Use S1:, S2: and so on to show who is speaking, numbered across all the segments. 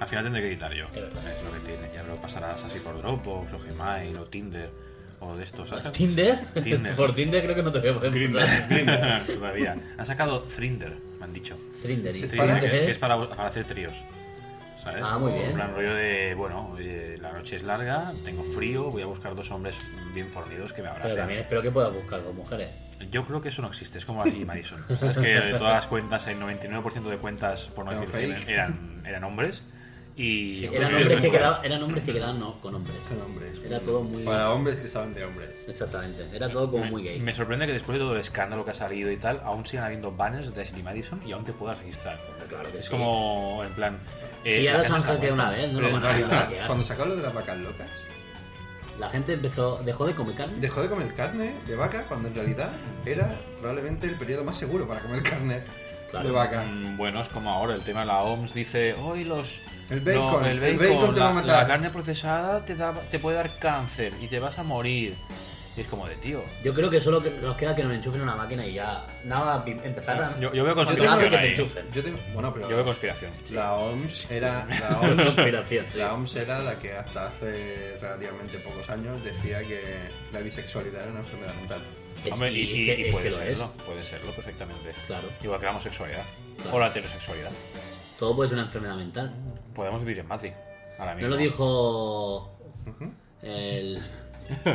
S1: Al final tendré que editar yo.
S2: Es verdad.
S1: Es lo que tiene. Ya lo pasarás así por Dropbox o Gmail o Tinder o de estos. ¿sabes?
S2: ¿Tinder?
S1: Tinder.
S2: Por Tinder creo que no te ¿eh? voy a poder pasar.
S1: Todavía. Han sacado Thrinder, me han dicho.
S2: Thrinder. ¿y
S1: Thrinder,
S2: para ¿eh?
S1: que,
S2: qué
S1: que
S2: es?
S1: es para, para hacer tríos. ¿Sabes?
S2: Ah, muy bien.
S1: Un gran rollo de, bueno, oye, la noche es larga, tengo frío, voy a buscar dos hombres bien fornidos que me
S2: Pero
S1: abracen.
S2: también espero que puedas buscar dos mujeres.
S1: Yo creo que eso no existe, es como la Gigi Madison. Es que de todas las cuentas, el 99% de cuentas, por no
S3: Eran
S1: decir cien,
S3: fake.
S1: eran, eran hombres. Y
S2: Eran hombres que quedaban, eran hombres que quedaban no, con hombres.
S3: Son hombres.
S2: Era todo muy...
S3: Para hombres que saben de hombres.
S2: Exactamente. Era todo como muy gay.
S1: Me sorprende que después de todo el escándalo que ha salido y tal, aún sigan habiendo banners de Ashley Madison y aún te puedas registrar.
S2: Claro que
S1: es
S2: sí.
S1: como, en plan. eh,
S2: Si ya
S1: la
S2: los
S1: gente
S2: han
S1: está
S2: hackeado
S1: muerta.
S2: una vez, no lo
S1: Pero
S2: van a volver a hackear.
S3: Cuando sacaron lo de las vacas locas,
S2: La gente empezó, dejó de comer carne.
S3: dejó de comer carne de vaca cuando en realidad era probablemente el periodo más seguro para comer carne
S2: Claro.
S3: de vaca.
S1: Mm, Bueno, es como ahora, el tema de la OMS dice, hoy los...
S3: El bacon,
S1: no,
S3: el bacon te va
S1: la,
S3: a matar".
S1: la carne procesada te, da- te puede dar cáncer y te vas a morir. Y es como de tío.
S2: Yo creo que solo que- nos queda que nos enchufen una máquina y ya. Nada, pi- empezar a.
S1: Yo, yo veo
S2: Yo
S1: conspiración
S2: tengo que te
S1: ahí.
S2: enchufen.
S3: Yo tengo, bueno, pero
S1: Yo veo conspiración.
S3: la OMS era la OMS
S2: Conspiración, sí.
S3: La OMS era la que hasta hace relativamente pocos años decía que la bisexualidad era una enfermedad mental.
S2: Es-
S1: Hombre, y, y-
S2: es que-
S1: y
S2: es
S1: puede
S2: que lo es.
S1: serlo, puede serlo perfectamente.
S2: Claro.
S1: Igual que la homosexualidad.
S2: Claro.
S1: O la heterosexualidad.
S2: Todo puede ser una enfermedad mental.
S1: Podemos vivir en Matrix. Ahora
S2: ¿No
S1: mismo.
S2: lo dijo el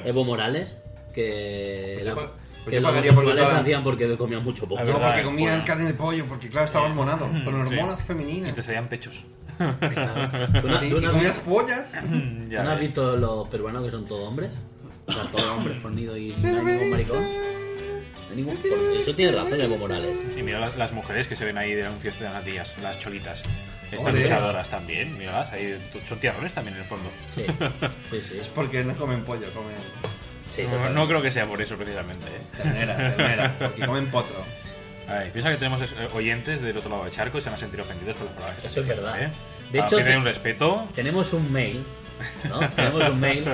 S2: Evo Morales? Que,
S3: yo
S2: la-
S3: pa- pues
S2: que
S3: yo
S2: los
S3: pagaría por
S2: homosexuales
S3: votar.
S2: hacían porque comían mucho poco.
S1: A
S3: No,
S1: ver. verdad,
S3: porque comían
S1: bueno.
S3: carne de pollo, porque claro, estaba hormonado, con
S1: Sí.
S3: hormonas
S1: Y
S3: femeninas.
S1: te salían pechos.
S2: Claro. ¿Tú no-
S3: Sí,
S2: tú
S3: y
S2: no has
S3: comías
S2: visto-
S3: pollas.
S1: Mm, ya
S2: ¿No has
S1: ves.
S2: visto los peruanos que son todos hombres? O sea, todos hombres fornidos y no hay ningún
S3: Cerveza.
S2: maricón. No hay ningún- por- Eso tiene razón Evo Morales.
S1: Y mira las, las mujeres que se ven ahí de anuncios de las tías, las cholitas. Están
S3: Ole.
S1: luchadoras también, míralas, ahí son tierrones también en el fondo.
S2: Sí, sí, sí.
S3: Porque no comen pollo, comen
S2: Sí,
S1: No, no creo que sea por eso precisamente. ¿eh?
S3: ternera, ternera, porque comen potro.
S1: A ver, piensa que tenemos eh, oyentes del otro lado del charco y se van a sentir ofendidos por las palabras. que
S2: Eso es
S1: se dicen,
S2: verdad.
S1: ¿eh?
S2: De
S1: Ah,
S2: hecho,
S1: tienen
S2: te-
S1: un respeto.
S2: Tenemos un mail, ¿no? Tenemos un mail.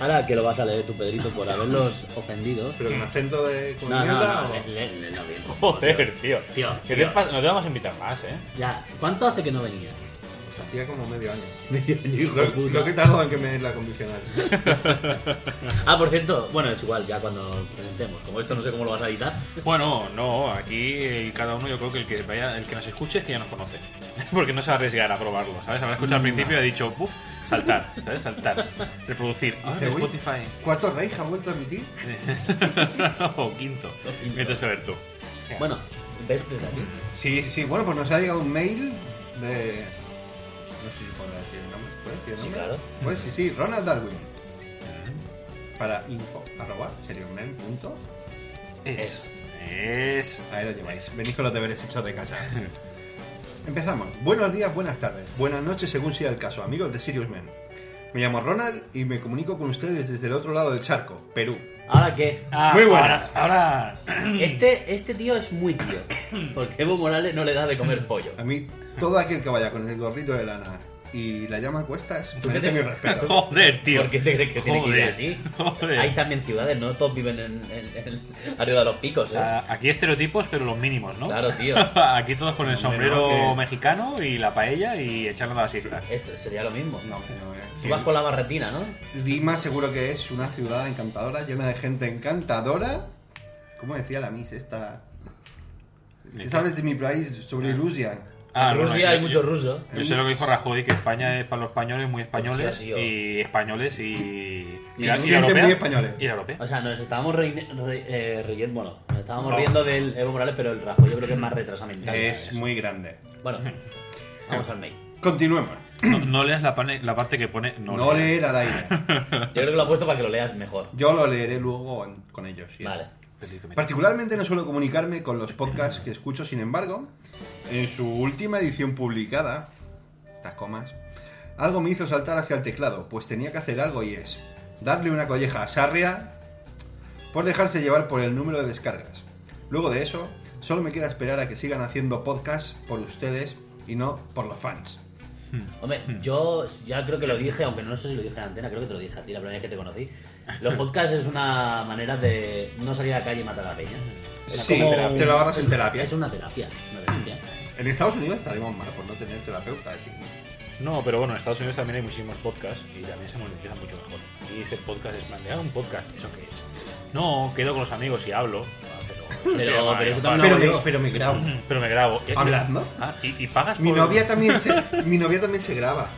S2: Ahora que lo vas a leer tú, Pedrito, por haberlos ofendido.
S3: Pero con acento de con
S2: No, no,
S3: Pues mierda
S2: no, eh,
S3: o-
S2: le- le- le- no, bien.
S1: Joder, tío.
S2: Tío,
S1: Que
S2: tío.
S1: te pa- Nos te vamos a invitar más, ¿eh?
S2: Ya, ¿cuánto hace que no venía?
S3: pues hacía como medio año.
S2: Medio año, hijo
S3: Lo,
S2: puta.
S3: lo que tardó en que me la condicional.
S2: Ah, por cierto, bueno, es igual, ya cuando presentemos. Como esto no sé cómo lo vas a editar.
S1: Bueno, no, aquí eh, cada uno yo creo que el que vaya, el que nos escuche es que ya nos conoce. Porque no se va a arriesgar a probarlo, ¿sabes? Habrá escuchado al principio y ha dicho, "Buf, saltar, ¿sabes? Saltar, reproducir. Ah,
S3: Dice,
S1: en
S3: "Uy,
S1: Spotify.
S3: Cuarto Rey ha vuelto a emitir.
S1: o quinto.
S2: quinto.
S1: Vete a saber tú.
S2: Bueno, ves desde aquí.
S3: Sí, sí, sí. Bueno, pues nos ha llegado un mail de. No sé si puedo decir el nombre. ¿Puedo decir el
S2: Sí,
S3: nombre?
S2: claro.
S3: Pues sí, sí, Ronald Darwin. Para info arroba seriomail punto
S1: Es. Es.
S3: Ahí lo lleváis. Venís con los deberes hechos de casa. Empezamos. Buenos días, buenas tardes, buenas noches, según sea el caso, amigos de Sirius Men. Me llamo Ronald y me comunico con ustedes desde el otro lado del charco, Perú.
S2: ¿Ahora qué?
S1: Ah,
S3: Muy buenas.
S1: Ahora. ahora-
S2: Este, este tío es muy tío. Porque Evo Morales no le da de comer pollo.
S3: A mí, todo aquel que vaya con el gorrito de lana y la llama a cuestas,
S2: qué
S3: merece
S2: te-
S3: mi respeto.
S1: Joder, tío.
S2: ¿Por qué te crees que tiene que ir
S1: Joder,
S2: así?
S1: Joder.
S2: Hay también ciudades, ¿no? Todos viven en, en- en- arriba de los picos, ¿eh?
S1: Ah, Aquí estereotipos, pero los mínimos, ¿no?
S2: Claro, tío.
S1: Aquí todos con el
S3: Hombre,
S1: sombrero
S3: no, que-
S1: mexicano y la paella y echando la siesta.
S2: Esto sería lo mismo.
S3: No, hombre, no, eh.
S2: Tú vas con la barretina, ¿no?
S3: Lima seguro que es una ciudad encantadora, llena de gente encantadora. ¿Cómo decía la Miss esta? ¿Qué sabes de mi país sobre Rusia?
S1: Ah,
S2: en
S1: bueno,
S2: Rusia
S1: yo-
S2: hay
S1: yo-
S2: muchos rusos.
S1: Yo sé lo que dijo Rajoy, que España es para los españoles muy españoles
S2: Hostia, tío.
S1: y españoles y...
S2: Y
S1: la-
S2: se
S3: sienten
S1: europea.
S3: muy españoles.
S1: Y la europea.
S2: O sea, nos estábamos reine- re- eh, riendo, bueno, nos estábamos
S1: No.
S2: riendo del Evo Morales, pero el Rajoy yo creo que es más retrasado mental.
S3: Es muy grande.
S2: Bueno, vamos al mail.
S3: Continuemos.
S1: No, no leas la, pane- la parte que pone... No,
S3: No
S1: leas.
S3: leer al aire.
S2: Yo creo que lo ha puesto para que lo leas mejor.
S3: Yo lo leeré luego en- con ellos. ¿sí?
S2: Vale.
S3: Particularmente no suelo comunicarme con los podcasts que escucho, sin embargo, en su última edición publicada, estas comas, algo me hizo saltar hacia el teclado, pues tenía que hacer algo y es darle una colleja a Sarria por dejarse llevar por el número de descargas. Luego de eso, solo me queda esperar a que sigan haciendo podcasts por ustedes y no por los fans.
S2: Hombre, yo ya creo que lo dije, aunque no sé si lo dije en antena, creo que te lo dije a ti la primera vez que te conocí. Los podcasts es una manera de no salir a la calle y matar a la peña. Es
S3: Sí,
S2: como
S3: terapia. te lo agarras en terapia.
S2: Es una terapia, es una terapia.
S3: En Estados Unidos estaremos mal por no tener terapeuta. es decir,
S1: No, pero bueno, en Estados Unidos también hay muchísimos podcasts y también se monetiza mucho mejor. Y ese podcast es plan de, "Ah, un podcast, ¿eso qué es? No, quedo con los amigos y hablo. Ah, Pero,
S2: Pero-
S1: se llama
S2: pero eso
S1: podcast.
S2: también
S3: Pero,
S2: No,
S3: me,
S2: yo-
S3: pero me grabo.
S1: Pero me grabo. Y-
S3: Hablad, ¿no?
S1: Ah, y, y pagas
S3: Mi
S1: por-
S3: novia también se, mi novia también se graba.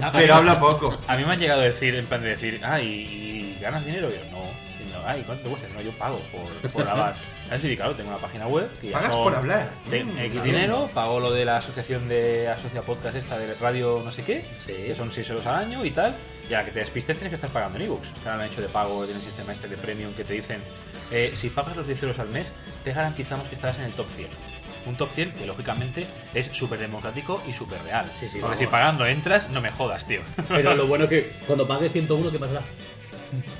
S1: Ah,
S3: Pero
S1: ah,
S3: habla poco.
S1: A mí me han llegado a decir, en plan de decir, ah, ¿y, y ganas dinero? Y yo, no. Y no, Ay, ¿cuánto te cuesta? No, yo pago por, por grabar. Así que, claro, tengo una página web que ya
S3: Pagas
S1: son-
S3: por hablar.
S1: Ten-
S3: Mm,
S1: X
S3: bien.
S1: dinero, pago lo de la asociación de Asocia Podcast esta de radio no sé qué,
S2: Sí.
S1: que son 6 euros al año y tal. Ya que te despistes tienes que estar pagando en ebooks. Ahora lo han hecho de pago, tiene el sistema este de premium que te dicen, eh, si pagas los 10 euros al mes, te garantizamos que estarás en el top 100. Un top 100 que lógicamente es súper democrático y súper real.
S2: Sí, sí,
S1: Porque
S2: vamos.
S1: si pagando entras, no me jodas, tío.
S2: Pero lo bueno es que cuando pague 101, ¿qué pasará?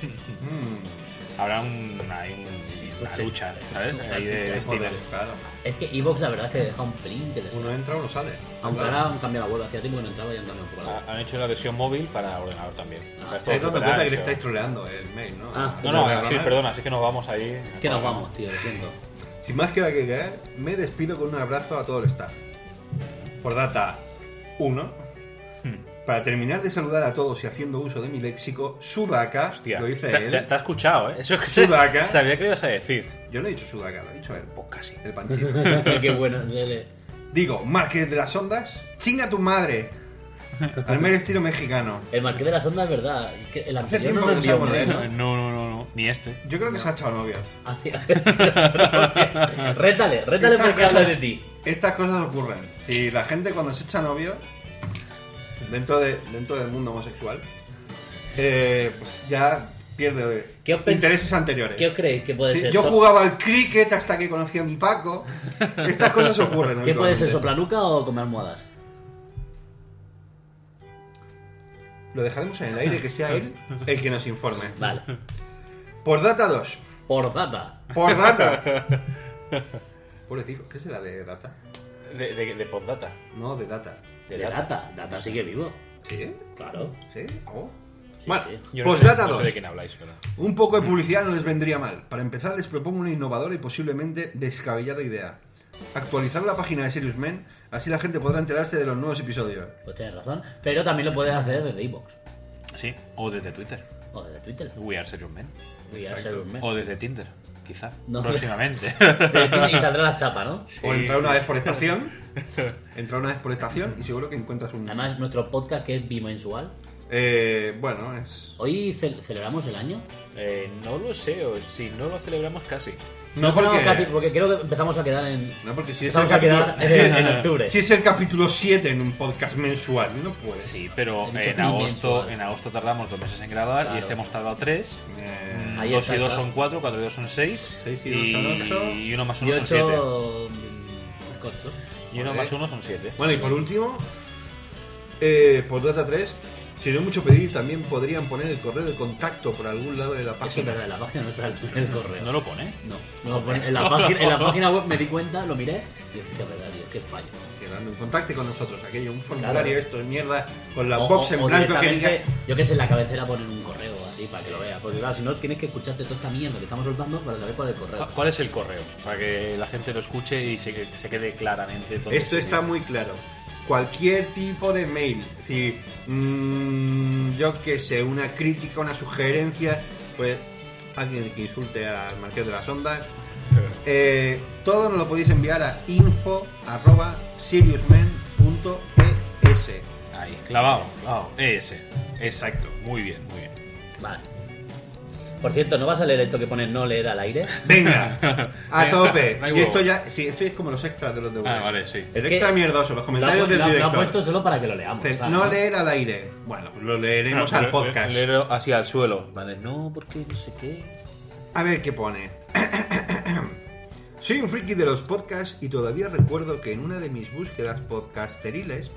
S3: Mm,
S1: Habrá un, hay un- una
S2: Sí.
S1: lucha, ¿sabes? Ahí de
S3: joder,
S1: estilos.
S3: claro.
S2: Es que Evox la verdad es que deja un pelín que desea.
S3: Uno entra, uno sale.
S2: Aunque
S3: Claro.
S2: ahora han cambiado la web, hacía tiempo que no entraba y han cambiado un poco la web.
S1: Han hecho la versión móvil para ordenador también.
S2: Ah,
S3: Estáis dando cuenta que le
S1: Pero-
S3: estáis troleando el mail, ¿no?
S2: Ah,
S1: No, no,
S3: Perdonad.
S1: sí, perdona, es que nos vamos ahí.
S2: Es que nos vamos, tío, lo siento.
S3: Sin más que agregar, me despido con un abrazo a todo el staff. Por data 1. Para terminar de saludar a todos y haciendo uso de mi léxico, Sudaca,
S1: Hostia,
S3: lo dice
S1: te,
S3: él.
S1: te- te ha escuchado, ¿eh? Eso es que
S3: Sudaca.
S1: sabía que lo ibas a decir.
S3: Yo no he dicho Sudaca, lo he dicho él.
S1: Pues casi.
S3: El panchito.
S2: Qué bueno, Lele.
S3: Digo, Márquez de las Ondas, chinga tu madre. Al mero estilo mexicano.
S2: El marqués de las ondas es verdad. que El
S3: Hace
S2: anterior no lo
S3: tiempo que no
S2: envió,
S3: sabemos de él,
S1: No,
S2: ¿no?
S1: no, no, no, ni este.
S3: Yo creo que se ha echado novia.
S2: Hacia- rétale, rétale
S3: Estas
S2: porque habla de
S3: cosas-
S2: ti.
S3: Estas cosas ocurren. Y la gente cuando se echa novio, dentro, de, dentro del mundo homosexual, eh, pues ya pierde
S2: ¿Qué os pe-
S3: intereses anteriores.
S2: ¿Qué os creéis que puede
S3: Sí,
S2: ser?
S3: Yo
S2: So-
S3: jugaba al cricket hasta que conocí a mi Paco. Estas cosas ocurren.
S2: ¿Qué puede
S3: habitualmente.
S2: ser, soplanuca o comer almohadas?
S3: Lo dejaremos en el aire, que sea él el que nos informe.
S2: Vale.
S3: Por data 2.
S2: Por data.
S3: Por data. Pobrecito, ¿qué será de data?
S1: De, de, de Poddata.
S3: No, de data.
S2: De data. Data sigue vivo.
S3: ¿Sí?
S2: Claro.
S3: ¿Sí? Oh.
S2: Sí,
S3: Bueno,
S2: sí.
S1: Yo no sé-
S3: postdata
S1: No
S3: 2.
S1: sé de quién habláis, pero.
S3: Un poco de publicidad no les vendría mal. Para empezar, les propongo una innovadora y posiblemente descabellada idea. Actualizar la página de Serious Men, así la gente podrá enterarse de los nuevos episodios.
S2: Pues tienes razón. Pero también lo puedes hacer desde Evox.
S1: Sí, o desde Twitter.
S2: O desde Twitter.
S1: We are serious men.
S2: Y ya se duerme.
S1: O desde Tinder, quizá.
S2: No.
S1: Próximamente.
S2: Desde Twitter Y saldrá la chapa, ¿no?
S1: Sí,
S3: O entrar una
S1: sí.
S3: vez por estación. Entrar una vez por estación y seguro que encuentras un.
S2: Además, nuestro podcast que es bimensual.
S3: Eh, bueno, es.
S2: Hoy ce- celebramos el año.
S1: Eh, no lo sé, o si no lo celebramos casi.
S3: No,
S2: Celebramos
S3: porque-
S2: casi, porque creo que empezamos a quedar en.
S3: No, porque si es el
S2: Empezamos a quedar
S3: capítulo. si
S2: en, en
S3: es-
S2: octubre.
S3: Si es el capítulo 7 en un podcast mensual, no puede.
S1: Sí, pero
S2: He dicho
S1: en
S2: que
S1: agosto,
S2: mensual.
S1: en agosto tardamos dos meses en grabar
S2: Claro.
S1: y este hemos tardado tres. Mm,
S3: Eh,
S2: Ahí
S1: dos
S2: está,
S1: y dos
S2: claro.
S1: son cuatro, cuatro y dos son seis.
S3: Seis y dos son ocho.
S1: y uno más
S2: Y
S1: uno son siete.
S2: 8. Cocho.
S1: Y uno
S3: Joder.
S1: más uno son siete.
S3: Bueno, y por último, eh, por Data 3, si no es mucho pedir, también podrían poner el correo de contacto por algún lado de
S2: Eso
S3: la
S2: es
S3: página.
S2: verdad, en la página no está el, el correo.
S1: ¿No lo pone?
S2: No, no, bueno, en, la página, en la página web me di cuenta, lo miré y dije, "Qué verdad, tío, qué fallo.
S3: Que hagan un contacto con nosotros, aquello, un formulario,
S2: Claro.
S3: esto es mierda, con la
S2: O-
S3: box
S2: o-
S3: en
S2: o
S3: blanco que diga.
S2: directamente, Yo que sé, en la cabecera ponen un correo así para que lo veas. Porque claro, si no, tienes que escucharte toda esta mierda que estamos soltando para saber cuál es el correo.
S1: ¿Cuál es el correo? Para que la gente lo escuche y se, se quede claramente todo.
S3: Esto está muy claro. Cualquier tipo de mail, si mm, yo qué sé, una crítica, una sugerencia, pues alguien que insulte al Marqués de las Ondas, eh, todo nos lo podéis enviar a info.seriousmen.es.
S1: Ahí, clavado, clavado. ES. E Exacto. Muy bien, muy bien.
S2: Vale. Por cierto, ¿no vas a leer esto que pone no leer al aire?
S3: Venga, a
S1: Venga,
S3: tope.
S1: no hay
S3: Y esto
S1: huevos.
S3: ya, sí, esto es como los extras de los de
S1: Ah,
S3: Google.
S1: vale, sí.
S3: El
S2: Es
S3: extra
S2: que
S3: mierdoso, los
S2: lo, ha,
S3: comentarios
S2: pu-
S3: del
S2: lo ha- lo ha puesto
S3: director.
S2: solo para que lo leamos. ¿sabes?
S3: No leer al aire. Bueno, lo leeremos
S1: Ah,
S3: al podcast.
S1: eh, Leerlo así al suelo. Vale, no, porque no sé qué.
S3: A ver qué pone. Soy un friki de los podcasts y todavía recuerdo que en una de mis búsquedas podcasteriles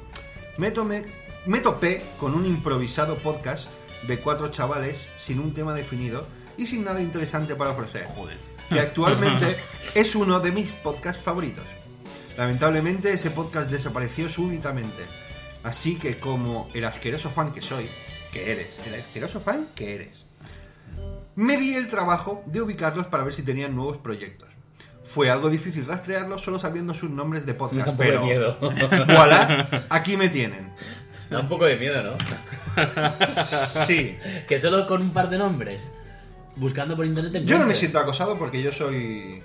S3: me, tomé- me topé con un improvisado podcast de cuatro chavales sin un tema definido y sin nada interesante para ofrecer,
S1: Joder.
S3: que actualmente es uno de mis podcasts favoritos. Lamentablemente ese podcast desapareció súbitamente, así que como el asqueroso fan que soy, que eres, el asqueroso fan que eres, me di el trabajo de ubicarlos para ver si tenían nuevos proyectos. Fue algo difícil rastrearlos solo sabiendo sus nombres de
S2: Me da
S3: podcast,
S2: un poco de
S3: pero
S2: miedo.
S3: voilà, aquí me tienen.
S4: Da un poco de miedo, ¿no?
S3: Sí.
S2: Que solo con un par de nombres, buscando por internet.
S3: Yo no me
S2: encuentres.
S3: siento acosado porque yo soy.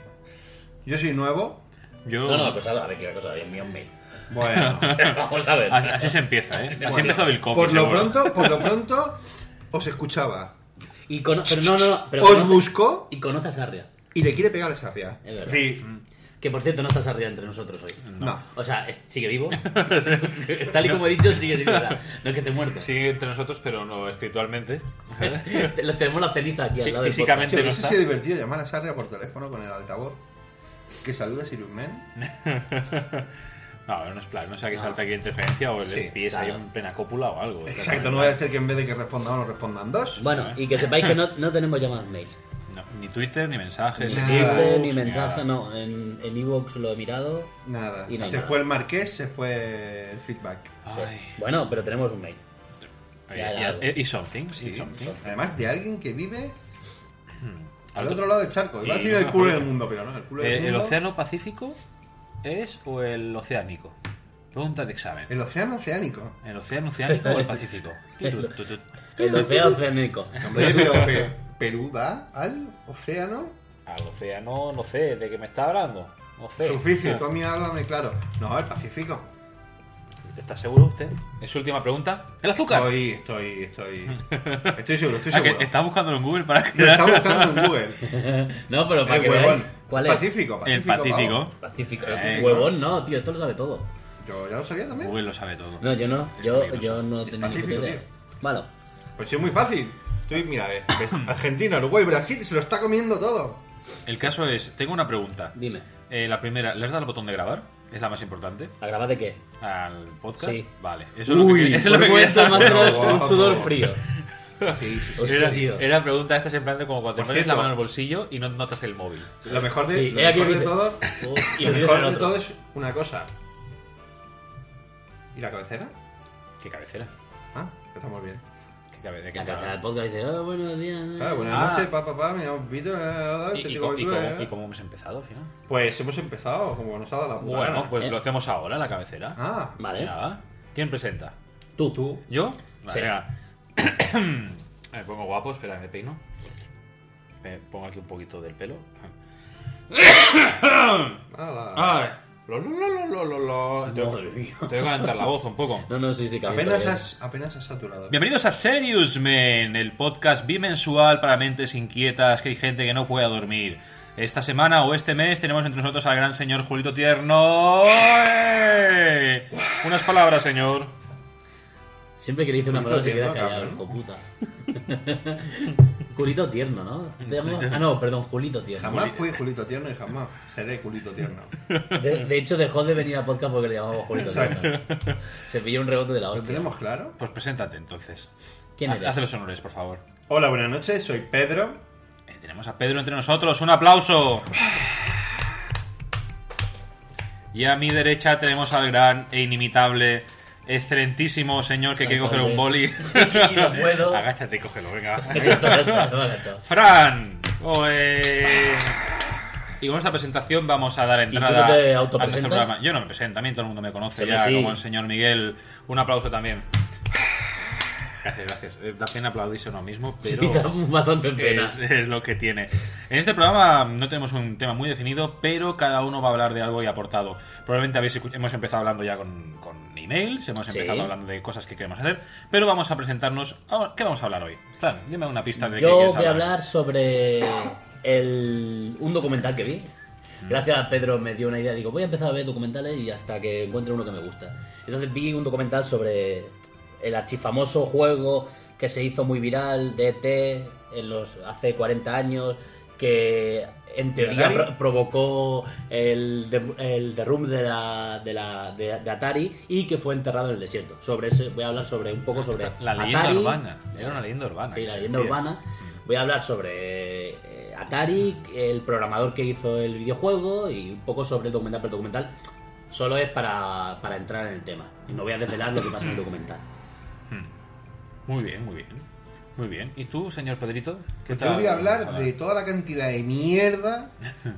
S3: Yo soy nuevo.
S1: Yo...
S2: No, no, acosado. A ver, que acosado. Dios mío, hombre.
S3: Bueno.
S2: Vamos a ver.
S1: Así, así se empieza, ¿eh? Así empezó el copy.
S3: Por lo
S1: seguro.
S3: pronto, por lo pronto, os escuchaba.
S2: Y cono- pero no, no, no, pero
S3: Os
S2: conoce-
S3: buscó
S2: Y conoce a Sarria.
S3: y le quiere pegar a Sarria.
S2: Es verdad.
S3: Sí.
S2: Que por cierto, no está Sarria entre nosotros hoy.
S3: No.
S2: O sea, es- sigue vivo. Tal y como he dicho, sigue vivo. o sea, No es que te muerto.
S1: Sigue entre nosotros, pero no espiritualmente.
S2: Te- lo- Tenemos la ceniza aquí al
S1: Fí-
S2: lado del
S1: físicamente
S3: Tío,
S1: no
S3: no
S1: está.
S3: sé si es divertido llamar a Sarria por teléfono con el altavoz. Que saluda a Sirius Man.
S1: No, no es plan, no sea que salte aquí interferencia o
S3: Sí,
S1: le pies ahí
S2: claro.
S1: en plena cópula o algo.
S3: Exacto, no vaya a ser que en vez de que responda uno, respondan dos.
S2: podcast. Bueno, y que sepáis que no, no tenemos llamadas mail.
S1: No, ni Twitter, ni mensajes,
S3: Ni
S1: ni
S3: Twitter,
S2: Este,
S1: ebooks,
S2: ni
S1: nada.
S2: mensaje, no. En en Evox lo he mirado.
S3: Nada.
S2: Y no hay
S3: se
S2: nada.
S3: fue el Marqués, se fue el feedback.
S2: Sí.
S1: Ay.
S2: Bueno, pero tenemos un mail.
S1: Oye,
S2: Ya,
S1: ya,
S2: ya.
S1: eh, y something, y something.
S3: Además de alguien que vive al
S1: Alto-
S3: otro lado del charco. Iba a
S1: Y
S3: decir
S1: no
S3: el
S1: me
S3: culo
S1: acuerdo.
S3: del mundo, pero no, el culo del
S1: Eh, ¿El
S3: mundo.
S1: océano Pacífico es o el oceánico? Pregunta de examen.
S3: El océano oceánico.
S1: ¿El océano oceánico o el Pacífico? Tu, tu, tu, tu.
S2: El Orfeo Oceánico.
S3: Hombre, pero Pe- Perú va al océano.
S1: Al océano, no sé, ¿de qué me está hablando? No sé.
S3: Suficio, tú a mí háblame claro. No, el Pacífico.
S1: ¿Está seguro usted? Es su última pregunta. ¡El azúcar!
S3: Estoy, estoy, estoy. Estoy seguro, estoy
S1: Ah, que
S3: seguro.
S1: está buscándolo en Google para
S3: Lo
S1: que
S3: está buscando en Google.
S2: No, pero para
S3: Eh,
S2: que
S3: huevón.
S2: veáis cuál es.
S3: Pacífico, Pacífico.
S1: el Pacífico.
S3: pavo.
S2: Pacífico.
S1: Eh,
S2: Huevón, no, tío, esto lo sabe todo.
S3: Yo ya lo sabía también.
S1: Google lo sabe todo.
S2: No, yo no.
S1: Es
S2: Yo,
S1: peligroso.
S2: yo no
S3: Es
S2: tenía ni puta
S3: pacífico,
S2: idea.
S3: tío.
S2: Vale.
S3: Pues sí, es muy fácil. Estoy, mira, eh, ves, Argentina, Uruguay, Brasil, se lo está comiendo todo.
S1: El caso es, tengo una pregunta.
S2: Dime,
S1: Eh, la primera, ¿le has dado al botón de grabar? Es la más importante.
S2: ¿a grabar de qué?
S1: Al podcast.
S2: Sí.
S1: Vale. Eso es lo que, eso es lo que quería
S2: vergüenza,
S1: saber.
S2: me ha entrado
S3: Guapo.
S2: un sudor frío.
S3: Sí, sí,
S2: Hostia,
S1: Era,
S2: tío.
S1: era pregunta esta es en plan de como cuando te
S3: Por
S1: pones la
S3: cierto.
S1: mano en el bolsillo y no notas el móvil.
S3: Lo mejor de,
S2: Sí,
S3: lo
S2: he aquí
S3: mejor de
S2: dice-
S3: todo.
S2: Oh,
S3: Y
S2: y
S3: lo
S2: lo dice
S3: mejor
S2: el
S3: de todo
S2: otro.
S3: es una cosa. ¿Y la cabecera?
S1: Qué cabecera.
S3: Ah, empezamos bien.
S1: Qué cabecera.
S2: La cabeza del podcast dice, oh, buenos días. eh".
S3: Ah, buenas
S1: Ah.
S3: noches, papá, papá, me llamo Vito. eh,
S1: ¿Y,
S3: soy
S1: y
S3: Tico
S1: cómo, y
S3: Ventura,
S1: cómo-
S3: eh.
S1: y cómo hemos empezado al final?
S3: Pues hemos empezado, como nos ha dado la puta
S1: Bueno,
S3: gana.
S1: pues
S2: Eh.
S1: lo hacemos ahora, la cabecera.
S3: Ah,
S2: Vale,
S1: Nada. ¿Quién presenta?
S2: tú.
S3: tú.
S1: ¿Yo? Vale,
S2: Sí.
S1: venga. me pongo guapo, espera, me peino. Me pongo aquí un poquito del pelo.
S3: Ala.
S1: Ay, lo, lo, lo, lo, lo, lo. Ah. Tengo,
S2: Madre mía.
S1: tengo que calentar la voz un poco.
S2: No, no, sí, sí, cabrón.
S3: apenas,
S2: todavía.
S3: has, apenas has saturado.
S1: Bienvenidos a Serious Men, el podcast bimensual para mentes inquietas, que hay gente que no pueda dormir. Esta semana o este mes tenemos entre nosotros al gran señor Julito Tierno. ¡Eh! Unas palabras, señor.
S2: Siempre que le dice una
S3: Culito
S2: palabra se queda
S3: tierno,
S2: callado,
S3: cabrón.
S2: hijo puta. Culito tierno, ¿no? ¿Te llamamos? Ah, no, perdón, Julito tierno.
S3: Jamás fui culito tierno y jamás seré culito tierno.
S2: De, de hecho, dejó de venir a podcast porque le llamamos Julito
S3: Exacto.
S2: tierno. Se pilló un rebote de la
S3: ¿Lo
S2: hostia.
S3: tenemos Ah, claro?
S1: Pues preséntate entonces.
S2: ¿Quién
S1: Haz,
S2: eres?
S1: haz los honores, por favor.
S3: Hola, buenas noches, soy Pedro.
S1: Eh, tenemos a Pedro entre nosotros, un aplauso. Y a mi derecha tenemos al gran e inimitable, excelentísimo señor que quiere coger un boli.
S2: Y no puedo.
S1: Agáchate y cógelo, venga.
S2: Lo has cachado.
S1: Fran. Oe. Y con esta presentación vamos a dar entrada
S2: tú no te
S1: al
S2: autopresentas?
S1: tercer programa. Yo no me presento, a mí todo el mundo me conoce
S2: Sí,
S1: ya
S2: sí.
S1: como el señor Miguel. Un aplauso también. Gracias, gracias. Eh, Da pena aplaudirse a uno mismo, pero
S2: Sí, da bastante pena.
S3: eh,
S1: es, es lo que tiene. En este programa no tenemos un tema muy definido, pero cada uno va a hablar de algo y ha aportado. Probablemente habéis escu- hemos empezado hablando ya con, con emails, hemos
S2: Sí.
S1: empezado hablando de cosas que queremos hacer, pero vamos a presentarnos. a- ¿Qué vamos a hablar hoy? Fran, dime una pista de qué
S2: Yo
S1: quieres
S2: voy a hablar sobre el- un documental que vi.
S1: Mm.
S2: Gracias a Pedro me dio una idea. Digo, voy a empezar a ver documentales y hasta que encuentre uno que me gusta. Entonces vi un documental sobre el archifamoso juego que se hizo muy viral de ET en los, hace 40 años, que en teoría
S3: Atari?
S2: pro- provocó el, de- el derrumbe de, la, de, la- de- de Atari y que fue enterrado en el desierto. Sobre ese, voy a hablar sobre un poco sobre
S1: Ah, La leyenda
S2: Atari,
S1: urbana. Era una leyenda urbana.
S2: Sí,
S1: que
S2: la
S1: se
S2: leyenda
S1: decía.
S2: urbana. Voy a hablar sobre eh, Atari, el programador que hizo el videojuego y un poco sobre el documental, pero el documental solo es para, para entrar
S1: Mm.
S2: en el tema. Y no voy a desvelar lo que pasa en el documental.
S1: Muy bien, muy bien. Muy Muy bien. ¿Y tú, señor Pedrito? ¿Qué
S3: Pues Yo voy a hablar de toda la cantidad de mierda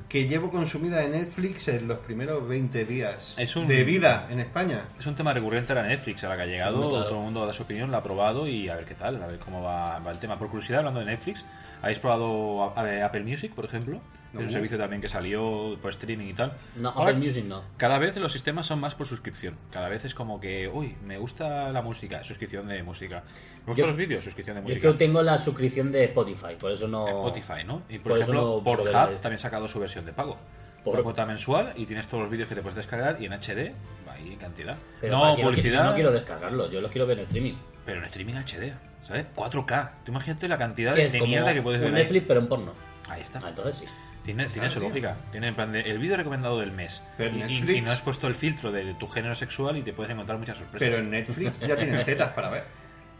S3: que llevo consumida de Netflix en los primeros 20 días
S1: Es un-
S3: de vida en España.
S1: Es un tema recurrente a la Netflix, a la que ha llegado,
S2: Muy claro.
S1: todo el mundo da su opinión, la ha probado y a ver qué tal, a ver cómo va, va el tema. Por curiosidad, hablando de Netflix, ¿habéis probado a- a- Apple Music, por ejemplo?
S3: No.
S1: Es un servicio también que salió por streaming y tal.
S2: No,
S1: Ahora,
S2: Apple Music no.
S1: Cada vez los sistemas son más por suscripción. Cada vez es como que, uy, me gusta la música, suscripción de música. Me gustan
S2: Yo-
S1: los vídeos, suscripción de
S2: Yo es
S1: música.
S2: que tengo la suscripción de Spotify, por eso no.
S1: Spotify, ¿no? Y por,
S2: Por eso
S1: ejemplo,
S2: no puedo
S1: Pornhub
S2: ver.
S1: también ha sacado su versión de pago.
S2: Por-
S1: Una cuota mensual y tienes todos los vídeos que te puedes descargar y en HD, ahí en cantidad.
S2: Pero
S1: no
S2: para que
S1: publicidad,
S2: No, quiero descargarlo, yo los quiero ver en streaming.
S1: pero en streaming HD, ¿sabes? 4K. Tú imagínate la cantidad
S2: Que
S1: de,
S2: es
S1: de
S2: como
S1: mierda que puedes
S2: un
S1: ver ahí.
S2: Netflix, pero en porno.
S1: Ahí está.
S2: Ah, entonces sí.
S1: Tiene, tiene su
S3: tío.
S1: lógica. Tiene en plan de, el vídeo recomendado del mes.
S3: Pero
S1: Y, y-
S3: Netflix-
S1: y no has puesto el filtro de, tu género sexual y te puedes encontrar muchas sorpresas.
S3: Pero en Netflix ya tienen tetas para ver.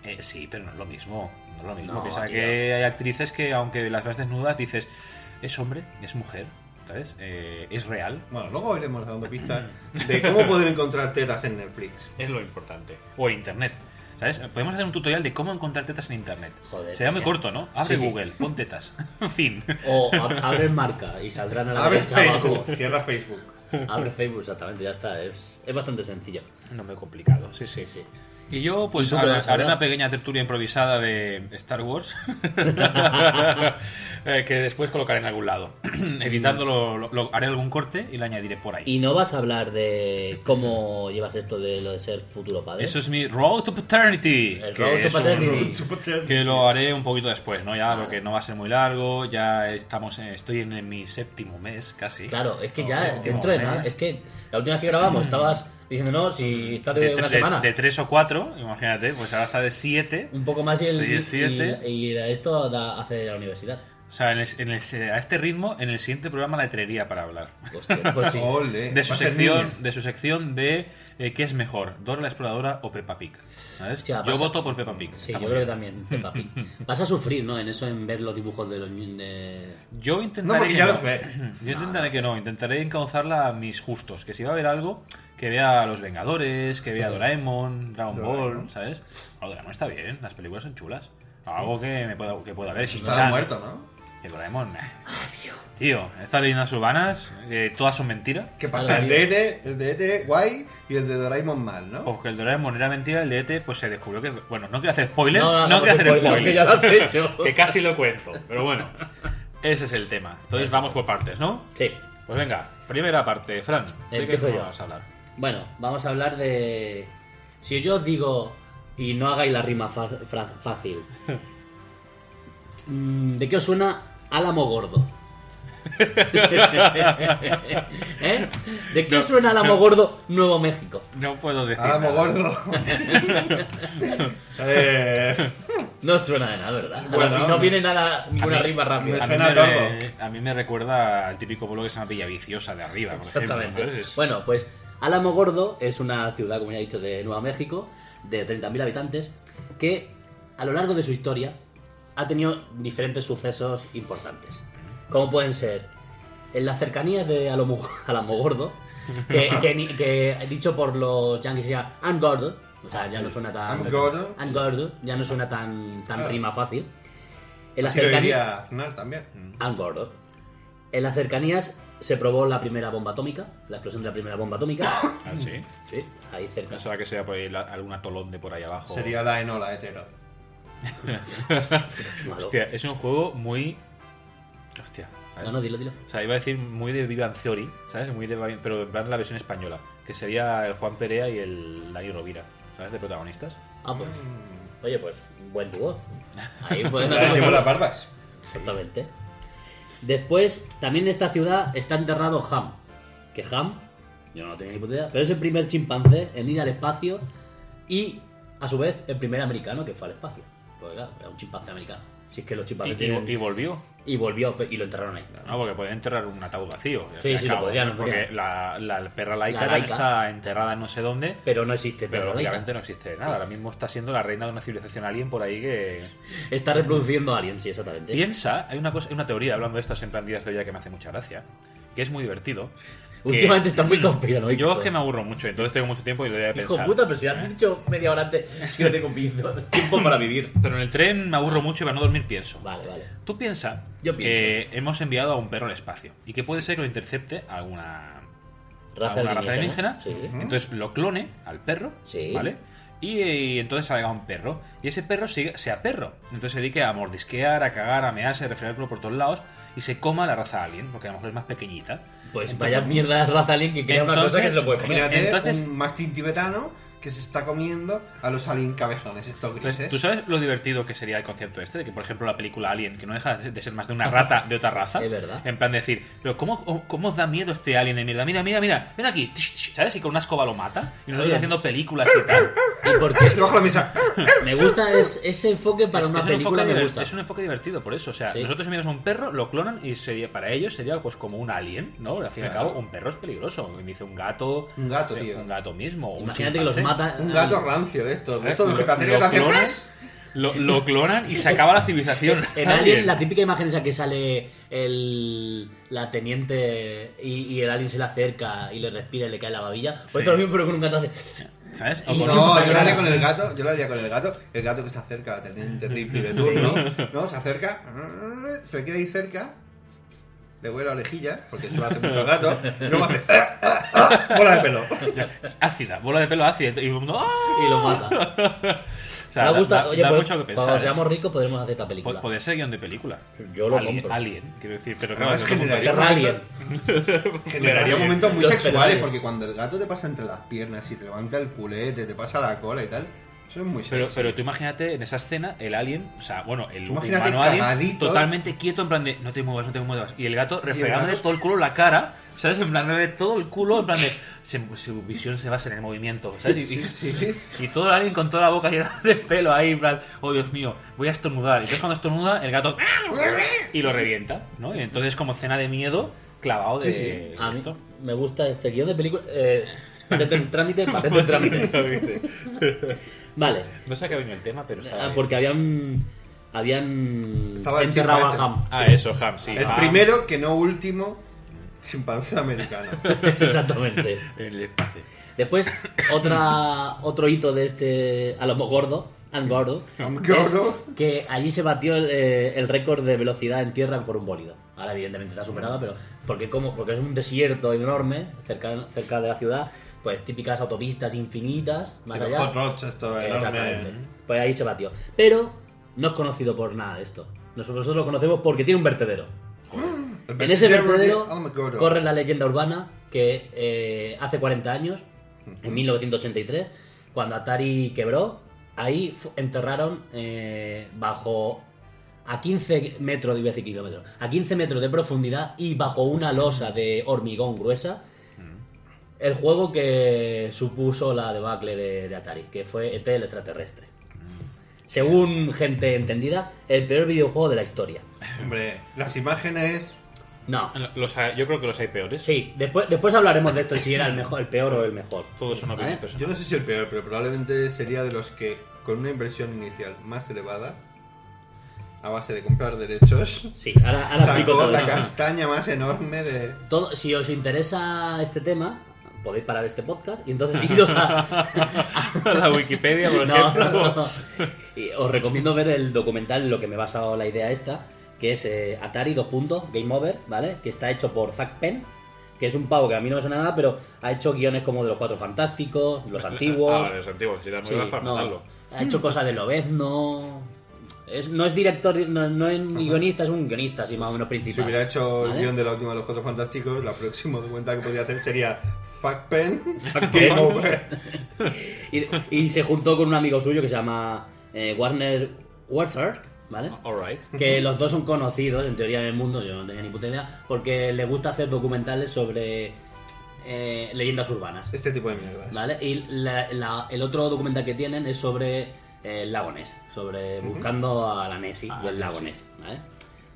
S1: Eh, sí, pero no es lo mismo. No es lo mismo.
S2: No,
S1: Piensa
S2: tío.
S1: que hay actrices que, aunque las ves desnudas, dices, es hombre, es mujer, ¿sabes? Eh, es real.
S3: Bueno, luego iremos dando pistas de cómo poder encontrar tetas en Netflix.
S1: Es lo importante. O en internet. ¿Sabes? Podemos hacer un tutorial de cómo encontrar tetas en internet.
S2: Joder,
S1: Sería muy
S2: coño.
S1: corto, ¿no? Abre
S2: Sí.
S1: Google, pon tetas. fin.
S2: O ab- abres marca y saldrán a la
S3: Abre
S2: derecha abajo.
S3: Facebook, cierra Facebook.
S2: Abre Facebook, exactamente, ya está. Es, es bastante sencillo.
S1: No me he complicado. Sí,
S2: Sí, sí.
S1: Y yo,
S2: ¿Y
S1: pues,
S2: tú qué
S1: ha-
S2: vas a
S1: haré una
S2: hablar?
S1: pequeña tertulia improvisada de Star Wars eh, que después colocaré en algún lado. Editándolo, lo- lo- haré algún corte y lo añadiré por ahí.
S2: ¿Y no vas a hablar de cómo llevas esto de lo de ser futuro padre?
S1: Eso es mi Road to Paternity.
S2: El
S1: que
S2: Road to
S1: es un-
S2: Paternity.
S1: que lo haré un poquito después, ¿no? Ya lo que no va a ser muy largo, ya estamos en- estoy en, mi séptimo mes casi.
S2: Claro, es que
S1: No,
S2: ya
S1: no,
S2: dentro de nada,
S1: menos.
S2: es que la última vez que grabamos estabas diciendo, no, si está de,
S1: tre-
S2: una semana.
S1: Mm. de tres o cuatro, imagínate, pues ahora está de siete.
S2: un poco más y,
S1: Sí,
S2: el,
S1: siete.
S2: y, y esto da- hace la universidad.
S1: O sea, en el- en el- a este ritmo, en el siguiente programa la traería para hablar.
S2: Hostia, pues sí.
S3: Ole,
S1: De su,
S3: va a ser
S1: sección,
S3: niña.
S1: de su sección de eh, qué es mejor, Dora la Exploradora o Peppa Pig. ¿Sabes?
S2: Hostia,
S1: yo
S2: pasa-
S1: voto por Peppa Pig.
S2: Sí,
S1: está
S2: yo
S1: muy
S2: creo que
S1: bien.
S2: también, Peppa Pig. Vas a sufrir, ¿no? En eso, en ver los dibujos de los niños. de-
S1: Yo intentaré.
S3: No, porque
S1: que
S3: ya
S1: no.
S3: los ve.
S1: Yo intentaré que no, intentaré encauzarla a mis gustos. Que si va a haber algo, que vea Los Vengadores, que vea Doraemon, Dragon Ball,
S3: Doraemon.
S1: ¿sabes? Ah, Doraemon está bien, las películas son chulas. Algo que me pueda, que pueda ver.
S3: Está
S1: Shin-Chan,
S3: muerto, ¿no?
S1: Que Doraemon.
S2: Ah,
S1: tío. estas leyendas urbanas, eh, todas son mentiras.
S3: ¿Qué pasa? El de ET, el de ET guay y el de Doraemon mal, ¿no?
S1: Porque el Doraemon era mentira, el de ET pues se descubrió que... Bueno, no quiero hacer spoilers,
S2: No,
S1: no,
S2: no, no,
S1: quiero hacer
S2: porque
S1: spoilers.
S2: ya lo has hecho.
S1: que casi lo cuento, pero bueno. Ese es el tema. Entonces vamos por partes, ¿no?
S2: Sí.
S1: Pues venga, primera parte, Fran. ¿De qué
S2: Empiezo yo.
S1: vamos a hablar?
S2: Bueno, vamos a hablar de. Si yo os digo y no hagáis la rima fa- fra- fácil, Mm, ¿de qué os suena Álamo Gordo? ¿Eh? ¿De qué
S1: No,
S2: suena Álamo
S1: no.
S2: Gordo Nuevo México?
S1: No puedo decir
S3: Álamo
S1: nada.
S3: gordo. eh,
S2: No suena de nada, ¿verdad?
S3: Bueno.
S2: no viene nada, ninguna
S1: A mí-
S2: rima rápida.
S1: A mí,
S3: Suena
S1: me,
S3: tordo.
S1: a mí me recuerda al típico pueblo que se llama Villa Viciosa de arriba, por ejemplo,
S2: Exactamente.
S1: ¿sabes?
S2: Bueno, pues Álamo Gordo es una ciudad, como ya he dicho, de Nueva México, de 30.000 habitantes, que a lo largo de su historia ha tenido diferentes sucesos importantes. Como pueden ser en las cercanías de Álamo Álamo Gordo, que, que ni- que dicho por los yankees sería "I'm Gordo, o sea, ya no suena tan.
S3: I'm Gordo.
S2: "I'm Gordo", ya no suena tan, tan
S3: Ah.
S2: rima fácil. En las
S3: así lo
S2: cercanías.
S3: diría Aznar también.
S2: And Gordo. En las cercanías se probó la primera bomba atómica, la explosión de la primera bomba atómica.
S1: Ah, sí.
S2: Sí, ahí cerca.
S1: Pensaba que sea por ahí la- algún atolón de por ahí abajo.
S3: Sería la enola hetero.
S2: Malo.
S1: Hostia, es un juego muy... Hostia. ¿sabes?
S2: No, no, dilo, dilo.
S1: O sea, iba a decir muy de Vivan Theory, ¿sabes? Muy de, Vivan- pero en plan la versión española, que sería el Juan Perea y el Dani Rovira, ¿sabes? De protagonistas.
S2: Ah, pues.
S1: Mm.
S2: Oye, pues, buen dúo. Ahí pueden
S3: La llevo las barbas.
S2: Exactamente. Después, también en esta ciudad está enterrado Ham. Que Ham, yo no tenía ni puta idea, pero es el primer chimpancé en ir al espacio y, a su vez, el primer americano que fue al espacio. Pues claro, era un chimpancé americano. Si es que los
S1: Y,
S2: chimpancés
S1: y-
S2: tienen-
S1: y volvió,
S2: y volvió pe- y lo enterraron ahí.
S1: ¿no? Porque podían enterrar un ataúd vacío. al
S2: Sí,
S1: fin y al
S2: sí, lo
S1: cabo,
S2: podrían, lo
S1: Porque
S2: podrían.
S1: la, la perra laica,
S2: La laica.
S1: está enterrada en no sé dónde,
S2: Pero no existe
S1: pero
S2: Perla Laica.
S1: lógicamente no existe nada. Ahora mismo está siendo la reina de una civilización alien por ahí que...
S2: Está reproduciendo a alguien, sí, exactamente.
S1: Piensa, hay una, cosa, hay una teoría hablando de estas en plan días de olla que me hace mucha gracia, que es muy divertido.
S2: Últimamente está muy conspiranoico.
S1: Yo es que me aburro mucho, entonces tengo mucho tiempo y lo voy a
S2: Hijo
S1: pensar.
S2: puta, pero si has dicho media hora antes que no tengo pinto- tiempo para vivir.
S1: Pero en el tren me aburro mucho y para no dormir pienso.
S2: Vale, vale.
S1: Tú piensas
S2: Yo
S1: que hemos enviado a un perro al espacio y que puede ser que lo intercepte alguna
S2: Raza
S1: alguna raza
S2: alienígena.
S1: alienígena.
S2: Sí.
S1: Entonces lo clone al perro,
S2: Sí.
S1: ¿vale? Y, y entonces salga un perro. Y ese perro sigue- sea perro. Entonces se dedique a mordisquear, a cagar, a mearse, a refregar por todos lados y se coma la raza alien, porque a lo mejor es más pequeñita.
S2: Pues
S1: Entonces,
S2: vaya mierda de raza alien que crea una cosa que
S1: entonces-
S2: se lo puede comer.
S3: Imagínate
S1: Entonces-
S3: un mastín tibetano que se está comiendo a los alien cabezones estos
S1: Entonces,
S3: grises.
S1: Pues, ¿tú sabes lo divertido que sería el concepto este? De que, por ejemplo, la película Alien, que no deja de ser más de una rata de otra raza.
S2: Es verdad.
S1: En plan decir, pero ¿cómo, cómo os da miedo este alien de mierda? Mira, mira, mira, ven aquí. ¿Sabes? Y con una escoba lo mata. Y nosotros
S2: Oye.
S1: haciendo películas y tal.
S2: Y porque
S3: Y bajo la mesa. "Ah,
S2: me gusta es- ese enfoque para
S1: Es-
S2: una
S1: es un
S2: película,
S1: enfoque
S2: me
S1: diver-
S2: gusta.
S1: Es un enfoque divertido, por eso. O sea,
S2: Sí.
S1: nosotros enviamos a un perro, lo clonan y sería para ellos sería pues como un alien, ¿no? Al fin y al
S3: Claro.
S1: cabo, un perro es peligroso. Me dice un gato.
S3: Un gato,
S1: eh,
S3: tío.
S1: Un gato mismo. o un
S2: Imagínate que los
S1: chimpancé.
S2: mata.
S3: Un gato rancio de estos. de
S1: ¿Sabes?
S3: estos de los que ¡Ah! te acercas, te
S1: clonan,
S3: haces-
S1: lo- lo clonan y se acaba la civilización.
S2: En Alien, la típica imagen esa que sale el, la teniente y, y el alien se le acerca y le respira y le cae la babilla. Pues
S1: Sí.
S2: esto lo mismo, pero con un gato hace.
S1: ¿Sabes? O con-
S3: No,
S2: Chupa
S3: yo lo haría
S2: cara.
S3: con el gato, yo lo haría con el gato, el gato que se acerca a Teniente Ripley de turno, ¿no? Se acerca, se queda ahí cerca, le huele la orejilla, porque eso lo hace mucho el gato, y luego hace bola de pelo.
S1: ácida, bola de pelo ácida. Y, el mundo, ¡ah!
S2: Y lo mata.
S1: O sea,
S2: Me gusta.
S1: da,
S2: Oye,
S1: da
S2: pues,
S1: mucho que
S2: cuando
S1: pensar. ¿eh?
S2: seamos ricos podremos hacer esta
S1: Po-
S2: película.
S1: Podría ser guión de película.
S2: Yo lo
S1: Alien,
S2: compro.
S1: Alien, quiero decir, pero claro,
S3: Además,
S1: desde otro punto de
S3: generaría,
S1: vista.
S2: Alien.
S3: momentos- generaría momentos muy
S2: Los
S3: sexuales,
S2: pedales.
S3: porque cuando el gato te pasa entre las piernas y te levanta el culete, te pasa la cola y tal, eso es muy
S1: Pero,
S3: sexy.
S1: pero tú imagínate en esa escena el alien, o sea, bueno, el
S3: Imagínate
S1: humano alien
S3: cagadito.
S1: totalmente quieto, en plan de no te muevas, no te muevas. Y el gato refregándole
S3: gato-
S1: todo el culo en la cara, ¿sabes? En plan de todo el culo, en plan de se- su visión se basa en el movimiento, ¿sabes? Y, y-
S3: Sí, sí.
S1: y todo el alien con toda la boca llena de pelo ahí, en plan, oh Dios mío, voy a estornudar. Y entonces cuando estornuda, el gato y lo revienta, ¿no? Y entonces como escena de miedo clavado de
S3: Sí, sí.
S2: A mí
S1: esto.
S2: me gusta este guión de película. Eh, patente en trámite, patente en trámite. Vale.
S1: no sé a qué ha venido el tema, pero está
S2: Ah,
S1: bien.
S2: porque habían. Habían.
S3: Estaba el
S2: enterrado
S3: chimpancé.
S2: a Ham.
S1: Ah, eso, Ham, sí.
S3: el
S1: Ham.
S3: primero, que no último, chimpancé americano.
S2: Exactamente.
S1: El espacio.
S2: Después, otra, otro hito de este a lo gordo, and gordo,
S3: Am
S2: es
S3: gordo.
S2: que allí se batió el, eh, el récord de velocidad en tierra por un bólido. Ahora, evidentemente, está superado, pero porque, como, porque es un desierto enorme cerca, cerca de la ciudad, pues típicas autopistas infinitas, más
S3: Los
S2: allá.
S3: hot rods estos
S2: Exactamente.
S3: enormes.
S2: Pues ahí se batió. Pero no es conocido por nada de esto. Nosotros, nosotros lo conocemos porque tiene un vertedero. En ese vertedero
S3: Am gordo.
S2: corre la leyenda urbana que eh, hace 40 años, en 1983, cuando Atari quebró, ahí fu- enterraron eh, bajo a 15 metros, iba a decir kilómetros, a 15 metros de profundidad y bajo una losa de hormigón gruesa, el juego que supuso la debacle de, de Atari, que fue ET el extraterrestre. Según gente entendida, el peor videojuego de la historia.
S3: Hombre, las imágenes.
S2: No,
S1: Los hay- yo creo que los hay peores.
S2: Sí, después, después hablaremos de esto, si era el mejor, el peor o el mejor.
S1: Todos son opiniones
S2: ¿Vale?
S1: personales.
S3: Yo no sé si el peor, pero probablemente sería de los que con una inversión inicial más elevada, a base de comprar derechos,
S2: Sí, ahora, ahora explico
S3: sacó
S2: todo
S3: la
S2: eso.
S3: castaña más enorme de.
S2: Todo- Si os interesa este tema, podéis parar este podcast y entonces iros a...
S1: La Wikipedia, por
S2: No,
S1: ejemplo.
S2: no, no. Y os recomiendo ver el documental en lo que me he basado la idea esta, que es eh, Atari 2. puntos, Game Over, ¿vale? Que está hecho por Zack Penn, que es un pavo que a mí no me suena nada, pero ha hecho guiones como de los Cuatro Fantásticos, los
S1: Ah,
S2: antiguos...
S1: vale, los antiguos. Si las
S2: Sí,
S1: nuevas para
S2: no,
S1: matarlo.
S2: ha
S3: Hmm.
S2: hecho cosas de Lobezno. Es, no es director, no, no es ni guionista, es un guionista así más o menos
S3: Si
S2: principal.
S3: hubiera hecho el
S2: ¿Vale?
S3: guión de la última de los Cuatro Fantásticos, la próxima cuenta que podría hacer sería Fuck Pen,
S2: Pen.
S3: Game Over.
S2: Y, y se juntó con un amigo suyo que se llama eh, Warner Warfare, ¿vale?
S1: Alright.
S2: Que los dos son conocidos, en teoría, en el mundo, yo no tenía ni puta idea, porque les gusta hacer documentales sobre eh, leyendas urbanas.
S3: Este tipo de mierdas.
S2: ¿Vale? Y la- la- el otro documental que tienen es sobre eh, el lago Ness, sobre buscando a la Nessie
S1: A la
S2: del lago
S1: Nessie.
S2: Ness. ¿vale?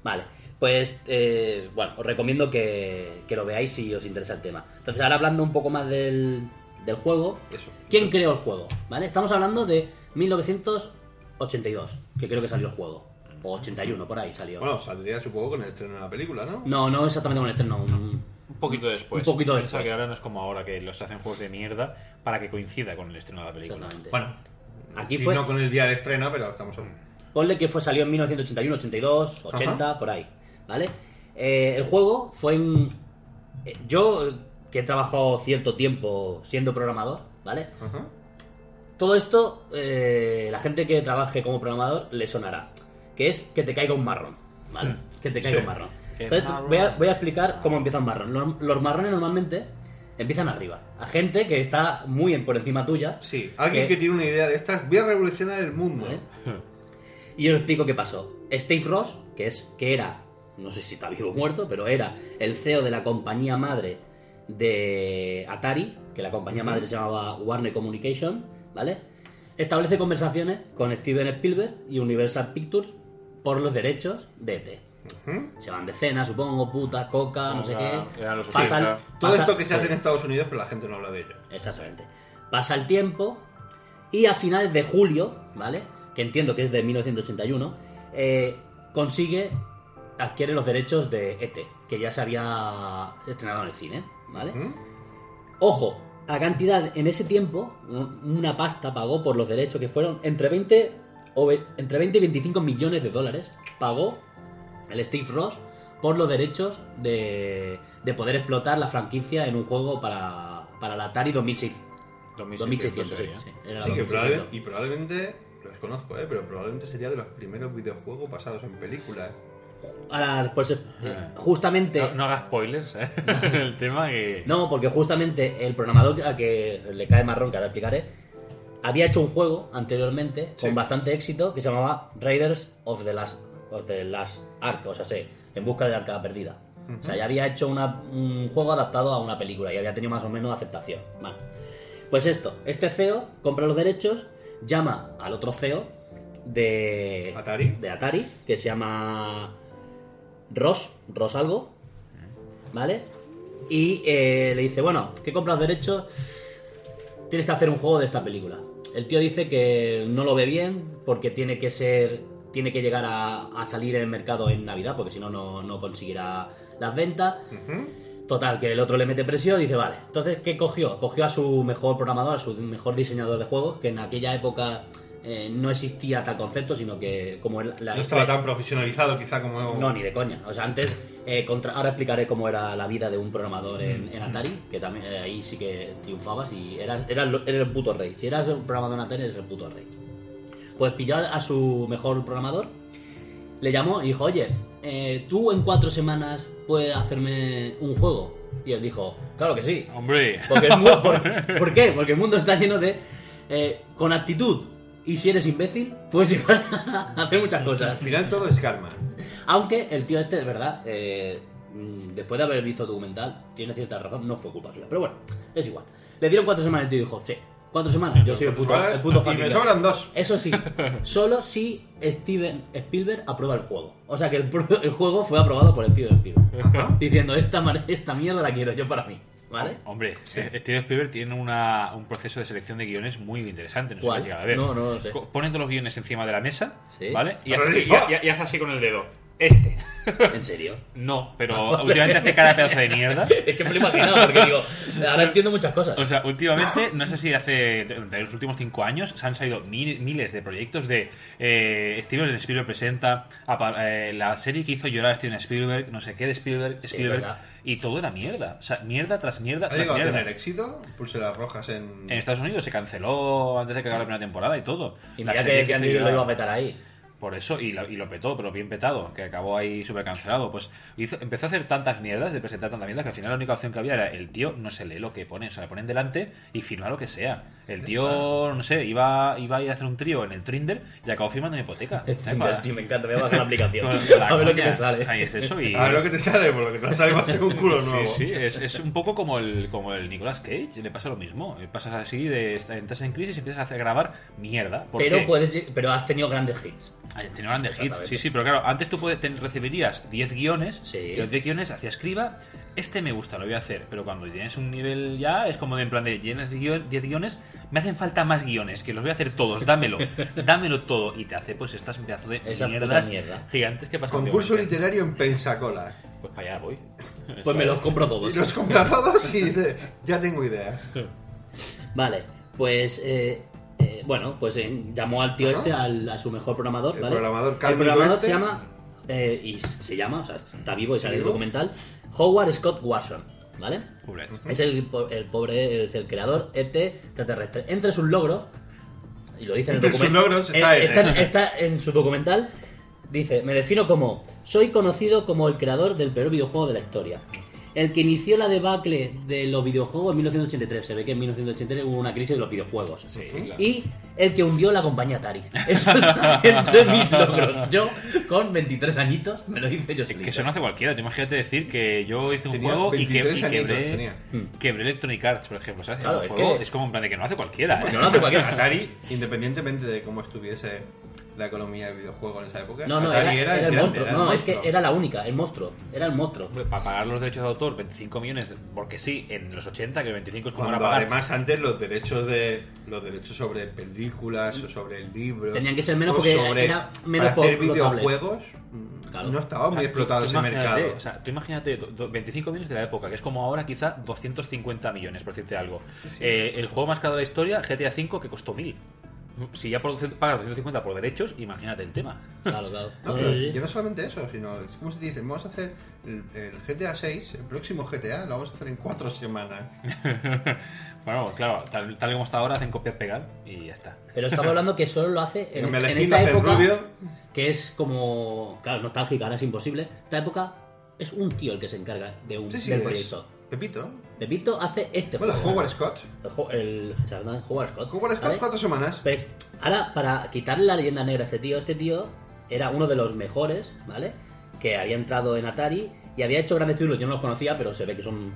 S2: Vale, pues eh, bueno, os recomiendo que, que lo veáis si os interesa el tema. Entonces, ahora hablando un poco más del, del juego,
S3: Eso.
S2: ¿quién creó el juego? ¿Vale? Estamos hablando de 1982, que creo que salió el juego. O 81, por ahí salió.
S3: Bueno, saldría supongo con el estreno de la película, ¿no?
S2: No, no exactamente con el estreno. un-
S1: un poquito después.
S2: Un poquito
S1: Piensa
S2: después.
S1: que ahora no es como ahora que los hacen juegos de mierda para que coincida con el estreno de la película.
S2: Exactamente.
S3: Bueno,
S2: Aquí
S3: y
S2: fue-
S3: no con el día de estreno, pero estamos.
S2: Ponle que fue, salió en 1981, 82, 80, por ahí. ¿Vale? Eh, el juego fue en. eh, Yo, eh, que he trabajado cierto tiempo siendo programador, ¿vale?
S3: Ajá.
S2: Todo esto, eh, la gente que trabaje como programador le sonará. Que es que te caiga un marrón, ¿vale? Que te caiga
S1: Mm. Sí.
S2: un marrón.
S1: Que
S2: Entonces,
S1: marrón.
S2: Voy, a, voy a explicar cómo empieza un marrón. Los, los marrones normalmente empiezan arriba. A gente que está muy en- por encima tuya.
S3: Sí, alguien que tiene una idea de estas, voy a revolucionar el mundo.
S2: ¿vale? Y yo os explico qué pasó. Steve Ross, que es que era, no sé si está vivo o muerto, pero era el CEO de la compañía madre de Atari, que la compañía madre se llamaba Warner Communication, ¿vale? Establece conversaciones con Steven Spielberg y Universal Pictures por los derechos de ET.
S3: Ujú.
S2: Se van de cena, supongo, puta, coca, no sé
S1: Coca,
S2: qué.
S1: eran los
S2: Pasan-
S1: 80.
S3: Todo
S2: pasa-
S3: esto que se hace en Estados Unidos, pero la gente no habla de ello.
S2: Exactamente. Pasa el tiempo y a finales de julio, ¿vale? Que entiendo que es de 1981, eh, consigue, adquiere los derechos de ET, que ya se había estrenado en el cine, ¿vale?
S3: ¿Mm?
S2: Ojo, la cantidad en ese tiempo, un- una pasta pagó por los derechos que fueron entre 20, o ve- entre 20 y 25 millones de dólares, pagó el Steve Ross por los derechos de, de poder explotar la franquicia en un juego para, para la Atari 2600. 2600, sí,
S1: sería.
S2: sí, era la
S3: Sí, que
S2: 2600.
S3: probable- y probablemente, los conozco, eh, pero probablemente sería de los primeros videojuegos basados en películas.
S2: Ahora, después, eh,
S3: Ah.
S2: justamente...
S1: No, no hagas spoilers, ¿eh? el tema que...
S2: No, porque justamente el programador a que le cae marrón, que ahora explicaré, había hecho un juego anteriormente con
S3: Sí.
S2: bastante éxito que se llamaba Raiders of the Last, of the Last Ark, o sea, sé, en busca de la arca perdida. O sea, ya había hecho una- un juego adaptado a una película y había tenido más o menos aceptación. Vale. Pues esto, este CEO compra los derechos, llama al otro CEO de
S3: Atari.
S2: de Atari que se llama Ross, Ross algo, ¿vale? Y eh, le dice, bueno, que compras derechos, tienes que hacer un juego de esta película. El tío dice que no lo ve bien porque tiene que ser, tiene que llegar a, a salir en el mercado en Navidad porque si no, no no conseguirá las ventas.
S3: Ujú.
S2: Total, que el otro le mete presión y dice, vale. Entonces, ¿qué cogió? Cogió a su mejor programador, a su mejor diseñador de juegos, que en aquella época eh, no existía tal concepto, sino que como el- la...
S3: No estaba tan profesionalizado quizá como...
S2: No, ni de coña. O sea, antes, eh, contra- ahora explicaré cómo era la vida de un programador en, en Atari, que también eh, ahí sí que triunfabas y eras, eras, lo- eres el puto rey. Si eras un programador en Atari, eres el puto rey. Pues pilló a su mejor programador, le llamó y dijo, oye, eh, tú en cuatro semanas puedes hacerme un juego. Y él dijo, claro que sí.
S1: Hombre,
S2: Porque el mundo, por, ¿por qué? Porque el mundo está lleno de... eh, con actitud. Y si eres imbécil, puedes llegar a hacer muchas
S3: Al
S2: cosas.
S3: final todo es karma.
S2: Aunque el tío este, de verdad, eh, mm, después de haber visto el documental, tiene cierta razón, no fue culpa suya. Pero bueno, es igual. Le dieron cuatro semanas y el tío dijo, sí, cuatro semanas, yo soy el puto, el puto
S3: y me
S2: familiar.
S3: sobran dos.
S2: Eso sí, solo si Steven Spielberg aprueba el juego. O sea que el, pro- el juego fue aprobado por el Steven Spielberg. Diciendo, esta, mar- esta mierda la quiero yo para mí, ¿vale?
S1: hombre, eh, Steven Spielberg tiene una- un proceso de selección de guiones muy interesante. No sé si
S2: ¿Cuál?
S1: has llegado a ver.
S2: No, no lo sé.
S1: Co- Pone todos los guiones encima de la mesa,
S2: Sí.
S1: ¿vale? Y
S3: Ahora
S1: hace,
S3: sí.
S1: y- y- y hace así con el dedo. Este.
S2: En serio.
S1: No, pero últimamente hace cada pedazo de mierda.
S2: Es que me lo he imaginado, porque digo, ahora entiendo muchas cosas.
S1: O sea, últimamente, no sé si hace de los últimos cinco años, se han salido mil- miles de proyectos de eh, Steven Spielberg presenta apa- eh, la serie que hizo llorar a Steven Spielberg, no sé qué de Spielberg, Spielberg,
S2: verdad.
S1: y todo era mierda. O sea, mierda tras mierda
S3: Ha
S1: tras
S3: llegado a
S1: mierda.
S3: tener éxito, pulseras rojas en... Ah,
S1: En Estados Unidos se canceló antes de que acabara la primera temporada y todo.
S2: Y
S1: La
S2: mira que
S1: serie
S2: decían
S1: hizo
S2: que yo lo
S1: llorar-
S2: iba a petar ahí.
S1: por eso, y lo, y lo petó, pero bien petado, que acabó ahí súper cancelado. Pues hizo- empezó a hacer tantas mierdas, de presentar tantas mierdas, que al final la única opción que había era el tío no se lee lo que pone, o sea, le ponen delante y firma lo que sea. El tío, no sé, iba, iba a ir a hacer un trío en el Trinder y acabó firmando una hipoteca.
S2: Mira, tío, me encanta, me voy a bajar la aplicación.
S1: Con- con la
S2: A ver lo que
S1: coña.
S2: me sale.
S1: Ahí es eso y...
S3: A ver lo que te sale, por lo que te sale va a ser un culo
S1: Sí,
S3: nuevo.
S1: sí, es, es un poco como el, como el Nicolas Cage, le pasa lo mismo. Pasas así, de, entras en crisis y empiezas a hacer grabar mierda. ¿Por
S2: Pero,
S1: qué?
S2: puedes, lle- pero has tenido grandes hits.
S1: Ah, Tiene grandes hits,
S2: Exactamente.
S1: sí, sí, pero claro, antes tú puedes, ten- recibirías 10 guiones,
S2: Sí.
S1: y los 10 guiones hacia escriba, este me gusta, lo voy a hacer, pero cuando tienes un nivel ya, es como de en plan de tienes guio- 10 guiones, me hacen falta más guiones, que los voy a hacer todos, dámelo, dámelo todo, y te hace pues estas pedazos de
S2: Esa puta
S1: mierdas
S2: mierda.
S1: gigantes que pasan.
S3: Concurso
S1: últimamente.
S3: literario en Pensacola.
S1: Pues para allá voy.
S2: Pues me los compro
S3: Y
S2: todos.
S3: los compra todos y dice, ya tengo ideas.
S2: Vale, pues. eh, eh, bueno, pues eh, llamó al tío
S3: Ajá.
S2: este, al- a su mejor programador,
S3: El
S2: ¿vale?
S3: programador
S2: El
S3: cárnico
S2: programador
S3: este.
S2: se llama. eh, y se llama, o sea, está vivo y sale en el
S3: ¿Vivo?
S2: documental. Howard Scott Watson, ¿vale?
S1: Poblet.
S2: Es el, po- el pobre, es el creador ET extraterrestre. Entre sus logros, y lo dice en el
S3: Entre sus
S2: documental.
S3: logros está
S2: eh,
S3: él.
S2: está en- está en su documental. Dice: Me defino como. Soy conocido como el creador del peor videojuego de la historia. El que inició la debacle de los videojuegos en 1983. Se ve que en 1983 hubo una crisis de los videojuegos.
S1: Sí, claro.
S2: Y el que hundió la compañía Atari. Eso está entre mis logros. Yo, con 23 añitos, me lo hice yo solito.
S1: Que eso no hace cualquiera. Tú imagínate decir que yo hice un
S3: Tenía
S1: juego y, que,
S3: 23
S1: y quebré,
S3: añitos, tenía.
S2: Hmm.
S1: quebré Electronic Arts, por ejemplo. ¿sabes?
S2: Claro,
S1: El
S2: es
S1: juego
S2: que-
S1: es como en plan de que no hace cualquiera. ¿eh?
S2: No lo hace cualquiera.
S3: Atari, independientemente de cómo estuviese la economía del videojuego en esa época,
S2: No, no, era,
S3: Atari
S2: era el
S3: grande,
S2: monstruo.
S3: era el
S2: no,
S3: monstruo.
S2: es que era la única, el monstruo. Era el monstruo.
S1: Hombre, Para pagar los derechos de autor, 25 millones, porque sí, en los 80, que 25 es como
S3: Cuando
S1: era pagar.
S3: además antes los derechos de los derechos sobre películas o sobre libros
S2: Tenían que ser menos
S3: o
S2: porque
S3: sobre-
S2: era menos
S3: para hacer
S2: explotable.
S3: videojuegos mm,
S2: Claro.
S3: no
S1: O
S3: estaba
S1: sea,
S3: muy
S1: tú-
S3: explotado
S1: tú
S3: ese
S1: imagínate,
S3: mercado
S1: O sea, tú imagínate do- do- 25 millones de la época, que es como ahora quizá 250 millones, por decirte algo. Eh, el juego más caro de la historia, GTA V, que costó 1000. Si ya por 200 pagas 250 por derechos, imagínate el tema.
S2: Claro, claro.
S3: No,
S2: No,
S3: pero
S2: sí, sí.
S3: yo no solamente eso, sino es como si te dicen, vamos a hacer el, el GTA 6, el próximo GTA, lo vamos a hacer en cuatro semanas.
S1: Bueno, claro, tal, tal y como está ahora, hacen copiar, pegar y ya está.
S2: Pero estamos hablando que solo lo hace en,
S3: Que
S2: este-
S3: me
S2: en
S3: elegí
S2: esta
S3: hacer
S2: época.
S3: rubio.
S2: Que es como. Claro, nostálgica, ahora es imposible. Esta época es un tío el que se encarga de un,
S3: Sí, sí,
S2: del
S3: es
S2: proyecto.
S3: Pepito.
S2: Pepito hace este
S3: Bueno,
S2: juego.
S3: Howard Scott.
S2: El jo- El, se llama Howard Scott.
S3: Howard Scott,
S2: ¿vale?
S3: cuatro semanas.
S2: Pues, ahora, para quitarle la leyenda negra a este tío, este tío era uno de los mejores, ¿vale? Que había entrado en Atari y había hecho grandes títulos. Yo no los conocía, pero se ve que son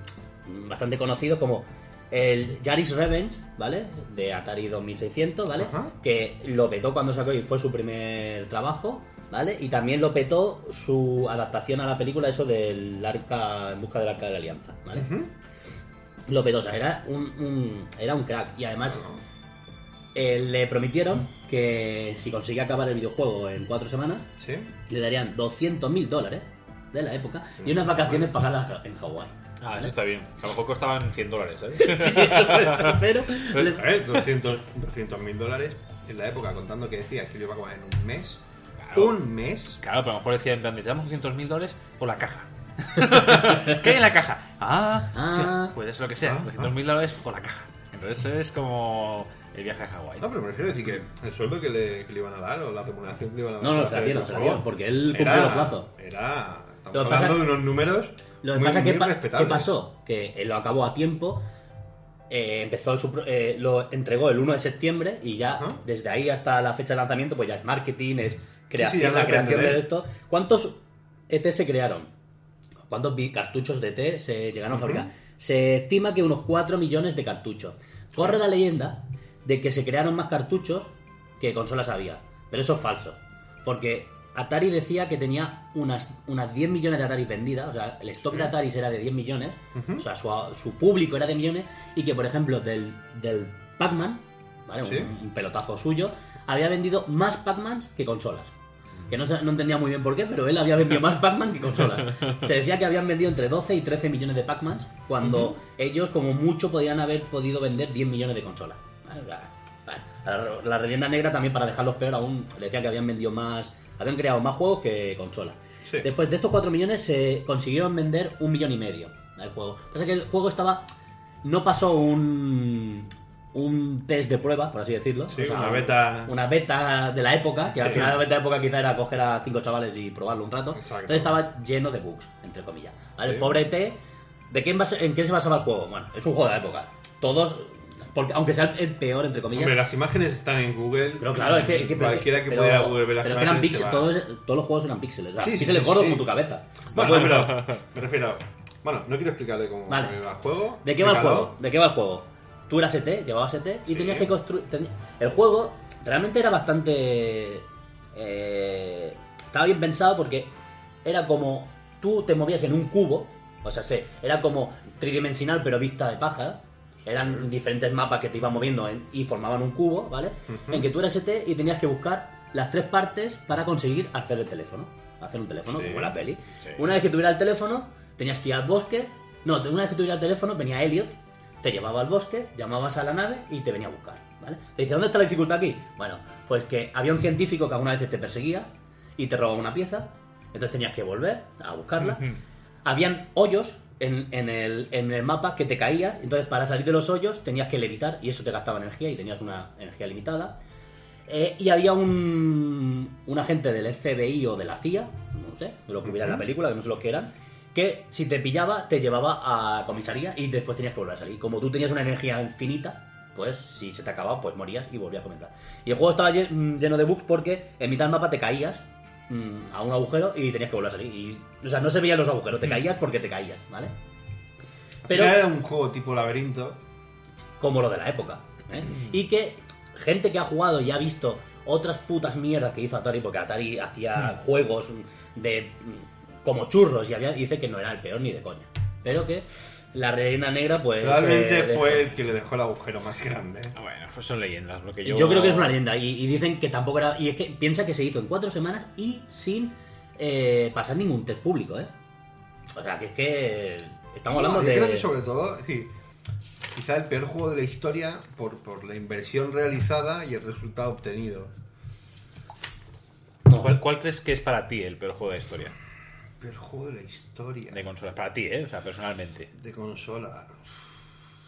S2: mm, bastante conocidos, como el Jaris Revenge, ¿vale? De Atari 2600, ¿vale?
S3: Ajá.
S2: Que lo petó cuando sacó y fue su primer trabajo, ¿vale? Y también lo petó su adaptación a la película, eso del arca, en busca del arca de la alianza, ¿vale?
S3: Ujú.
S2: Lo petó, o sea, era un, un- era un crack. Y además, eh, le prometieron que si conseguía acabar el videojuego en cuatro semanas,
S3: Sí.
S2: le darían 200 mil dólares de la época y unas vacaciones pagadas en Hawái.
S1: Ah, eso está bien. A lo mejor costaban 100 dólares, ¿sabes?
S2: Sí, eso fue eso, pero
S3: A
S2: le-
S3: ver, 200 mil dólares en la época, contando que decía que lo iba a acabar en un mes.
S1: Claro.
S3: Un mes.
S1: Claro, pero a lo mejor decían, en plan, necesitamos 200 mil dólares por la caja. ¿Qué hay en la caja? Ah,
S2: Ah.
S1: hostia, puede ser lo que sea.
S3: Ah,
S1: 200 mil dólares por la caja. Entonces es como el viaje a Hawái.
S3: No, pero me refiero a decir que el sueldo que le, que le iban a dar o la remuneración que le iban a dar.
S2: No, no,
S3: por
S2: se la
S3: hacer
S2: dieron,
S3: el
S2: se la
S3: juego,
S2: dieron, porque él cumplió
S3: era-
S2: el plazo.
S3: Era. Estamos
S2: Lo que
S3: hablando
S2: pasa-
S3: de unos números.
S2: Lo que
S3: muy,
S2: pasa es que,
S3: muy
S2: pa- ¿qué
S3: respetables.
S2: pasó? Que eh, lo acabó a tiempo. eh, empezó su pro- eh, lo entregó el 1 de septiembre y ya
S3: Ajá.
S2: desde ahí hasta la fecha de lanzamiento pues ya es marketing, es creación,
S3: ya no
S2: la
S3: depende
S2: creación
S3: de
S2: de
S3: él.
S2: esto. ¿Cuántos ET se crearon? ¿Cuántos bi- cartuchos de ET se llegaron a fabricar? Se estima que unos 4 millones de cartuchos. Corre la leyenda de que se crearon más cartuchos que consolas había, pero eso es falso, porque Atari decía que tenía unas, unas 10 millones de Atari vendidas, o sea, el stock de Atari era de 10 millones, o sea, su, su público era de millones, y que, por ejemplo, del, del Pac-Man, ¿vale?
S3: Sí.
S2: un, un pelotazo suyo, había vendido más Pac-Mans que consolas. Que no, se- no entendía muy bien por qué, pero él había vendido más Pac-Man que consolas. Se decía que habían vendido entre 12 y 13 millones de Pac-Mans, cuando ellos, como mucho, podían haber podido vender 10 millones de consolas. ¿Vale? O sea, vale. La, la leyenda negra también, para dejarlos peor aún, le decía que habían vendido más, habían creado más juegos que consolas.
S3: Sí.
S2: Después de estos 4 millones se consiguieron vender un millón y medio el juego. Pasa que el juego estaba. No pasó un. Un test de prueba, por así decirlo.
S3: Sí, una beta.
S2: Una beta de la época, que al
S3: Sí.
S2: final la beta de la época quizá era coger a cinco chavales y probarlo un rato.
S3: Exacto.
S2: Entonces estaba lleno de bugs, entre comillas. ¿Vale? El
S3: Sí.
S2: pobre T, ¿de qué en, base- en qué se basaba el juego? Bueno, es un juego de la época. Todos, porque, aunque sea el peor, entre comillas.
S3: Hombre, las imágenes están en Google.
S2: Pero claro, es que. es que- pero-
S3: cualquiera que
S2: pero-
S3: pudiera Google ver las
S2: pero que eran
S3: imágenes. se
S2: píxeles,
S3: va.
S2: todos, todos los juegos eran píxeles. o sea,
S3: Sí, sí,
S2: píxeles
S3: sí,
S2: gordos
S3: sí.
S2: como tu cabeza.
S3: Bueno, pero. Me refiero. Bueno, no quiero explicarle cómo
S2: Vale.
S3: va el juego.
S2: ¿De qué va el
S3: Explícalo.
S2: juego? ¿De qué va el juego? Tú eras ET, llevabas ET y
S3: Sí.
S2: tenías que construir. teni- El juego realmente era bastante. eh, estaba bien pensado porque era como tú te movías en un cubo, o sea, se- era como tridimensional pero vista de paja. Eran diferentes mapas que te iban moviendo en- y formaban un cubo, E ¿vale? En que tú eras ET y tenías que buscar las tres partes para conseguir hacer el teléfono. hacer un teléfono,
S1: Sí.
S2: como la peli.
S1: Sí.
S2: Una vez que tuviera el teléfono, tenías que ir al bosque. No, una vez que tuviera el teléfono, venía Elliot, te llevaba al bosque, llamabas a la nave y te venía a buscar. ¿vale? Te dice, ¿dónde está la dificultad aquí? Bueno, pues que había un científico que alguna vez te perseguía y te robaba una pieza, entonces tenías que volver a buscarla. Habían hoyos en, en el, en el mapa que te caía, entonces para salir de los hoyos tenías que levitar y eso te gastaba energía y tenías una energía limitada. Eh, y había un, un agente del FBI o de la CIA, no sé, de lo que hubiera en la película, que no sé lo que eran, que si te pillaba te llevaba a comisaría y después tenías que volver a salir. Como tú tenías una energía infinita, pues si se te acababa, pues morías y volvías a comenzar. Y el juego estaba lle- mm, lleno de bugs porque en mitad del mapa te caías mm, a un agujero y tenías que volver a salir. Y, o sea, no se veían los agujeros, te caías porque te caías, ¿vale?
S3: Pero... Era un juego tipo laberinto.
S2: como lo de la época. ¿eh?
S3: Mm.
S2: Y que gente que ha jugado y ha visto otras putas mierdas que hizo Atari, porque Atari hacía juegos de como churros y había, dice que no era el peor ni de coña. Pero que la reina negra, pues...
S3: Realmente
S2: eh,
S3: fue el que le dejó el agujero más grande.
S1: Ah, Bueno, pues son leyendas. Lo que yo...
S2: Yo... creo que es una leyenda y, y dicen que tampoco era... Y es que piensa que se hizo en cuatro semanas y sin eh, pasar ningún test público, ¿eh? O sea, que es que... Estamos hablando
S3: No, yo
S2: de...
S3: creo que sobre todo, es decir, quizá el peor juego de la historia por, por la inversión realizada y el resultado obtenido.
S2: No.
S1: ¿Cuál, cuál crees que es para ti el peor juego de la historia?
S3: Peor juego de la historia.
S1: De consolas. Para ti, ¿eh? O sea, personalmente.
S3: De consola.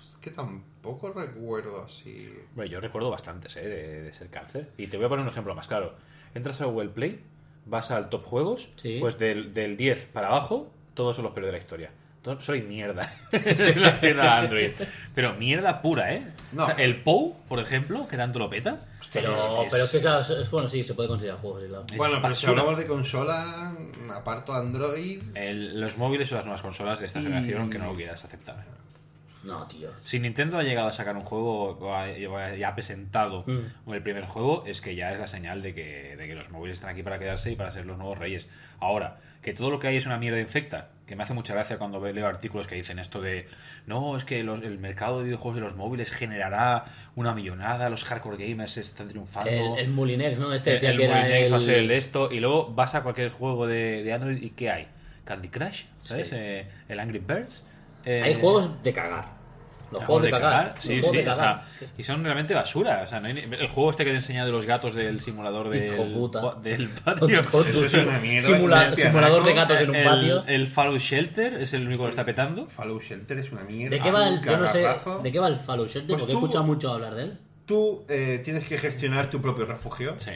S3: Es que tampoco recuerdo así.
S1: Hombre, yo recuerdo bastantes, ¿eh? De, de ser cáncer. Y te voy a poner un ejemplo más claro. Entras a Google Play, vas al top juegos,
S2: Sí.
S1: pues del, del 10 para abajo, todos son los peores de la historia. Todo- Soy mierda en la tienda Android. Pero mierda pura, ¿eh?
S3: No.
S1: O sea, el POU, por ejemplo, que tanto lo peta.
S2: Pero,
S1: es-
S2: pero es que, claro, es, es- bueno, sí, se puede considerar juegos, sí, claro.
S1: Es
S3: bueno, pero si
S1: basura.
S3: hablamos de consola, Mm, aparto Android.
S1: el- los móviles o las nuevas consolas de esta
S3: Y-
S1: generación que no hubieras aceptado. eh.
S2: No, tío.
S1: Si Nintendo ha llegado a sacar un juego, o ha- ya ha presentado
S2: Mm.
S1: el primer juego, es que ya es la señal de que, de que los móviles están aquí para quedarse y para ser los nuevos reyes. Ahora, que todo lo que hay es una mierda infecta, que me hace mucha gracia cuando ve- leo artículos que dicen esto de, no, es que los- el mercado de videojuegos de los móviles generará una millonada, los hardcore gamers están triunfando.
S2: El, el Mulinex, ¿no? Este
S1: El-
S2: decía
S1: el
S2: que era
S1: Moulinex
S2: el...
S1: va a ser el esto y luego vas a cualquier juego de, de Android y ¿qué hay? Candy Crush, ¿sabes?
S2: Sí.
S1: Eh, el Angry Birds. eh,
S2: Hay juegos de cagar. Los
S1: Juegos
S2: juegos de cagar. Los
S1: sí,
S2: juegos
S1: sí,
S2: de
S1: o
S2: cagar.
S1: sea, y son realmente basura. O sea, no hay ni- el juego este que te enseña de los gatos del simulador del,
S2: Hijo puta.
S1: pa- del patio.
S2: Con tu
S3: Eso es una mierda,
S2: simula-
S3: un
S2: simulador de
S3: pianaco,
S2: gatos en un patio.
S1: El, el Fallout Shelter es el único que lo está petando.
S3: Fallout Shelter es una mierda.
S2: ¿De qué va
S3: un
S2: el, yo no sé,
S3: cagarrazo.
S2: ¿de qué va el Fallout Shelter?
S3: Pues
S2: Porque he
S3: tú-
S2: escuchado mucho hablar de él.
S3: Tú eh, tienes que gestionar tu propio refugio.
S1: Sí,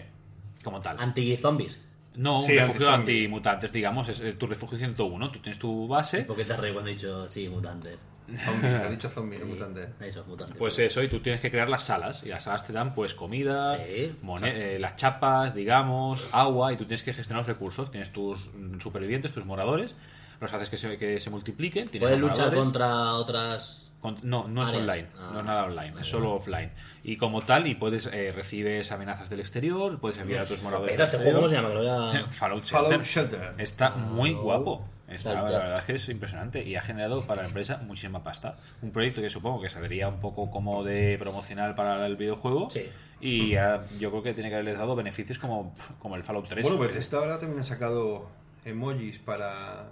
S1: como
S2: Ah,
S1: tal.
S2: Anti-zombies.
S1: No, un
S3: Sí,
S1: refugio
S3: antizombie.
S1: antimutantes, digamos. Es, es tu refugio 101. Tú tienes tu base.
S2: ¿Por qué te has reído cuando he dicho, sí, mutantes?
S3: Zombies, ha dicho zombies, mutante.
S2: Eso, mutantes.
S1: Pues eso, y tú tienes que crear las salas. Y las salas te dan, pues, comida,
S2: Sí.
S1: mone- eh, las chapas, digamos, agua, y tú tienes que gestionar los recursos. Tienes tus mm, supervivientes, tus moradores, los haces que se, que se multipliquen. tienes
S2: Puedes
S1: a
S2: luchar
S1: moradores.
S2: contra otras...
S1: Con- no, no es
S2: Áreas.
S1: online,
S2: Ah.
S1: no es nada online, es solo offline. Y como tal, y puedes eh, recibes amenazas del exterior, puedes enviar a tus moradores.
S2: Espera,
S1: al
S2: este juego, ¿cómo se
S1: exterior.
S2: llama? Que lo voy a-
S1: Fallout
S3: Fallout
S1: Shelter.
S3: Shelter.
S1: Está muy guapo. Está, la
S2: Shelter.
S1: verdad es que es impresionante y ha generado para la empresa muchísima pasta. Un proyecto que supongo que saldría un poco como de promocional para el videojuego.
S2: Sí.
S1: Y ah, yo creo que tiene que haberles dado beneficios como, como el Fallout 3.
S3: Bueno, pues,
S1: que-
S3: Bethesda ahora también ha sacado emojis para,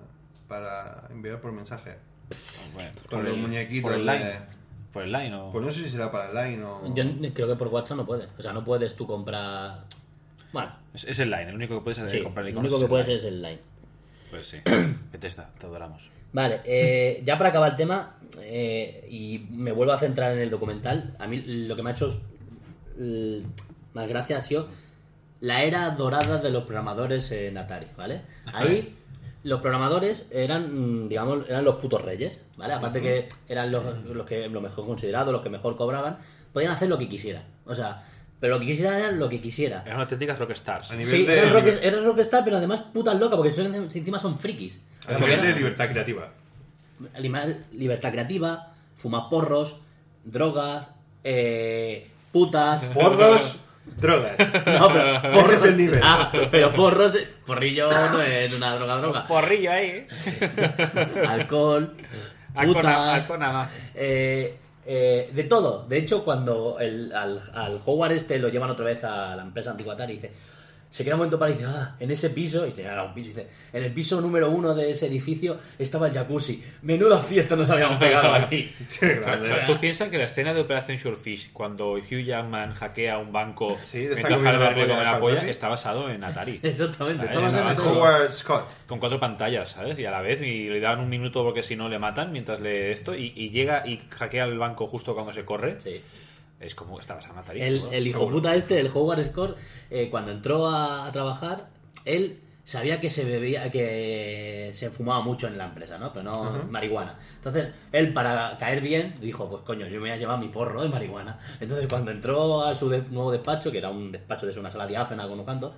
S3: para enviar por mensaje.
S1: bueno,
S3: Con los muñequitos
S1: Por el
S3: de-
S1: line. Por el line o...
S3: Pues no sé si será para online o...
S2: Yo n- creo que por WhatsApp no puedes. O sea, no puedes tú comprar... Bueno,
S1: Es, es el line, el único que puedes hacer
S2: sí,
S1: es Eh, comprar
S2: lo
S1: iconos
S2: único
S1: es
S2: que
S1: el
S2: puedes
S1: line.
S2: es el line.
S1: Pues sí, Bethesda, te adoramos.
S2: Vale, eh, ya para acabar el tema, eh, y me vuelvo a centrar en el documental, a mí lo que me ha hecho eh, más gracia ha sido la era dorada de los programadores en Atari, ¿vale? Ahí los programadores eran, mm, digamos, eran los putos reyes, ¿vale? Aparte que eran los, los que lo mejor considerados, los que mejor cobraban, podían hacer lo que quisieran, o sea, pero lo que quisieran era lo que quisieran.
S1: Es una auténtica rockstars.
S3: A nivel
S2: Sí,
S3: de-
S2: eran, rock, eran rockstar, pero además putas locas, porque son- encima son frikis.
S3: A
S2: Porque
S3: nivel de
S2: eran-
S3: libertad creativa.
S2: Animal- libertad creativa, fumar porros, drogas, eh, putas.
S3: Porros, drogas.
S2: No, pero
S3: Ese es el nivel.
S2: Ah, pero porros, porrillo no es una droga, droga.
S1: Porrillo ahí. ¿eh?
S2: Alcohol, putas, eh, eh, de todo. De hecho, cuando el, al, al Howard este lo llevan otra vez a la empresa antigua Atari y dice, Se queda un momento para y dice, ah, en ese piso, y llega a un piso y dice, en el piso número uno de ese edificio estaba el jacuzzi. Menuda fiesta nos habíamos pegado aquí.
S1: O sea, ¿Tú piensas que la escena de Operación Swordfish, cuando Hugh Jackman hackea un banco
S3: Sí, le está
S1: mientras
S3: comiendo la
S1: Halbert le
S3: polla
S1: come
S3: a
S1: la polla,
S3: Halbert.
S1: está basado en Atari?
S2: Exactamente.
S1: Ahí
S2: estamos en
S1: nada,
S2: el-
S1: joder.
S3: Howard Scott.
S1: Con cuatro pantallas, ¿sabes? Y a la vez, y le dan un minuto porque si no le matan mientras le esto, y, y llega y hackea el banco justo cuando se corre.
S2: Sí.
S1: Es como estabas a matar.
S2: El, el hijo puta este, el Howard Score, eh, cuando entró a, a trabajar, él sabía que se bebía, que se fumaba mucho en la empresa, ¿no? Pero no marihuana. Entonces, él para caer bien, dijo, pues coño, yo me voy a llevar mi porro de marihuana. Entonces, cuando entró a su de- nuevo despacho, que era un despacho de eso, una sala diáfana con unos cantos,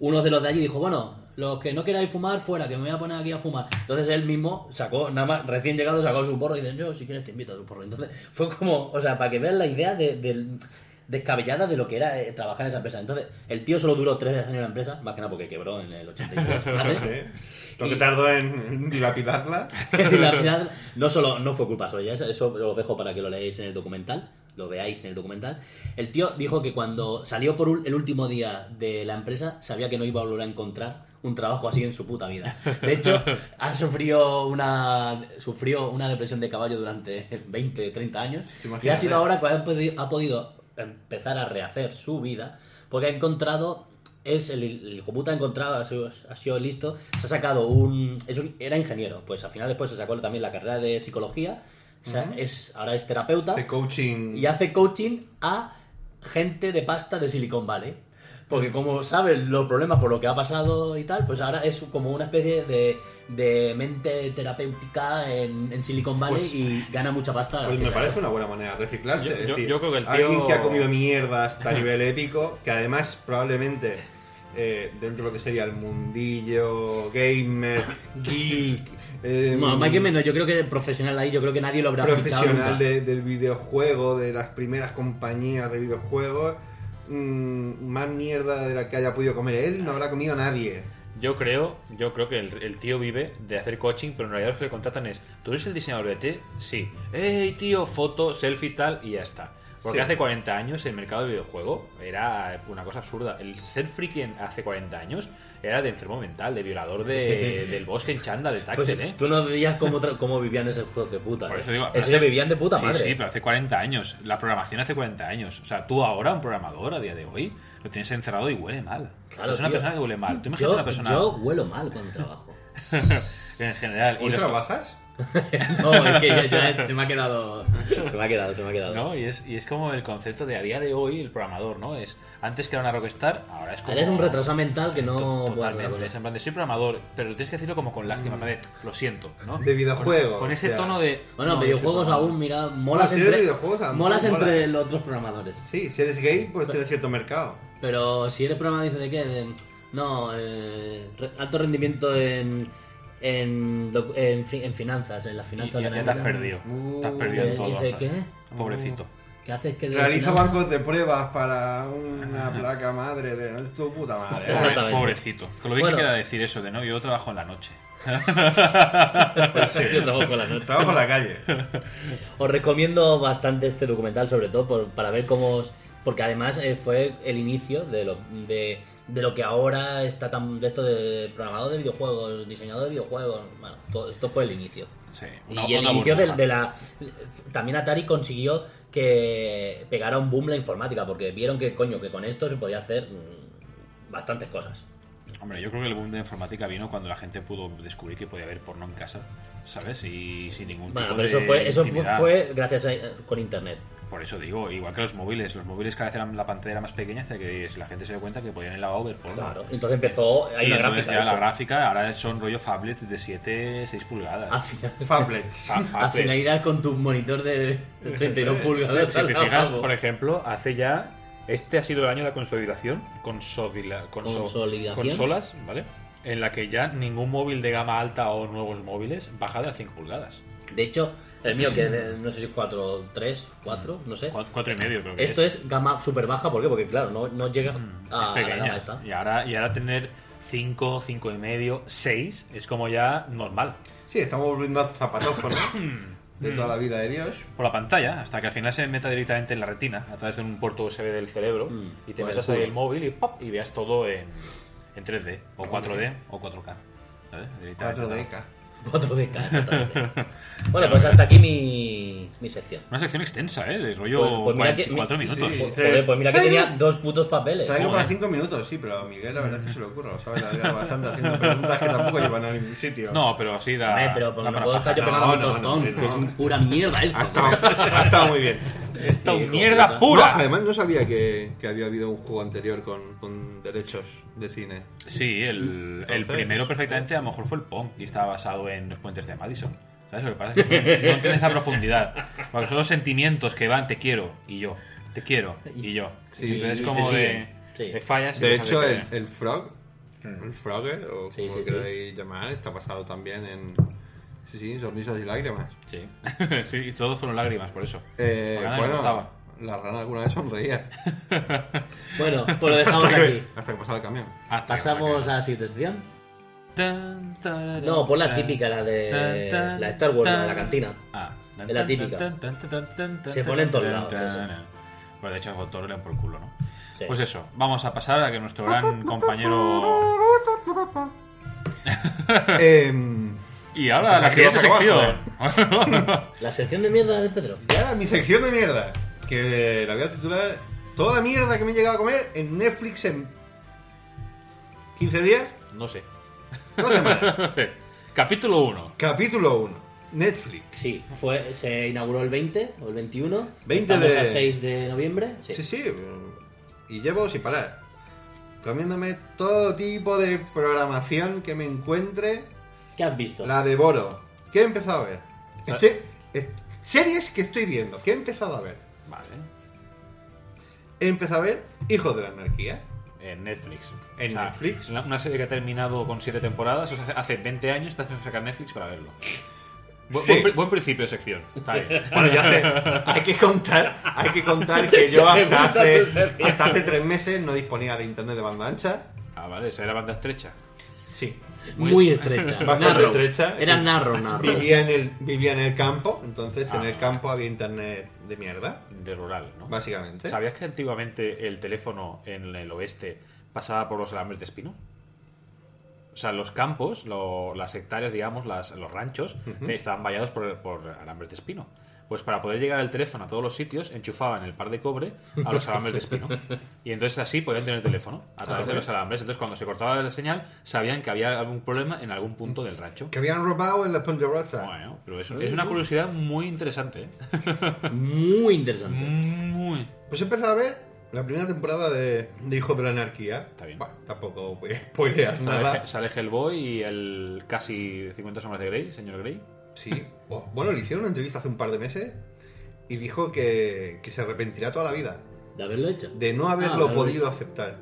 S2: uno de los de allí dijo, bueno, los que no queráis fumar, fuera, que me voy a poner aquí a fumar. Entonces él mismo sacó, nada más, recién llegado, sacó su porro y dice, yo si quieres te invito a tu porro. Entonces fue como, o sea, para que veas la idea de, del- descabellada de lo que era eh, trabajar en esa empresa. Entonces el tío solo duró tres años en la empresa, más que nada porque quebró en el 83. ¿vale?
S3: Sí. Lo que
S2: Y-
S3: tardó en- en dilapidarla.
S2: Y la final, no solo no fue culpa suya, eso- eso lo dejo para que lo leáis en el documental, lo veáis en el documental. El tío dijo que cuando salió por ul- el último día de la empresa sabía que no iba a volver a encontrar un trabajo así en su puta vida. De hecho, ha sufrido una sufrió una depresión de caballo durante 20, 30 años y ha
S3: Imagínate.
S2: sido ahora cuando ha podi- ha podido empezar a rehacer su vida porque ha encontrado es el, el hijo puta ha encontrado ha sido, ha sido listo se ha sacado un, es un- era ingeniero pues al final después se sacó también la carrera de psicología o sea, es ahora es terapeuta
S3: Hace coaching.
S2: y hace coaching a gente de pasta de Silicon Valley. Porque como saben los problemas por lo que ha pasado y tal, pues ahora es como una especie de, de mente terapéutica en, en Silicon Valley
S3: Pues-
S2: y gana mucha pasta.
S3: Pues
S2: gracias
S3: me
S2: a
S3: parece
S2: eso.
S3: una buena manera de
S1: Ah,
S3: reciclarse.
S1: Yo-
S3: es
S1: yo-
S3: decir,
S1: yo creo que el tío-
S3: Alguien que ha comido mierda hasta nivel épico, que además probablemente eh, dentro de lo que sería el mundillo, gamer, geek, eh,
S2: No, más que menos, yo creo que el profesional ahí, yo creo que nadie lo habrá fichado nunca.
S3: profesional de- del videojuego, de las primeras compañías de videojuegos, mm, más mierda de la que haya podido comer él, no habrá comido nadie.
S1: Yo creo, yo creo que el, el tío vive de hacer coaching, pero en realidad los que le contratan es, ¿tú eres el diseñador de T? Sí. ¡Ey, tío! Foto, selfie y tal, y ya está. Porque
S3: Sí.
S1: hace 40 años el mercado del videojuego era una cosa absurda. El ser freaking hace 40 años era de enfermo mental, de violador de- del bosque en Chanda, de
S2: Pues
S1: Tactel, ¿eh?
S2: tú no veías cómo, tra- cómo vivían esos hijos de puta.
S1: Por
S2: ¿eh?
S1: eso digo,
S2: En
S1: pero
S2: serio,
S1: hace-
S2: vivían de puta
S1: sí,
S2: madre.
S1: Sí, pero hace 40 años. La programación hace 40 años. O sea, tú ahora, un programador a día de hoy, lo tienes encerrado y huele mal.
S2: Claro,
S1: es una
S2: tío.
S1: persona que huele mal. Tú imagínate
S2: yo,
S1: una persona
S2: yo huelo mal cuando trabajo.
S1: en general. y
S3: ¿Hoy
S1: los-
S3: trabajas?
S2: No, es que ya, ya se me ha quedado. Se me ha quedado, se me ha quedado.
S1: ¿no? Y, es, y es como el concepto de a día de hoy, el programador, ¿no? Es antes que era una rockstar, ahora es como.
S2: Eres un retrasado mental que no pues, puede hacer
S1: Totalmente.
S2: otra
S1: Es
S2: cosa.
S1: en plan de, soy programador, pero tienes que decirlo como con lástima, en plan de, lo siento, ¿no?
S3: De videojuego,
S1: Con, con ese
S3: o sea.
S1: tono de.
S2: Bueno,
S1: no,
S2: videojuegos
S1: yo soy
S2: aún, mira, molas
S3: si eres
S2: entre,
S3: videojuegos, a lo
S2: molas
S3: mejor
S2: entre
S3: mola. ¿eh?
S2: los otros programadores.
S3: Sí, si eres gay, pues tienes cierto mercado.
S2: Pero si eres programador, dice de qué? De- no, eh, re- alto rendimiento en, en, doc- en, fi- en finanzas, en las finanzas
S1: programador. Y- y ya
S2: de la
S1: te has
S2: empresa.
S1: perdido.
S3: Uh,
S1: Te has perdido en
S2: eh,
S1: todo.
S2: dice,
S1: ¿sabes?
S2: ¿qué? Uh,
S1: Pobrecito.
S2: ¿Qué haces que de
S3: Realiza
S2: finanzas-
S3: bancos de pruebas para una placa madre de tu puta madre.
S2: Exacto. Exactamente.
S1: Pobrecito. Que lo dije
S2: Bueno.
S1: que era decir eso, de no, yo trabajo en la noche.
S2: Yo trabajo con la noche.
S3: Trabajo en la calle.
S2: Os recomiendo bastante este documental, sobre todo por- para ver cómo. os- Porque además eh, fue el inicio de lo, de, de lo que ahora está tan. de esto de programador de videojuegos, diseñador de videojuegos. Bueno, todo, esto fue el inicio.
S1: Sí, una-
S2: y el
S1: una
S2: inicio de,
S1: burbuja.
S2: de la. También Atari consiguió que pegara un boom la informática, porque vieron que, coño, que con esto se podía hacer mm, bastantes cosas.
S1: Hombre, yo creo que el boom de informática vino cuando la gente pudo descubrir que podía haber porno en casa, ¿sabes? Y sin ningún tipo
S2: Bueno, pero
S1: de
S2: eso fue, eso fue,
S1: intimidad.
S2: fue gracias a, con internet.
S1: Por eso digo, igual que los móviles, los móviles cada vez eran la pantalla era más pequeña hasta que la gente se dio cuenta que podían en la ver porno.
S2: Claro. Entonces empezó. Hay
S1: Y
S2: una
S1: entonces
S2: gráfica.
S1: ya
S2: de
S1: la
S2: hecho.
S1: gráfica ahora son rollo phablets de 7, 6 pulgadas.
S2: Al final-
S3: Fablets.
S1: Fa-
S2: Ah, Al final
S1: phablets.
S2: irás con tu monitor de 32 pulgadas.
S1: Si te
S2: al
S1: fijas,
S2: lavabo.
S1: por ejemplo, hace ya. Este ha sido el año de la consolidación. Consodila- conso-
S2: Consolidación.
S1: Consolas, ¿vale? En la que ya ningún móvil de gama alta o nuevos móviles baja de las 5 pulgadas.
S2: De hecho, el mío, que de- no sé si es 4, 3, 4, no sé.
S1: 4 y medio creo que
S2: Eh, Esto es gama súper baja, ¿por qué? Porque claro, no, no llega a, a la
S1: Mm, pequeña.
S2: gama esta.
S1: Y ahora, y ahora tener 5, 5 y medio, 6 es como ya normal.
S3: Sí, estamos volviendo a zapatófono. de toda la vida de Dios.
S1: por la pantalla hasta que al final se meta directamente en la retina a través de un puerto USB del cerebro
S2: Mm,
S1: y te
S2: por el
S1: metas ahí
S2: culo.
S1: el móvil y ¡pop! y veas todo en, en 3D o 4D o 4K. ¿sabes? Directamente
S3: 4DK.
S2: 4DK, exactamente. bueno, pues hasta aquí mi, mi sección.
S1: Una sección extensa, ¿eh? De rollo
S2: Pues- pues mira que-
S1: 44 minutos.
S3: Sí.
S2: Pues, joder, pues mira que tenía dos putos papeles.
S3: Traigo
S1: Joder.
S3: para 5 minutos, sí, pero a Miguel la verdad es que se le ocurre, ¿sabes? Larga bastante haciendo preguntas que tampoco llevan a ningún sitio.
S1: No, pero así da.
S2: Hombre, pero
S1: da
S2: pues, no
S1: para
S2: puedo estar yo
S1: paja.
S2: pegando
S3: No,
S2: un
S3: no,
S2: tostón,
S3: no, no.
S2: que es un pura mierda esto.
S3: Ha estado, ha estado muy bien.
S1: Esta
S2: Hijo
S1: mierda
S2: puta.
S1: pura.
S3: No, además no sabía que, que había habido un juego anterior con, con derechos de cine.
S1: Sí, el, el
S3: Entonces-
S1: primero perfectamente a lo mejor fue el Pong y estaba basado en los puentes de Madison. ¿Sabes lo que pasa? Es que no, no entiendes la profundidad. Porque son los sentimientos que van, te quiero y yo, te quiero y yo.
S3: Sí,
S1: Entonces
S3: y
S1: es
S2: te
S1: como de,
S2: siguen. Sí.
S1: de fallas. y
S3: De
S1: dejas
S3: hecho,
S1: de
S3: el,
S1: querer.
S3: el Frog, el Frogger, o
S2: Mm. Sí,
S3: como
S2: sí, sí.
S3: queráis llamar, está basado también en. Sí, sí, sonrisas y lágrimas.
S1: Sí, sí, y todo fueron lágrimas por eso.
S3: Eh,
S1: Porque a nadie le
S3: bueno,
S1: gustaba.
S3: la rana alguna vez sonreía.
S2: Bueno, pues lo dejamos
S3: hasta,
S2: aquí.
S3: que, hasta que pasaba el camión.
S1: Hasta que-
S2: Pasamos a la siguiente sección.
S1: Tan, tararán,
S2: No, pon la
S1: tan,
S2: típica, la de
S1: tan, tan,
S2: Eh, la de Star Wars, la de la
S1: tan.
S2: cantina.
S1: Ah, tan,
S2: Es la
S1: tan,
S2: típica.
S1: tan, tan, tan, tan, tan, tan,
S2: Se pone en todos
S1: tan,
S2: lados,
S1: tan,
S2: eso.
S1: tan. Bueno, de hecho, con todo le dan por culo, ¿no?
S2: Sí.
S1: Pues eso, vamos a pasar a que nuestro gran compañero.
S3: Em,
S1: Y ahora
S3: Pues
S1: la
S3: así
S1: siguiente
S3: vas a
S1: sección.
S2: La sección de mierda de Pedro.
S3: y ahora mi sección de mierda, que la voy a titular Toda la mierda que me he llegado a comer en Netflix en 15 días,
S1: no sé.
S3: dos semanas.
S1: Capítulo 1.
S3: Capítulo 1, Netflix.
S2: Sí, fue, se inauguró el 20 o el 21.
S3: 20
S2: Estamos
S3: de-
S2: a 6 de noviembre. Sí.
S3: Sí, sí. Y llevo sin parar. Comiéndome todo tipo de programación que me encuentre,
S2: ¿Qué has visto?
S3: la devoro. ¿Qué he empezado a ver? Estoy- est- series que estoy viendo, ¿qué he empezado a ver?
S1: Vale.
S3: He empezado a ver Hijos de la Anarquía.
S1: En Netflix.
S3: En Netflix.
S1: Una, una serie que ha terminado con 7 temporadas. o sea, hace, hace 20 años te hacen sacar Netflix para verlo. Bu-
S3: Sí.
S1: buen, pri- buen principio de sección. Está bien.
S3: Bueno, ya sé, hay que contar, hay que contar que yo
S2: Ya me
S3: hasta
S2: gusta
S3: hace,
S2: tu serie.
S3: hasta hace tres meses no disponía de internet de banda ancha.
S1: Ah, vale, esa era banda estrecha.
S3: Sí.
S2: muy, estrecha.
S3: Bastante
S2: narrow.
S3: estrecha.
S2: Era narro, narro.
S3: Vivía en el, vivía en el campo, entonces en
S1: Ah.
S3: el campo había internet de mierda,
S1: De rural, ¿no?
S3: básicamente.
S1: ¿Sabías que antiguamente el teléfono en el oeste pasaba por los alambres de espino? O sea, los campos, lo- las hectáreas, digamos, las- los ranchos, te- estaban vallados por, por alambres de espino. Pues para poder llegar el teléfono a todos los sitios, enchufaban el par de cobre a los alambres de espino. Y entonces así podían tener teléfono a través de los alambres. Entonces cuando se cortaba la señal, sabían que había algún problema en algún punto del rancho.
S3: Que habían robado en la Ponderosa.
S1: Bueno, pero es, es una curiosidad muy interesante. ¿eh?
S2: Muy interesante.
S1: Muy...
S3: Pues he empezado a ver la primera temporada de, de Hijo de la Anarquía.
S1: Está bien.
S3: Bueno, tampoco voy a spoilear
S1: Sale,
S3: nada.
S1: sale Hellboy y el casi 50 sombras de Grey, señor Grey.
S3: Sí. Oh, Bueno, le hicieron una entrevista hace un par de meses y dijo que, que se arrepentirá toda la vida
S2: ¿De haberlo hecho?
S3: de no
S2: Ah,
S3: haberlo
S2: de haberlo
S3: podido
S2: hecho.
S3: aceptar.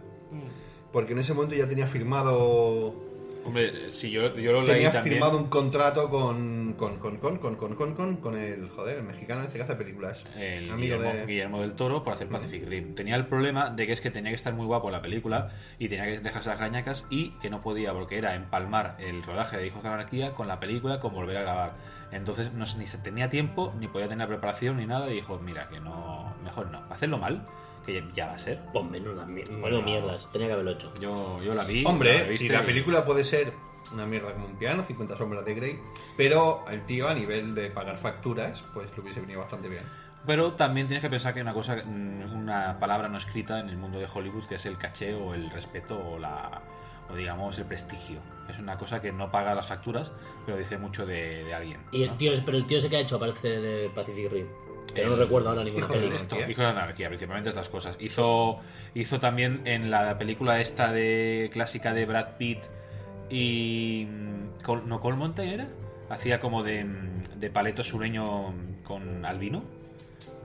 S3: Porque en ese momento ya tenía firmado
S1: Hombre, si yo, yo lo leí
S3: tenía
S1: también.
S3: firmado un contrato con con con con con con con con con el joder, el mexicano este que hace películas.
S1: El
S3: amigo
S1: Guillermo,
S3: de
S1: Guillermo del Toro por hacer Pacific Rim. Tenía el problema de que es que tenía que estar muy guapo en la película y tenía que dejarse las gañacas y que no podía porque era empalmar el rodaje de Hijos de la Anarquía con la película con volver a grabar. Entonces no, sé, ni se tenía tiempo, ni podía tener preparación ni nada y dijo, mira, que no, mejor no, hacerlo mal, que ya, ya va a ser.
S2: Pues menuda mier- menudo mierdas. Tenía que haberlo hecho.
S1: Yo, yo la vi.
S3: Hombre,
S1: la
S3: si
S1: viste
S3: la
S1: y-
S3: película puede ser una mierda como un piano, 50 sombras de Grey, pero el tío a nivel de pagar facturas, pues lo hubiese venido bastante bien.
S1: Pero también tienes que pensar que hay una cosa, mm, una palabra no escrita en el mundo de Hollywood que es el caché o el respeto o la o digamos el prestigio. Es una cosa que no paga las facturas, pero dice mucho de, de alguien.
S2: Y
S1: ¿no?
S2: el tío, pero el tío ese que ha hecho aparece de Pacific Rim. Que no
S1: El-
S2: recuerdo ahora ninguna
S3: Hijo de
S2: película.
S3: Eh, esto.
S1: Hijo de la anarquía, principalmente estas cosas. Hizo, hizo también en la película esta de clásica de Brad Pitt y mm, Col- no Cole Mountain era, hacía como de, mm, de paleto sureño con albino.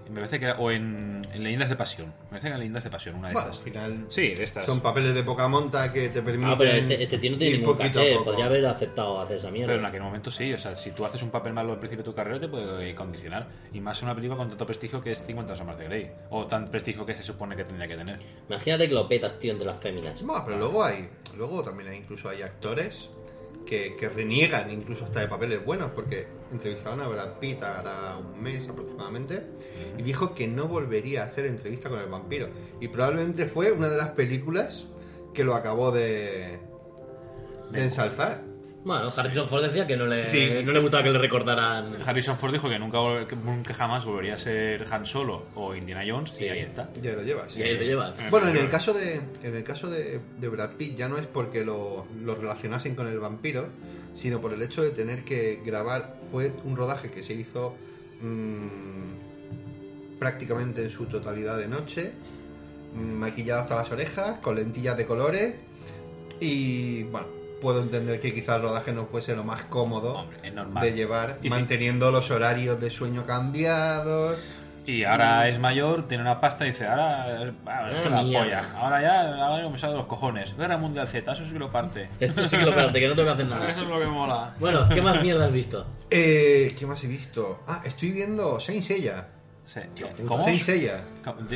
S1: Me parece que era, o en, en Leyendas de Pasión. Me parece que era Leyendas de Pasión, una de
S3: Bueno, al
S1: estas.
S3: final
S1: Sí, de estas.
S3: son papeles de poca monta que te permiten
S2: Ah, pero este, este tío no tiene
S3: ir
S2: ningún
S3: poquito a
S2: caché.
S3: poco.
S2: Podría haber aceptado hacer esa mierda.
S1: Pero en aquel momento sí, o sea, si tú haces un papel malo al principio de tu carrera te puede eh, condicionar. Y más una película con tanto prestigio que es 50 sombras de Grey. O tan prestigio que se supone que tendría que tener.
S2: Imagínate que lo petas, tío, entre las féminas.
S3: Bueno, pero luego hay, luego también hay incluso hay actores que, que reniegan incluso hasta de papeles buenos, porque entrevistaron a Brad Pitt hará un mes aproximadamente y dijo que no volvería a hacer entrevista con el vampiro. Y probablemente fue una de las películas que lo acabó de, de ensalzar.
S2: Bueno, Harrison Ford decía que no le,
S3: Sí.
S2: no le gustaba que le recordaran.
S1: Harrison Ford dijo que nunca, vol- que nunca jamás volvería a ser Han Solo o Indiana Jones y ahí está. Eh,
S3: Ya lo llevas.
S2: Y ahí lo llevas.
S3: Bueno, en el caso de, en el caso de, de Brad Pitt ya no es porque lo, lo relacionasen con el vampiro, sino por el hecho de tener que grabar. Fue un rodaje que se hizo mm, prácticamente en su totalidad de noche, mm, maquillado hasta las orejas, con lentillas de colores. Y bueno, puedo entender que quizás el rodaje no fuese lo más cómodo
S1: Hombre, es normal.
S3: de llevar,
S1: Y sí.
S3: manteniendo los horarios de sueño cambiados.
S1: Y ahora es mayor, tiene una pasta y dice, ahora es ah, es
S2: Ah,
S1: una
S2: mierda.
S1: polla. Ahora ya, ahora he comenzado los cojones. Guerra Mundial Z, eso sí que lo parte.
S2: Eso sí que lo espérate, que no tengo que hacer
S1: Eso
S2: nada.
S1: es lo que mola.
S2: Bueno, ¿qué más mierda has visto?
S3: Eh, ¿Qué más he visto? Ah, estoy viendo Saint Seiya.
S1: Sí. Eh,
S3: Puta,
S1: ¿Cómo?
S3: Saint Seiya.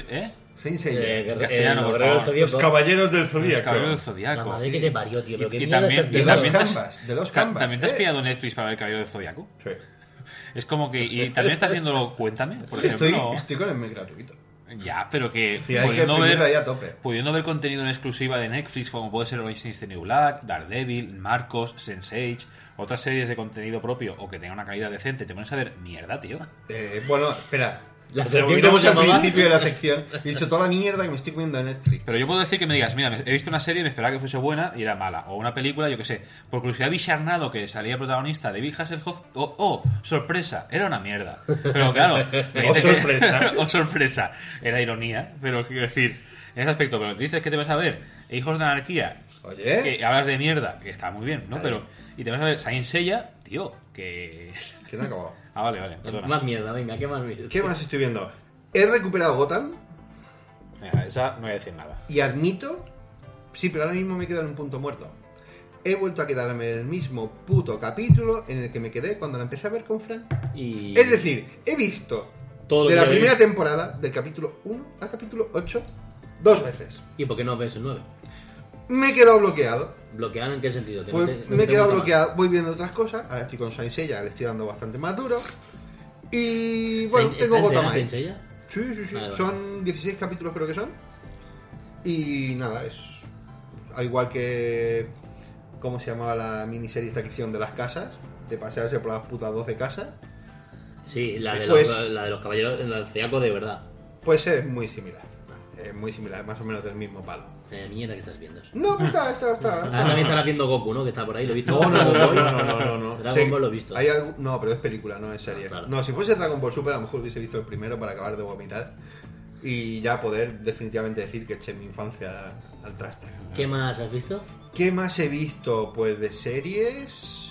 S1: ¿Eh?
S3: Saint Seiya.
S2: Eh, guerre-
S1: castellano,
S2: eh,
S1: por
S2: Guerrero del
S1: favor.
S2: Zodíaco.
S3: Caballeros del
S1: Los Caballeros del
S2: La
S1: Zodíaco.
S2: madre que te parió, tío. Pero qué
S1: Y- y
S2: mierda
S1: también-
S2: estás
S1: y
S3: De
S2: viendo.
S3: los
S1: también-
S3: canvas, de los
S1: Ta-
S3: canvas.
S1: ¿También te has
S3: eh.
S1: pillado Netflix para ver el Caballero del Zodíaco?
S3: Sí.
S1: Es como que. Y también estás viéndolo, cuéntame, por
S3: Estoy,
S1: ejemplo.
S3: estoy con el mes gratuito.
S1: Ya, pero que.
S3: Sí, hay que vivirlo ahí a tope.
S1: pudiendo ver contenido en exclusiva de Netflix, como puede ser Orange is the New Black, Daredevil, Marcos, Sense8, otras series de contenido propio o que tenga una calidad decente, te pones a ver mierda, tío.
S3: Eh, bueno, espera.
S2: La sección,
S3: Volvemos
S2: ¿cómo
S3: al
S2: se llamaba?
S3: principio de la sección. He dicho toda la mierda que me estoy comiendo en Netflix.
S1: Pero yo puedo decir que me digas, mira, me- he visto una serie, me esperaba que fuese buena y era mala. O una película, yo qué sé. Por curiosidad vi Sharnado, que salía protagonista de Big Hasselhoff. Oh, oh, sorpresa, era una mierda. Pero claro. me
S3: Oh,
S1: dices
S3: sorpresa.
S1: oh, sorpresa. Era ironía, pero quiero decir, en ese aspecto. Pero te dices que te vas a ver Hijos de la Anarquía,
S3: Oye.
S1: que hablas de mierda, que está muy bien, ¿no? Pero, y te vas a ver Saint Seiya, tío, que...
S3: Que no he acabado.
S1: Ah, vale, vale, perdona.
S2: Eh, Más mierda, venga, ¿qué más viste?
S3: ¿Qué más estoy viendo? He recuperado Gotham
S1: Venga, esa no voy a decir nada.
S3: y admito. Sí, pero ahora mismo me quedo en un punto muerto. He vuelto a quedarme en el mismo puto capítulo en el que me quedé cuando la empecé a ver con Fran.
S2: Y...
S3: Es decir, he visto
S2: Todo lo
S3: de
S2: que
S3: la
S2: había
S3: primera
S2: visto.
S3: temporada, del capítulo 1 al capítulo 8, dos veces.
S2: ¿Y por qué no ves el 9?
S3: Me he quedado bloqueado.
S2: ¿Bloqueado en qué sentido? Que no
S3: voy-
S2: te- no
S3: Pues me
S2: te
S3: he quedado
S2: gusta más.
S3: bloqueado. Voy viendo otras cosas. Ahora estoy con Saint Seiya, le estoy dando bastante más duro. Y bueno,
S2: ¿Está
S3: tengo
S2: entera
S3: Gotham ahí.
S2: Saint Seiya?
S3: Sí, sí, sí.
S2: Vale, vale.
S3: Son 16 capítulos, creo que son. Y nada, es. Al igual que. ¿Cómo se llamaba la miniserie esta que hicieron de las casas? De pasearse por las putas 12 casas.
S2: Sí, la de,
S3: Pues-
S2: los, la de los caballeros, la del Zodíaco de verdad.
S3: Pues es muy similar. Es muy similar, más o menos del mismo palo.
S2: Eh, mierda que estás viendo. eso.
S3: No, pues está, está,
S2: Ahora
S3: está.
S2: también estará viendo Goku, ¿no? Que está por ahí, lo he visto.
S3: No, no, no,
S2: Dragon Ball.
S3: no, no, no, no, no.
S2: Dragon
S3: Sí,
S2: Ball lo he visto.
S3: hay algún- No, pero es película, no es serie.
S2: Ah, claro.
S3: No, si fuese Dragon Ball Super, a lo mejor hubiese visto el primero para acabar de vomitar y ya poder definitivamente decir que eché mi infancia al traste.
S2: ¿Qué más has visto?
S3: ¿Qué más he visto? Pues de series.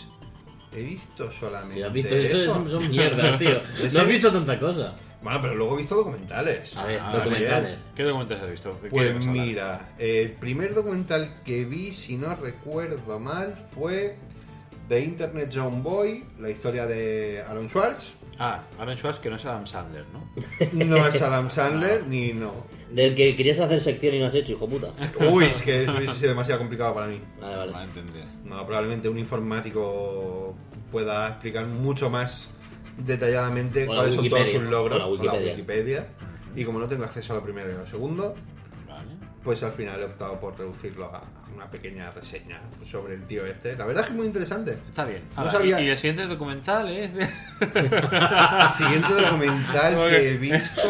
S3: He visto solamente.
S2: Sí, has visto,
S3: eso.
S2: eso son- son mierdas, tío. No has
S3: series?
S2: visto tanta cosa.
S3: Bueno, pero luego he visto documentales.
S2: A ver,
S1: Ah,
S2: documentales.
S1: ¿Qué documentos has visto? ¿De qué
S3: Pues
S1: vas a hablar?
S3: mira, el primer documental que vi, si no recuerdo mal, fue The Internet John Boy, la historia de Aaron Schwartz.
S1: Ah, Aaron Schwartz, que no es Adam Sandler, ¿no?
S3: No es Adam Sandler, ni no.
S2: Del que querías hacer sección y no has hecho, hijo puta.
S3: Uy, es que eso hubiese sido demasiado complicado para mí.
S2: Vale, vale.
S1: entender.
S3: No, probablemente un informático pueda explicar mucho más detalladamente
S2: O la
S3: cuáles son todos
S2: Wikipedia,
S3: sus logros
S2: o la
S3: o la
S2: Wikipedia.
S3: Wikipedia. Y como no tengo acceso a lo primero y a lo segundo,
S1: Vale.
S3: pues al final he optado por reducirlo a una pequeña reseña sobre el tío este. La verdad es que es muy interesante.
S1: Está bien.
S3: No
S1: Ahora,
S3: sabía-
S1: y, y el siguiente documental es de...
S3: El siguiente documental que he visto.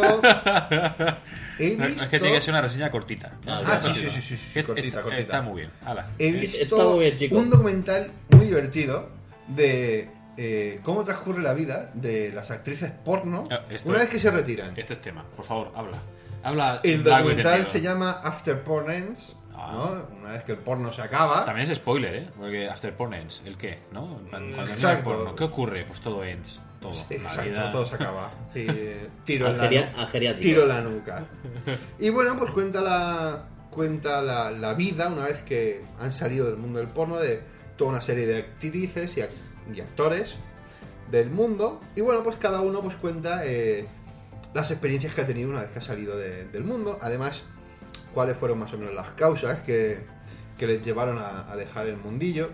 S3: He visto.
S1: Es que tiene que ser una reseña cortita.
S2: Ah,
S3: Ah, sí,
S2: cortita.
S3: sí, sí, sí, sí,
S1: Es-
S3: cortita,
S1: está,
S3: cortita.
S1: está muy bien. Hala.
S3: He
S2: Está
S3: visto
S2: muy bien, chico.
S3: un documental muy divertido de eh, cómo transcurre la vida de las actrices porno
S1: Ah, esto
S3: una
S1: es-
S3: vez que se retiran.
S1: Este es tema. Por favor, habla. Habla.
S3: El
S1: largo y
S3: documental
S1: tendido.
S3: se llama After Porn Ends,
S1: Ah.
S3: ¿no? Una vez que el porno se acaba.
S1: También es spoiler, ¿eh? Porque After Porn Ends, ¿el qué? ¿No? En plan, Cuando no hay
S3: Exacto.
S1: porno, ¿Qué ocurre? Pues todo ends. Todo.
S3: Sí,
S1: La
S3: Exacto,
S1: vida-
S3: todo se acaba. Sí, tiro, en la,
S2: Algeria-
S3: nu-
S2: Algeriático.
S3: tiro en la nuca. Y bueno, pues cuenta la cuenta la, la vida una vez que han salido del mundo del porno de toda una serie de actrices y, ac- y actores del mundo. Y bueno, pues cada uno pues cuenta eh, las experiencias que ha tenido una vez que ha salido de- del mundo. Además, cuáles fueron más o menos las causas que, que les llevaron a, a dejar el mundillo.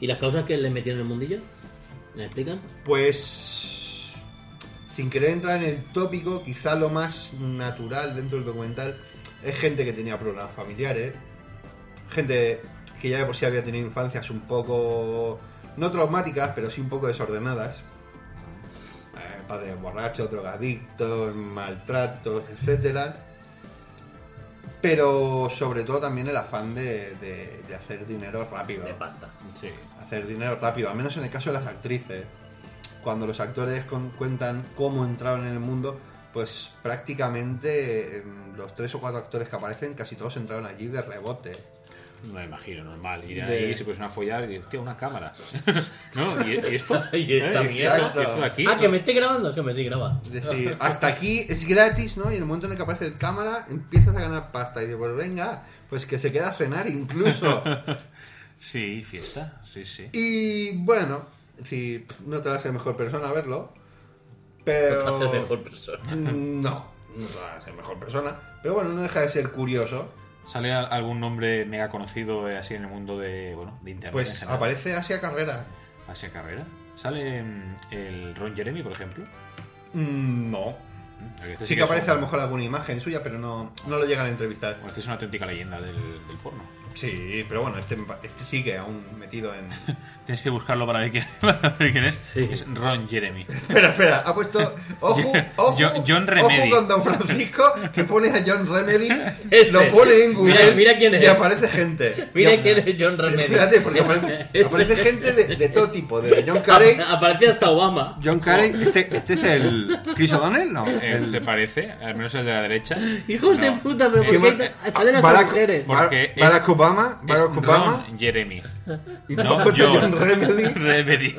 S2: ¿Y las causas que les metieron en el mundillo? ¿Me explican?
S3: Pues sin querer entrar en el tópico, quizá lo más natural dentro del documental es gente que tenía problemas familiares, gente que ya de por sí había tenido infancias un poco no traumáticas, pero sí un poco desordenadas. Eh, Padres borrachos, drogadictos, maltratos, etcétera. Pero sobre todo también el afán de, de- de hacer dinero rápido
S2: De pasta.
S1: Sí.
S3: hacer dinero rápido, al menos en el caso de las actrices. Cuando los actores con- cuentan cómo entraron en el mundo, pues prácticamente eh, los tres o cuatro actores que aparecen, casi todos entraron allí de rebote.
S1: Me imagino, normal. Ir
S3: De-
S1: ahí, se pusieron a follar y digo, hostia, una cámara. ¿No? ¿Y, y esto?
S2: Y esta
S1: ¿Eh?
S3: mierda.
S1: esto? ¿Y esto de aquí?
S2: ah, que me esté grabando. Sí, me sí, graba.
S3: Es decir, hasta aquí es gratis, ¿no? Y en el momento en el que aparece el cámara, empiezas a ganar pasta. Y digo, pues venga, pues que se queda a cenar incluso.
S1: Sí, fiesta. Sí, sí.
S3: Y bueno, es decir, pues, no te vas a ser mejor persona a verlo, pero...
S2: No te haces mejor persona.
S3: No, no te vas a ser mejor persona. Pero bueno, no deja de ser curioso.
S1: ¿Sale al- algún nombre mega conocido eh, así en el mundo de, bueno, de internet? en
S3: Pues
S1: general?
S3: aparece Asia Carrera.
S1: Asia Carrera. ¿Sale mm, el Ron Jeremy, por ejemplo?
S3: Mm, No.
S1: Este
S3: Sí que
S1: es
S3: aparece
S1: un-
S3: a lo mejor alguna imagen suya, pero no, no lo llegan a entrevistar.
S1: Bueno, este es una auténtica leyenda del, del porno.
S3: Sí, pero bueno, este, me pa- este sigue aún metido en...
S1: Tienes que buscarlo para ver quién, para ver quién es.
S2: Sí.
S1: Es Ron Jeremy. Eh,
S3: Espera, espera, ha puesto... Ojo, ojo,
S1: John- John
S3: ojo
S1: Remedy.
S3: con Don Francisco, que pone a John Remedy,
S2: Este.
S3: lo pone en Google
S2: Mira- mira quién
S3: y
S2: es.
S3: aparece gente.
S2: Mira
S3: Ya-
S2: quién es John
S3: Pero
S2: Remedy.
S3: Espérate, porque aparece, aparece gente de, de todo tipo, desde John Carey...
S2: Aparece hasta Obama.
S3: John Carey, este, este es el... Chris O'Donnell, ¿no?
S1: Eh, se parece, al menos el de la derecha.
S2: Hijos de
S1: No.
S2: puta, pero
S1: Es-
S2: ¿por qué
S3: ma-
S2: salen hasta
S3: Barack-
S2: mujeres?
S1: Por- Porque
S3: Bar- Barack
S1: es-
S3: Obama,
S1: Es
S3: Barack Obama...
S1: Ron Jeremy.
S3: Y
S1: No,
S3: tampoco te
S1: John.
S3: llaman Remedy.
S1: Remedy.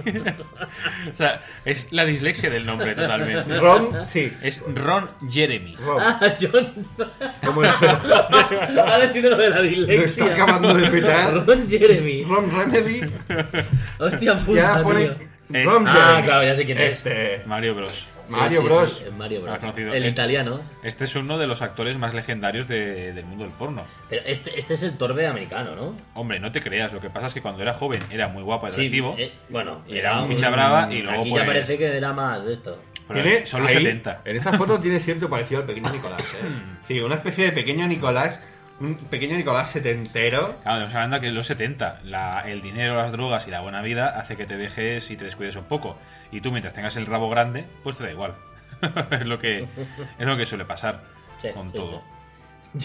S1: o sea, es la dislexia del nombre totalmente.
S3: Ron, sí.
S1: Es Ron Jeremy.
S3: Ron.
S2: Ah, John.
S3: Como el-
S2: ha decidido lo de la
S3: lo
S2: dislexia.
S3: está acabando de petar.
S2: Ron Jeremy.
S3: Ron Remedy.
S2: Hostia
S3: Y ahora
S2: puta,
S3: pone.
S2: tío.
S1: Es-
S3: Ron
S2: Ah,
S3: Jeremy.
S2: claro, ya sé quién es.
S3: Este.
S1: Mario Bros.
S2: Sí,
S3: Mario
S2: sí,
S3: Bros.
S2: sí, es Mario Bros.
S1: Más conocido.
S2: El
S1: Este-
S2: italiano.
S1: Este es uno de los actores más legendarios de- del mundo del porno.
S2: Pero este, este es el torbe americano, ¿no?
S1: Hombre, no te creas, lo que pasa es que cuando era joven era muy guapo y atractivo.
S2: eh, bueno,
S1: y era un picha brava y luego
S2: Aquí
S1: pues,
S2: ya parece que era más de esto.
S1: pero
S3: Tiene-
S1: son los
S3: ahí,
S1: 70.
S3: En esa foto tiene cierto parecido al pequeño Nicolás. ¿eh? Sí, una especie de pequeño Nicolás. Un pequeño Nicolás setentero.
S1: Claro, estamos hablando que los 70, la- el dinero, las drogas y la buena vida hace que te dejes y te descuides un poco. Y tú mientras tengas el rabo grande, pues te da igual. es, lo que, es lo que suele pasar
S2: Sí,
S1: con
S2: sí,
S1: todo.
S2: sí.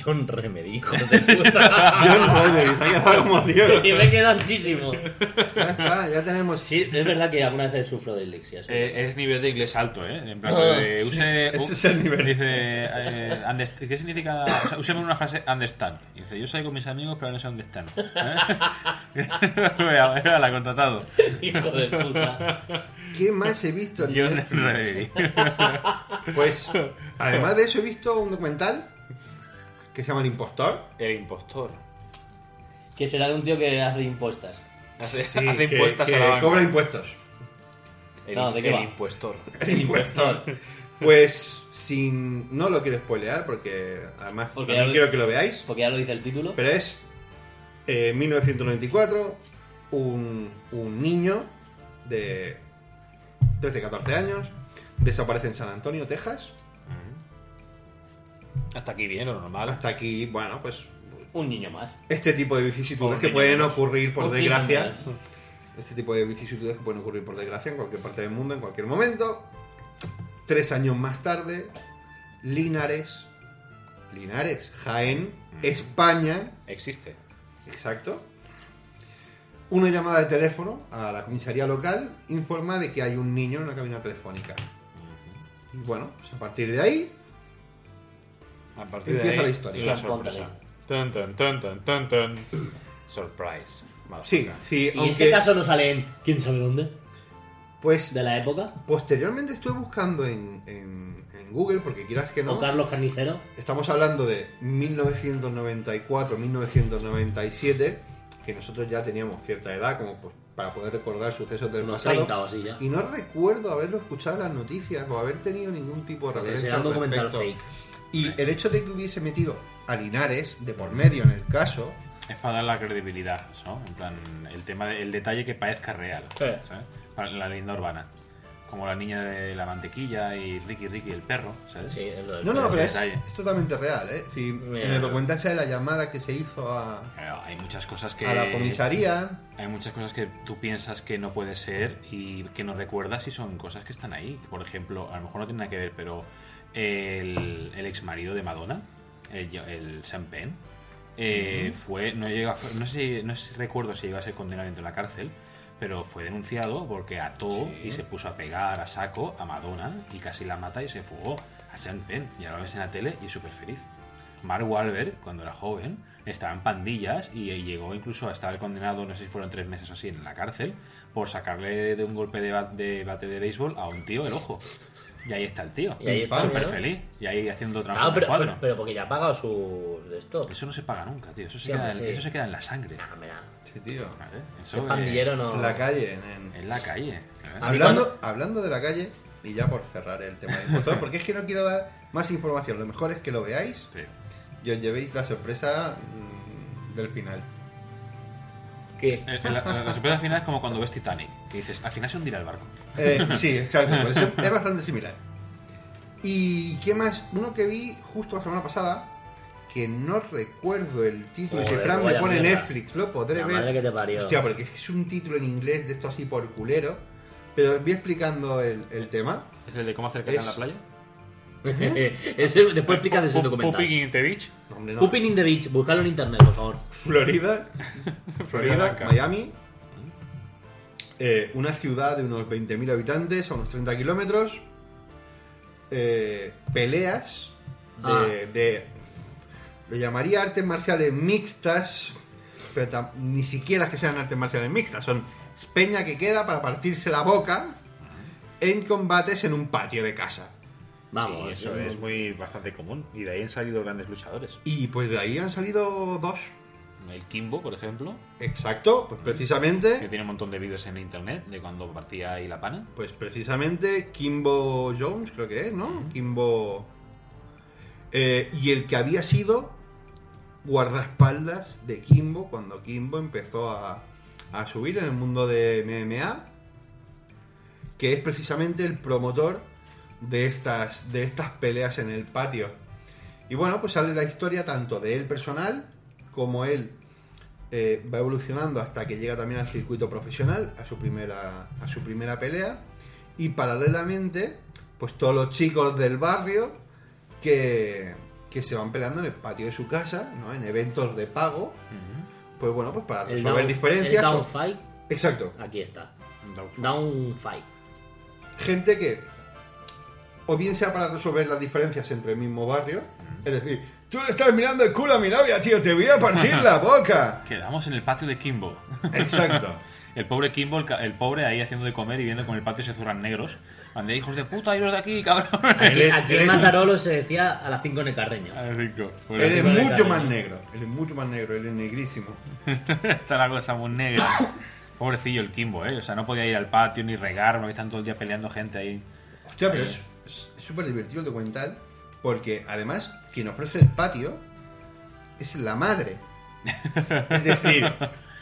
S2: John Remedy, hijo de puta.
S3: John Remedy, se ha quedado como Dios.
S2: y me queda muchísimo.
S3: Ya está, ya tenemos.
S2: Sí, es verdad que alguna vez sufro de dislexia. sí.
S1: Eh, es nivel de inglés alto, ¿eh? En plan,
S2: Ah,
S1: de, use,
S3: ese
S1: u-
S3: es el nivel.
S1: Dice, eh, underst- ¿qué significa? O sea, úseme una frase understand. Dice, yo salgo con mis amigos, pero no sé dónde están. Vea, vea, la ha contratado.
S2: Hijo de puta.
S3: ¿Qué más he visto? en
S1: Yo
S3: Netflix?
S1: Remedy.
S3: Pues, además de eso, he visto un documental que se llama El Impostor.
S1: El impostor.
S2: Que será de un tío que hace impostas.
S1: Hace,
S3: Sí,
S1: hace
S3: que-
S1: impuestas
S3: que
S1: a la banca.
S3: cobra impuestos.
S1: El,
S2: No, ¿de qué
S1: el
S2: va?
S1: impuestor.
S3: El impuestor. Pues sin no lo quiero spoilear porque además
S2: Porque
S3: no
S2: ya lo-
S3: quiero que lo veáis,
S2: Porque ya lo dice el título.
S3: pero es eh, 1994 un, un niño de 13, 14 años desaparece en San Antonio, Texas.
S1: Hasta aquí bien, lo normal.
S3: Hasta aquí, bueno, pues
S2: Un niño más.
S3: este tipo de vicisitudes
S1: Un
S3: que
S1: niño
S3: pueden
S1: menos.
S3: ocurrir por
S2: Un niño
S3: desgracia.
S2: menos.
S3: Este tipo de vicisitudes que pueden ocurrir por desgracia en cualquier parte del mundo, en cualquier momento. Tres años más tarde, Linares, Linares, Jaén, España,
S1: Existe.
S3: exacto. Una llamada de teléfono a la comisaría local informa de que hay un niño en una cabina telefónica. Y bueno, pues a partir de ahí,
S1: A partir
S3: Empieza
S1: de ahí,
S3: la historia.
S1: La
S2: Sí,
S1: sorpresa.
S2: cuéntale.
S1: Tan, tan, tan, tan, tan, tan. Surprise.
S3: sí, sí,
S2: Y en
S3: aunque
S2: este caso no salen. ¿Quién sabe dónde?
S3: pues
S2: ¿De la época?
S3: Posteriormente estuve buscando en, en- en Google, porque quieras que no,
S2: ¿O Carlos Carnicero?
S3: estamos hablando de 1994-1997, que nosotros ya teníamos cierta edad como pues, para poder recordar sucesos del
S2: Unos
S3: pasado.
S2: 30 o así ya.
S3: Y no recuerdo haberlo escuchado en las noticias o haber tenido ningún tipo de
S2: Porque
S3: referencia.
S2: será un
S3: al
S2: documental
S3: respecto.
S2: fake.
S3: Y el hecho de que hubiese metido a Linares de por medio en el caso,
S1: es para dar la credibilidad, ¿no? En plan, el tema, de- el detalle que parezca real,
S2: Sí.
S1: ¿sabes? Para la leyenda urbana. Como la niña de la mantequilla y Ricky Ricky el perro, ¿sabes? Eh,
S2: Sí, es lo del
S3: No, no,
S2: perro.
S3: pero es,
S1: detalle.
S3: es totalmente real, ¿eh? Si
S2: Mira.
S3: me lo comentase de la llamada que se hizo a,
S1: Claro, hay muchas cosas que
S3: a la comisaría,
S1: hay muchas cosas que tú piensas que no puede ser y que no recuerdas y son cosas que están ahí. Por ejemplo, a lo mejor no tiene nada que ver, pero el, el ex marido de Madonna, el, Jo- el Sean Penn, eh, fue, no, llega, a- no, sé, no sé- recuerdo si llegó a ser condenado dentro de la cárcel, pero fue denunciado porque ató y se puso a pegar a saco a Madonna y casi la mata y se fugó a Sean Penn. Y ahora lo ves en la tele y es súper feliz. Mark Wahlberg, cuando era joven, estaba en pandillas y eh, llegó incluso a estar condenado, no sé si fueron tres meses o así, en la cárcel, por sacarle de un golpe de, ba- de bate de béisbol a un tío el ojo. Y ahí está el tío.
S2: Y ahí está,
S1: Súper
S2: ¿no?
S1: feliz. Y ahí haciendo
S2: Ah,
S1: Transformers
S2: pero,
S1: 4.
S2: pero, pero porque ya ha pagado sus de esto.
S1: Eso no se paga nunca, tío. Eso se,
S2: Sí,
S1: queda,
S2: hombre,
S1: en-
S2: sí.
S1: eso se queda en la sangre.
S2: Nah, hombre, nah.
S3: sí, tío,
S1: ¿vale?
S2: Ese
S1: Eso
S2: pandillero
S1: eh,
S2: no.
S3: en la calle. en- en-
S1: en la calle. ¿eh?
S2: A mí
S3: Hablando, hablando de la calle, y ya por cerrar el tema del impostor, porque es que no quiero dar más información, lo mejor es que lo veáis
S1: Sí.
S3: y os llevéis la sorpresa mm, del final.
S2: ¿Qué?
S1: Eh, La, la- la sorpresa final es como cuando ves Titanic, que dices, al final se hundirá el barco.
S3: Eh, sí, exacto, por eso es bastante similar. ¿Y qué más? Uno que vi justo la semana pasada, que no recuerdo el título, y si
S2: Joder,
S3: Fran me
S2: vaya
S3: pone
S2: mierda.
S3: Netflix, lo podré
S2: La
S3: ver.
S2: madre que te parió.
S3: Hostia, porque es un título en inglés de esto así por culero, pero os voy explicando el, el tema.
S1: ¿Es Pues el de cómo hacer
S3: caca en la
S1: playa?
S3: pues, ¿eh?
S2: Ese- después explicas ese documental.
S1: in the beach.
S3: No, hombre, no.
S2: Pooping in the Beach, buscadlo en internet, por favor.
S3: Florida,
S1: Florida
S3: Florida,
S1: Blanca.
S3: Miami. Eh, una ciudad de unos 20.000 habitantes a unos 30 kilómetros. Eh, peleas de,
S2: Ah.
S3: de- Lo llamaría artes marciales mixtas, pero tam- ni siquiera es que sean artes marciales mixtas, son peña que queda para partirse la boca en combates en un patio de casa.
S2: Vamos,
S1: Sí, eso
S2: eh,
S1: es muy bastante común. Y de ahí han salido grandes luchadores.
S3: Y pues de ahí han salido dos.
S1: El Kimbo, por ejemplo,
S3: Exacto, pues precisamente.
S1: que tiene un montón de vídeos en internet de cuando partía ahí la pana.
S3: Pues precisamente Kimbo Jones, creo que es, ¿no? Kimbo. Eh, y el que había sido guardaespaldas de Kimbo cuando Kimbo empezó a, a subir en el mundo de MMA, que es precisamente el promotor de estas, de estas peleas en el patio. Y bueno, pues sale la historia tanto de él personal como él eh, va evolucionando hasta que llega también al circuito profesional, a su primera, a su primera pelea. Y paralelamente, pues todos los chicos del barrio que, que se van peleando en el patio de su casa, ¿no? En eventos de pago. Pues bueno, pues para
S2: el
S3: resolver
S2: down,
S3: diferencias.
S2: el down
S3: o-
S2: fight,
S3: Exacto.
S2: aquí está.
S1: Doubtful.
S2: Down fight.
S3: gente que o bien sea para resolver las diferencias entre el mismo barrio, es decir, tú le estás mirando el culo a mi novia, tío, te voy a partir la boca.
S1: Quedamos en el patio de Kimbo.
S3: Exacto.
S1: El pobre Kimbo, el, ca- el pobre ahí haciendo de comer y viendo como en el patio se zurran negros. Ande, hijos de puta, iros de aquí, cabrón.
S2: Aquí,
S3: Eres-
S2: aquí
S3: eres-
S2: en Matarolo se decía a las 5 en el Carreño.
S1: A ver, cinco. Pues
S3: Él
S1: así
S3: es
S2: Vale,
S3: mucho
S2: cariño.
S3: más negro, él es mucho más negro, él es negrísimo.
S1: Está la cosa muy negra. Pobrecillo el Kimbo, ¿eh? O sea, no podía ir al patio ni regar, porque están todo el día peleando gente ahí.
S3: Hostia,
S2: Eh.
S3: pero es es súper divertido el documental, porque además quien ofrece el patio es la madre. Es decir,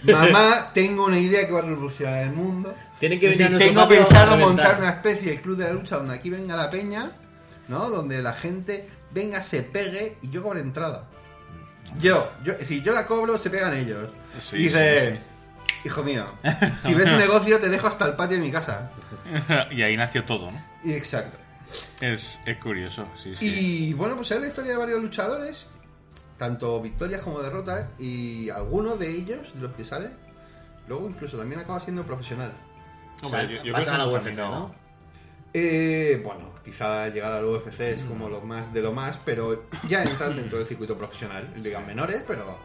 S3: mamá, tengo una idea que va a revolucionar el mundo.
S2: Tienen que
S3: Es
S2: venir a
S3: decir,
S2: nuestro patio
S3: tengo
S2: a
S3: pensado
S2: reventar.
S3: montar una especie de club de la lucha donde aquí venga la peña, ¿no? Donde la gente venga, se pegue y yo cobro entrada. Yo, yo, si yo la cobro, se pegan ellos.
S1: Sí,
S3: y dice, hijo mío, si ves un negocio, te dejo hasta el patio de mi casa.
S1: y ahí nació todo, ¿no?
S3: Y exacto.
S1: Es, es curioso, sí, sí.
S3: Y bueno, pues es la historia de varios luchadores, tanto victorias como derrotas, y algunos de ellos, de los que salen, luego incluso también acaba siendo profesional.
S2: O sea,
S1: Hombre, yo- yo
S2: pasan a
S1: creo
S2: la
S1: que
S2: UFC,
S1: no-
S2: ¿no?
S3: Eh, bueno, quizá llegar al UFC es como lo más de lo más, pero ya entran dentro del circuito profesional, en ligas menores, pero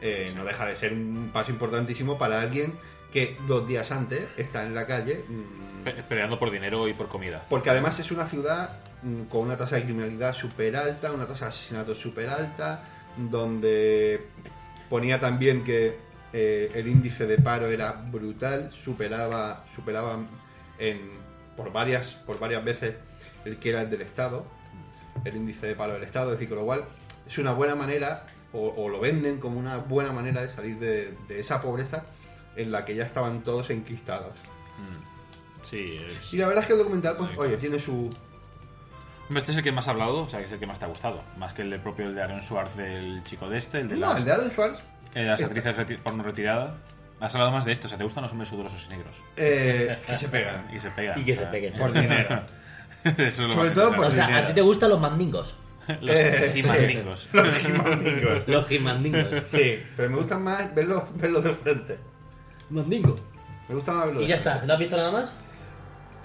S3: eh, no deja de ser un paso importantísimo para alguien que dos días antes está en la calle, mm,
S1: Pe- Peleando por dinero y por comida.
S3: porque además es una ciudad mm, con una tasa de criminalidad súper alta, una tasa de asesinatos súper alta, donde ponía también que eh, el índice de paro era brutal, superaba, superaba en, por, varias, por varias veces el que era el del Estado, el índice de paro del Estado, es decir, con lo cual es una buena manera o, o lo venden como una buena manera de salir de, de esa pobreza en la que ya estaban todos enquistados.
S1: Sí, es...
S3: Y la verdad es que el documental, pues,
S1: Ahí va.
S3: oye, tiene su...
S1: Hombre, este es el que más has hablado, o sea, que es el que más te ha gustado. Más que el de propio el de Aaron Schwartz del chico de este, el de
S3: No,
S1: las,
S3: el de Aaron Schwartz.
S1: el de Eh, las
S3: Este.
S1: actrices reti- porno retiradas. Has hablado más de esto, o sea, te gustan los hombres sudorosos y negros.
S3: eh, que se pegan.
S1: Y se pegan.
S2: Y que
S1: o sea,
S2: se peguen.
S3: Por dinero.
S1: Eso es lo
S3: Sobre
S1: más
S3: todo
S1: interesante.
S3: por-
S2: O sea, a
S3: Primera.
S2: ti te gustan los mandingos.
S1: Los
S3: Eh,
S1: jimandringos.
S3: Los gimandringos.
S2: Los mandingos.
S3: Sí, pero me gustan más verlos, verlos de frente.
S2: Mandingo.
S3: Me gusta más verlos
S2: Y
S3: de
S2: ya
S3: frente.
S2: está, ¿no has visto nada más?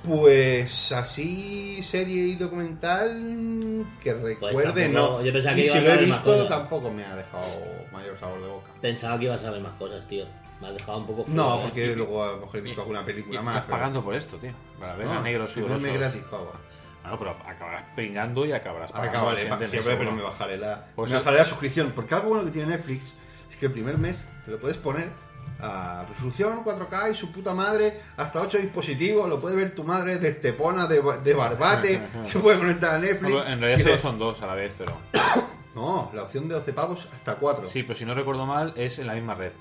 S3: Pues así, serie y documental que recuerde,
S2: Pues tampoco,
S3: no.
S2: yo pensaba
S3: y
S2: que iba
S3: si
S2: a
S3: lo he
S2: haber más
S3: visto,
S2: cosas.
S3: tampoco me ha dejado mayor sabor de boca.
S2: Pensaba que ibas a ver más cosas, tío. Me has dejado un poco frío.
S3: No,
S2: ¿eh?
S3: porque luego a lo mejor he visto alguna
S1: Y
S3: película más.
S1: estás
S3: pero-
S1: pagando por esto, tío. Para ver
S3: No,
S1: a negros
S3: primero
S1: sudorosos.
S3: me gratis, favor.
S1: Bueno, pero acabarás pringando y acabarás pagando.
S3: Acabaré
S1: la
S3: pa-
S1: gente,
S3: siempre,
S1: Ah, seguro.
S3: pero me bajaré la,
S1: Pues
S3: me
S1: sí.
S3: bajaré la suscripción. Porque algo bueno que tiene Netflix es que el primer mes te lo puedes poner a resolución 4K y su puta madre, hasta 8 dispositivos, lo puede ver tu madre de Estepona, de, Ba- de Barbate, se puede conectar a Netflix.
S1: No, En realidad
S3: y
S1: solo
S3: le-
S1: son dos a la vez, pero.
S3: No, la opción de 12 pavos hasta 4.
S1: Sí, pero si no recuerdo mal, es en la misma red.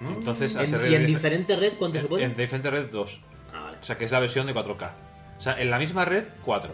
S3: Mm.
S1: Entonces, al ser
S2: ¿En-
S1: red
S2: ¿Y en
S1: difer-
S2: diferente red cuánto se puede?
S1: En diferente red, dos.
S2: Ah, vale.
S1: O sea, que es la versión de 4K. O sea, en la misma red, 4.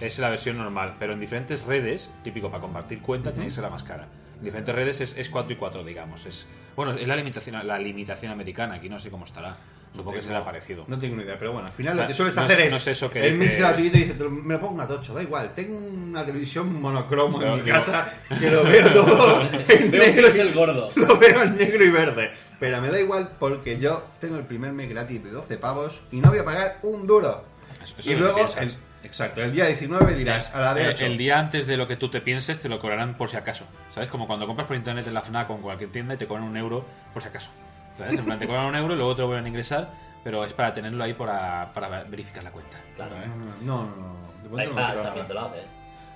S1: Es la versión normal, pero en diferentes redes, típico para compartir cuenta, tiene que ser la más cara. En diferentes redes es, es 4 y 4, digamos. Es, bueno, es la limitación, la limitación americana, aquí no sé cómo estará. Supongo que
S3: tengo-
S1: será parecido.
S3: No tengo ni idea, pero bueno, al final
S1: O sea,
S3: lo que sueles
S1: no es-
S3: hacer es.
S1: no es eso que
S3: El mes
S1: dices-
S3: gratuito y dices, "Te lo- me lo pongo a tocho, da igual. Tengo una televisión monocromo
S1: Pero,
S3: en mi
S1: tío.
S3: casa que lo veo todo en
S2: Veo que
S3: negro.
S2: es
S3: y-
S2: el gordo.
S3: Lo veo en negro y verde. Pero me da igual porque yo tengo el primer mes gratis de 12 pavos y no voy a pagar un duro.
S1: Eso es
S3: y
S1: lo que
S3: luego,
S1: piensas.
S3: el- exacto, el día 19 dirás a la de
S1: Eh,
S3: 8.
S1: el día antes de lo que tú te pienses te lo cobrarán por si acaso. ¿Sabes? Como cuando compras por internet en la FNAC o en cualquier tienda y te cobran un euro por si acaso. ¿Sabes? En plan, te cobran un euro y luego te lo vuelven a ingresar, pero es para tenerlo ahí para, para verificar la cuenta.
S2: Claro,
S3: No, no, no. no, de
S2: Ahí,
S3: momento no
S2: ah,
S3: me toca
S2: también
S3: nada.
S2: te lo hace.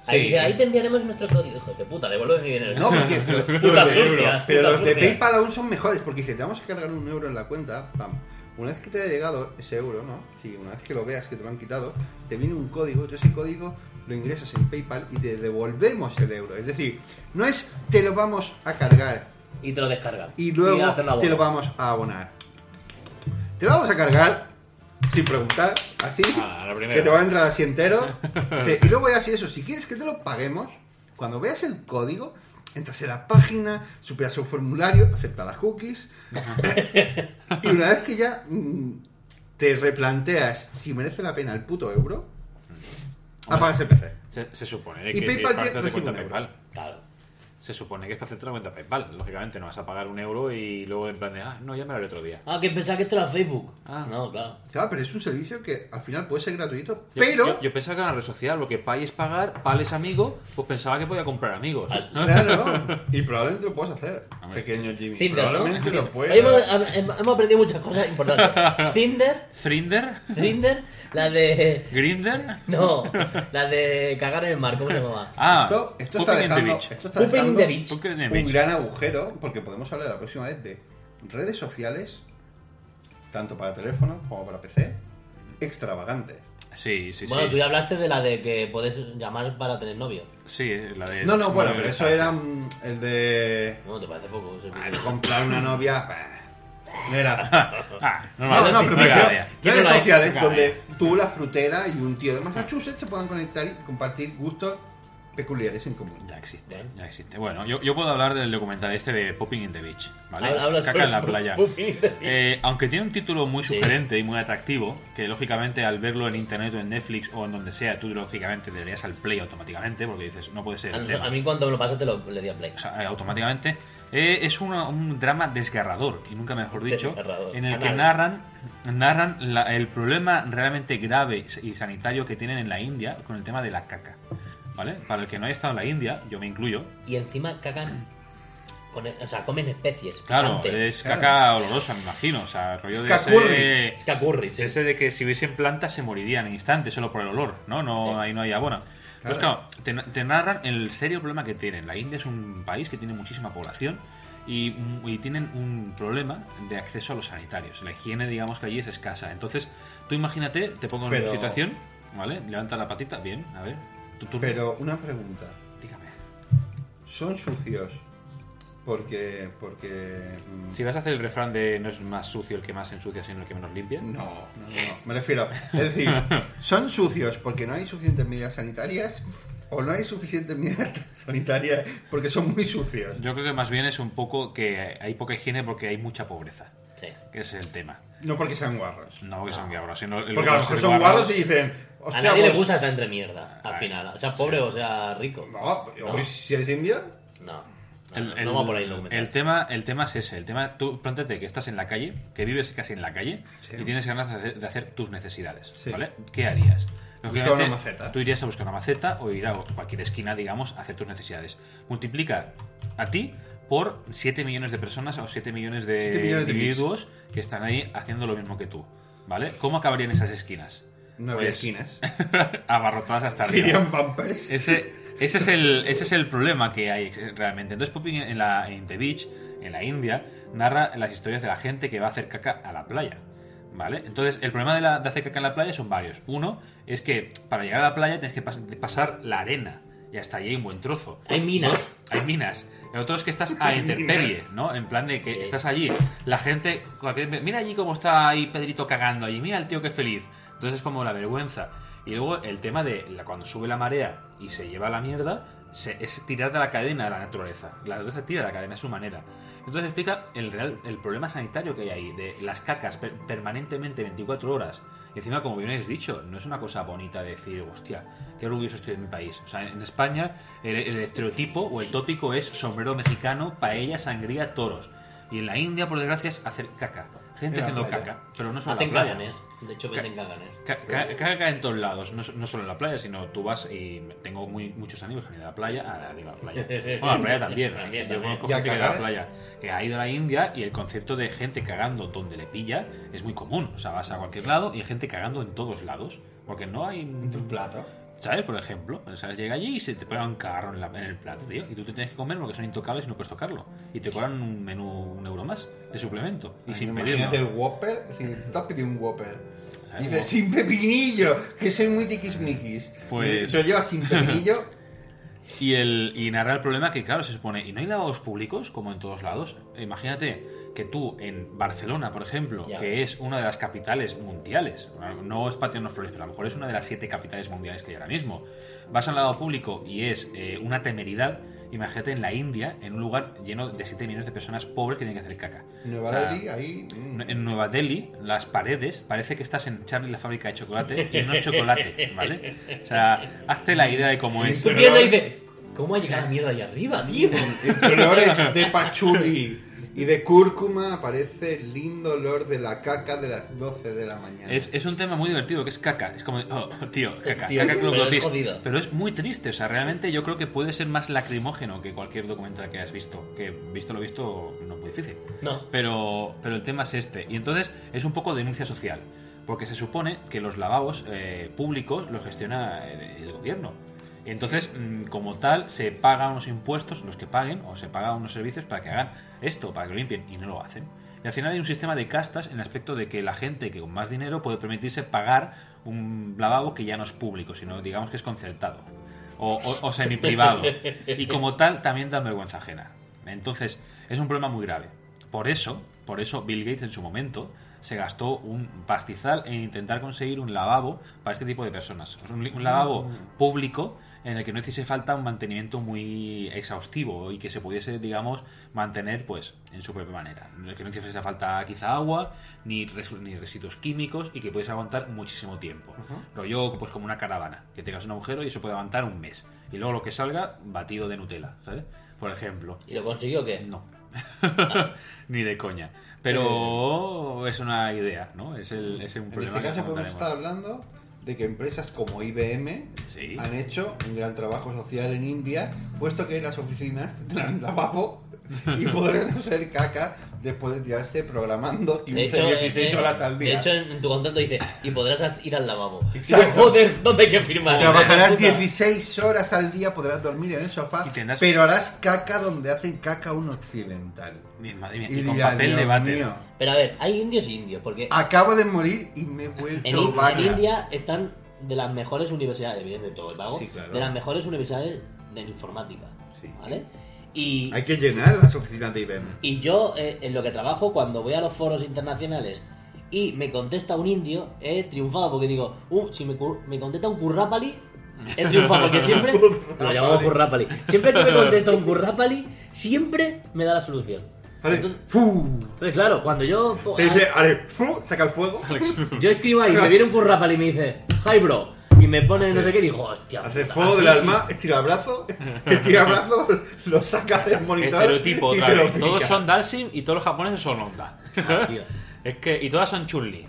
S2: Ahí,
S3: Sí.
S2: dice, ahí te enviaremos nuestro código, hijo de puta, devuelve mi dinero.
S3: No, porque
S2: puta sucia.
S3: Pero
S2: puta
S3: los de
S2: sucia.
S3: PayPal aún son mejores, porque dice, te vamos a cargar un euro en la cuenta, pam. Una vez que te haya llegado ese euro, ¿no? Si una vez que lo veas que te lo han quitado, te viene un código, yo ese código lo ingresas en PayPal y te devolvemos el euro. Es decir, no es te lo vamos a cargar
S2: Y te lo descargan.
S3: y
S2: Y
S3: luego
S2: hacen la
S3: te lo
S2: boda.
S3: vamos a abonar. Te lo vamos a cargar sin preguntar, así,
S1: Ah, la primera.
S3: que te va a entrar así entero. Dice, y luego ya así eso, si quieres que te lo paguemos, cuando veas el código, entras en la página, superas un formulario, aceptas las cookies, y una vez que ya mm, te replanteas si merece la pena el puto euro, apagas el PC.
S1: Se, se supone que
S3: Y
S1: si
S3: PayPal
S1: es parte
S3: tiene-
S1: de cuenta
S3: recibe un
S1: PayPal.
S2: Claro.
S1: Se supone que es para hacerte la cuenta PayPal. Lógicamente no vas a pagar un euro y luego en plan de, ah, no, ya me lo haré otro día.
S2: Ah, que pensaba que esto era Facebook.
S1: Ah.
S2: No, claro.
S3: Claro, pero es un servicio que al final puede ser gratuito,
S1: Yo-
S3: pero...
S1: Yo, yo pensaba que era una red social, lo que Pay es pagar, Pal es amigo, pues pensaba que podía comprar amigos.
S2: Al-
S3: Claro, y probablemente lo puedas hacer,
S1: Hombre.
S3: pequeño Jimmy.
S2: Cinder, ¿no?
S3: probablemente lo
S2: Ahí hemos,
S3: puedas.
S2: hab- hemos aprendido muchas cosas importantes. Cinder,
S1: Thrinder,
S2: Cinder, la de...
S1: Grinder.
S2: No, la de cagar en el mar, ¿cómo se llama?
S1: Ah,
S3: Esto, esto
S1: Putin
S3: está
S1: in the
S3: dejando,
S1: Beach.
S3: esto está
S2: Pooping in the
S3: dejando
S2: beach.
S1: Pooping in the
S3: un
S1: Beach.
S3: gran agujero, porque podemos hablar la próxima vez de redes sociales, tanto para teléfono como para PC, extravagantes.
S1: Sí, sí,
S2: bueno,
S1: sí.
S2: tú ya hablaste de la de que puedes llamar para tener novio.
S1: Sí, la de.
S3: No, no, bueno,
S1: de-
S3: pero eso era mm, el de
S2: No, te parece poco. eso es
S3: ah,
S2: muy-
S3: el comprar una novia. bah, No era.
S1: Ah, no,
S3: No, no, pero me
S1: era
S3: refiero,
S1: idea.
S2: Yo no
S3: redes
S2: la he-
S1: no
S3: sociales
S1: la he-
S3: donde tú, la frutera y un tío de Massachusetts se puedan conectar y compartir gustos peculiares en común.
S1: Ya existe, ya existe. Bueno, yo, yo puedo hablar del documental este de Popping in the Beach, ¿vale?
S2: Habla- habla
S1: Caca
S2: sobre
S1: en la
S2: Pu-
S1: playa.
S2: Pooping in the Beach.
S1: Eh, aunque tiene un título muy
S2: Sí.
S1: sugerente y muy atractivo, que lógicamente al verlo en internet o en Netflix o en donde sea, tú lógicamente le darías al play automáticamente, porque dices, no puede ser.
S2: A,
S1: el
S2: nos-
S1: tema.
S2: a mí cuando me lo pasas te lo le di a play.
S1: O sea, eh, automáticamente. Eh, es una- un drama desgarrador, y nunca mejor dicho,
S2: Desgarrador.
S1: en el que
S2: Anal.
S1: narran, narran la- el problema realmente grave y sanitario que tienen en la India con el tema de la caca. ¿Vale? Para el que no haya estado en la India, yo me incluyo,
S2: Y encima cagan... con- e, o sea, comen especies.
S1: Claro,
S2: picante.
S1: es
S3: claro.
S1: caca olorosa, me imagino. O sea, rollo de
S3: Cacurri.
S1: ese,
S2: Es que acurri, sí.
S1: ese de que si hubiesen plantas se morirían en instantes solo por el olor, ¿no? no Ahí no hay abono. Pues claro, te, te narran el serio problema que tienen. La India es un país que tiene muchísima población y, y tienen un problema de acceso a los sanitarios. La higiene, digamos que allí es escasa. Entonces, tú imagínate, te pongo en
S3: Pero-
S1: una situación, ¿vale? Levanta la patita, bien, a ver. Tu turno.
S3: Pero una pregunta.
S1: Dígame.
S3: ¿Son sucios Porque. porque mm,
S1: Si vas a hacer el refrán de no es más sucio el que más ensucia, sino el que menos limpia.
S3: No, no, no. Me refiero. Es decir, son sucios porque no hay suficientes medidas sanitarias o no hay suficientes medidas sanitarias porque son muy sucios.
S1: Yo creo que más bien es un poco que hay poca higiene porque hay mucha pobreza.
S2: Sí.
S1: Que ese es el tema.
S3: No porque sean guarros.
S1: No que son guarros, sino el
S3: Porque a lo
S1: lugar
S3: mejor
S1: de
S3: son
S1: guarros-
S3: guarros y dicen.
S2: A
S3: "Hostia,
S2: nadie le
S3: pues,
S2: gusta estar entre mierda, al
S1: Ay,
S2: final. O sea, pobre o sea, rico.
S3: No, o si eres indio.
S2: No. No,
S1: El, el-
S2: no va por ahí el documental.
S1: el tema, el tema es ese. El tema, tú planteate que estás en la calle, que vives casi en la calle
S3: Sí.
S1: y tienes ganas de hacer, de hacer tus necesidades.
S3: Sí.
S1: ¿Vale? ¿Qué harías?
S3: Buscar
S1: Lógicamente,
S3: una maceta.
S1: Tú irías a buscar una maceta o ir a cualquier esquina, digamos, a hacer tus necesidades. Multiplica a ti por 7 millones de personas o 7 millones de
S3: 7 millones de
S1: individuos que están ahí haciendo lo mismo que tú. ¿Vale? ¿Cómo acabarían esas esquinas?
S3: No habría
S1: Pues,
S3: esquinas.
S1: Abarrotadas hasta arriba.
S3: Serían bumpers.
S1: Ese, ese, es el, ese es el problema que hay eh, realmente. Entonces Poppy en, la, en The Beach, en la India, narra las historias de la gente que va a hacer caca a la playa. ¿Vale? Entonces, el problema de, la- de hacer caca en la playa son varios. Uno es que para llegar a la playa tienes que pas- pasar la arena. Y hasta allí hay un buen trozo.
S2: Hay minas.
S1: Dos, hay minas. El otro es que estás a interperie, ¿no? En plan de que
S2: Sí.
S1: estás allí. La gente. cualquier- Mira allí cómo está ahí Pedrito cagando allí. Mira el tío que feliz. Entonces es como la vergüenza. Y luego el tema de la- cuando sube la marea y se lleva la mierda, se- es tirar de la cadena a la naturaleza. La naturaleza tira de la cadena a su manera. Entonces explica el, real, el problema sanitario que hay ahí, de las cacas per- permanentemente 24 horas. Y encima, como bien habéis dicho, no es una cosa bonita decir, hostia, qué orgulloso estoy de mi país. O sea, en España el, el estereotipo o el tópico es sombrero mexicano, paella, sangría, toros. Y en la India, por desgracia, es hacer caca. Gente
S3: En la
S1: haciendo
S3: playa.
S1: caca, pero no solo en
S2: Hacen
S1: la playa.
S2: caganes. De hecho, venden caganes.
S1: Ca- ca- Caca en todos lados, no, so- no solo en la playa, sino tú vas y tengo muy, muchos amigos que han ido a la playa, a la, digo, a la playa. Bueno, a la playa también,
S2: También,
S1: yo conozco
S3: también.
S1: gente que
S3: ¿Y a
S1: ha ido a la
S3: cagar?
S1: playa, que ha ido a la India y el concepto de gente cagando donde le pilla es muy común, o sea, vas a cualquier lado y hay gente cagando en todos lados, porque no hay...
S3: Un plato.
S1: ¿Sabes? Por ejemplo, ¿sabes? llega allí y se te pega un carro en, la- en el plato, tío. Y tú te tienes que comer porque son intocables y no puedes tocarlo. Y te cobran un menú, un euro más de suplemento. Y
S3: Ay,
S1: sin pedirlo.
S3: Imagínate el Whopper, es decir, te has pedido un Whopper.
S1: ¿Sabes?
S3: Y dices, sin pepinillo, que soy muy tiquismiquis.
S1: Pues-
S3: Y Te lo llevas sin pepinillo.
S1: Y, el, y narra el problema que, claro, se supone, y no hay lavados públicos, como en todos lados. Imagínate que tú en Barcelona, por ejemplo,
S2: Ya
S1: que
S2: ves.
S1: es una de las capitales mundiales, no es Patio de las Flores, pero a lo mejor es una de las siete capitales mundiales que hay ahora mismo, vas al lavado público y es eh, una temeridad. Imagínate en la India, en un lugar lleno de 7 millones de personas pobres que tienen que hacer caca.
S3: Nueva
S1: O sea,
S3: Delhi, ahí. mm.
S1: en Nueva Delhi, las paredes, parece que estás en Charlie la fábrica de chocolate y no chocolate, ¿vale? O sea, hazte la idea de cómo es.
S2: Tú piensas y dices, ¿cómo ha llegado la mierda ahí arriba, tío?
S3: Entre olores de pachuli y de cúrcuma aparece el lindo olor de la caca de las 12 de la mañana.
S1: Es, es un tema muy divertido, que es caca. Es como, oh, tío, caca,
S2: Tío,
S1: caca
S2: pero
S1: Club
S2: es
S1: Lotis.
S2: jodido.
S1: Pero es muy triste, o sea, realmente yo creo que puede ser más lacrimógeno que cualquier documental que hayas visto. Que visto lo visto, no es muy difícil.
S2: No.
S1: Pero, pero el tema es este. Y entonces es un poco denuncia social. Porque se supone que los lavabos eh, públicos los gestiona eh, el gobierno. Entonces, mm, como tal, se pagan unos impuestos, los que paguen, o se pagan unos servicios para que hagan esto, para que lo limpien, y no lo hacen. Y al final hay un sistema de castas en el aspecto de que la gente que con más dinero puede permitirse pagar un lavabo que ya no es público, sino digamos que es concertado o, o, o semiprivado. Y como tal, también dan vergüenza ajena. Entonces, es un problema muy grave. Por eso, por eso Bill Gates en su momento se gastó un pastizal en intentar conseguir un lavabo para este tipo de personas. O sea, un, li- un lavabo público en el que no hiciese falta un mantenimiento muy exhaustivo y que se pudiese, digamos, mantener pues en su propia manera. En el que no hiciese falta quizá agua, ni, resu- ni residuos químicos y que pudiese aguantar muchísimo tiempo. Rollo pues como una caravana, que tengas un agujero y eso puede aguantar un mes. Y luego lo que salga, batido de Nutella, ¿sabes? Por ejemplo.
S2: ¿Y lo consiguió qué?
S1: No. Ni de coña. Pero es una idea, ¿no? Es, el, es un
S3: en
S1: problema.
S3: este
S1: que
S3: caso
S1: afrontaremos.
S3: podemos estar hablando de que empresas como IBM
S1: Sí.
S3: han hecho un gran trabajo social en India, puesto que las oficinas tendrán lavabo y podrán hacer caca después de tirarse programando 15, 16
S2: eh,
S3: horas al día.
S2: de hecho, en en tu contrato dice, y podrás ha- ir al lavabo.
S3: Exacto.
S2: Digo, Joder, ¿dónde hay que firmar?
S3: Trabajarás
S2: Puta.
S3: 16 horas al día, podrás dormir en el sofá,
S1: Y tendrás-
S3: pero harás caca donde hacen caca un occidental.
S1: Mi madre mía, y con
S3: dirás,
S1: papel
S3: "Dios
S1: de váter.
S3: mío,
S2: Pero a ver, hay indios y indios, porque
S3: Acabo de morir y me he
S2: en,
S3: vuelto
S2: In-
S3: vaca.
S2: en India están de las mejores universidades, evidentemente todo el pago,
S3: Sí, claro.
S2: de las mejores universidades de informática,
S3: Sí.
S2: ¿vale?
S4: Y,
S3: Hay que llenar las oficinas de IBM.
S4: y yo, eh, en lo que trabajo, cuando voy a los foros internacionales y me contesta un indio, he triunfado porque digo, "Uh, si me, cur- me contesta un currápali, he triunfado porque siempre.
S2: Lo llamamos Currapali. Siempre que me contesta un Currapali, siempre me da la solución.
S3: Vale,
S2: Entonces,
S3: ¡fu!
S2: entonces, claro, cuando yo. ah,
S3: Te dice, vale, ¡fu! Saca el fuego.
S2: Yo escribo ahí, me viene un Currapali y me dice, hi bro. Y me pone no sé qué y digo, hostia.
S3: Hace
S2: puta,
S3: fuego del
S2: así sí.
S3: alma, estira el brazo, estira el brazo, lo saca del monitor.
S1: Estereotipo,
S3: y
S1: otra
S3: te lo
S1: vez.
S3: pica.
S1: Todos son Dalsim y todos los japoneses son Honda.
S2: Ah, tío.
S1: es que, y todas son Chun-Li.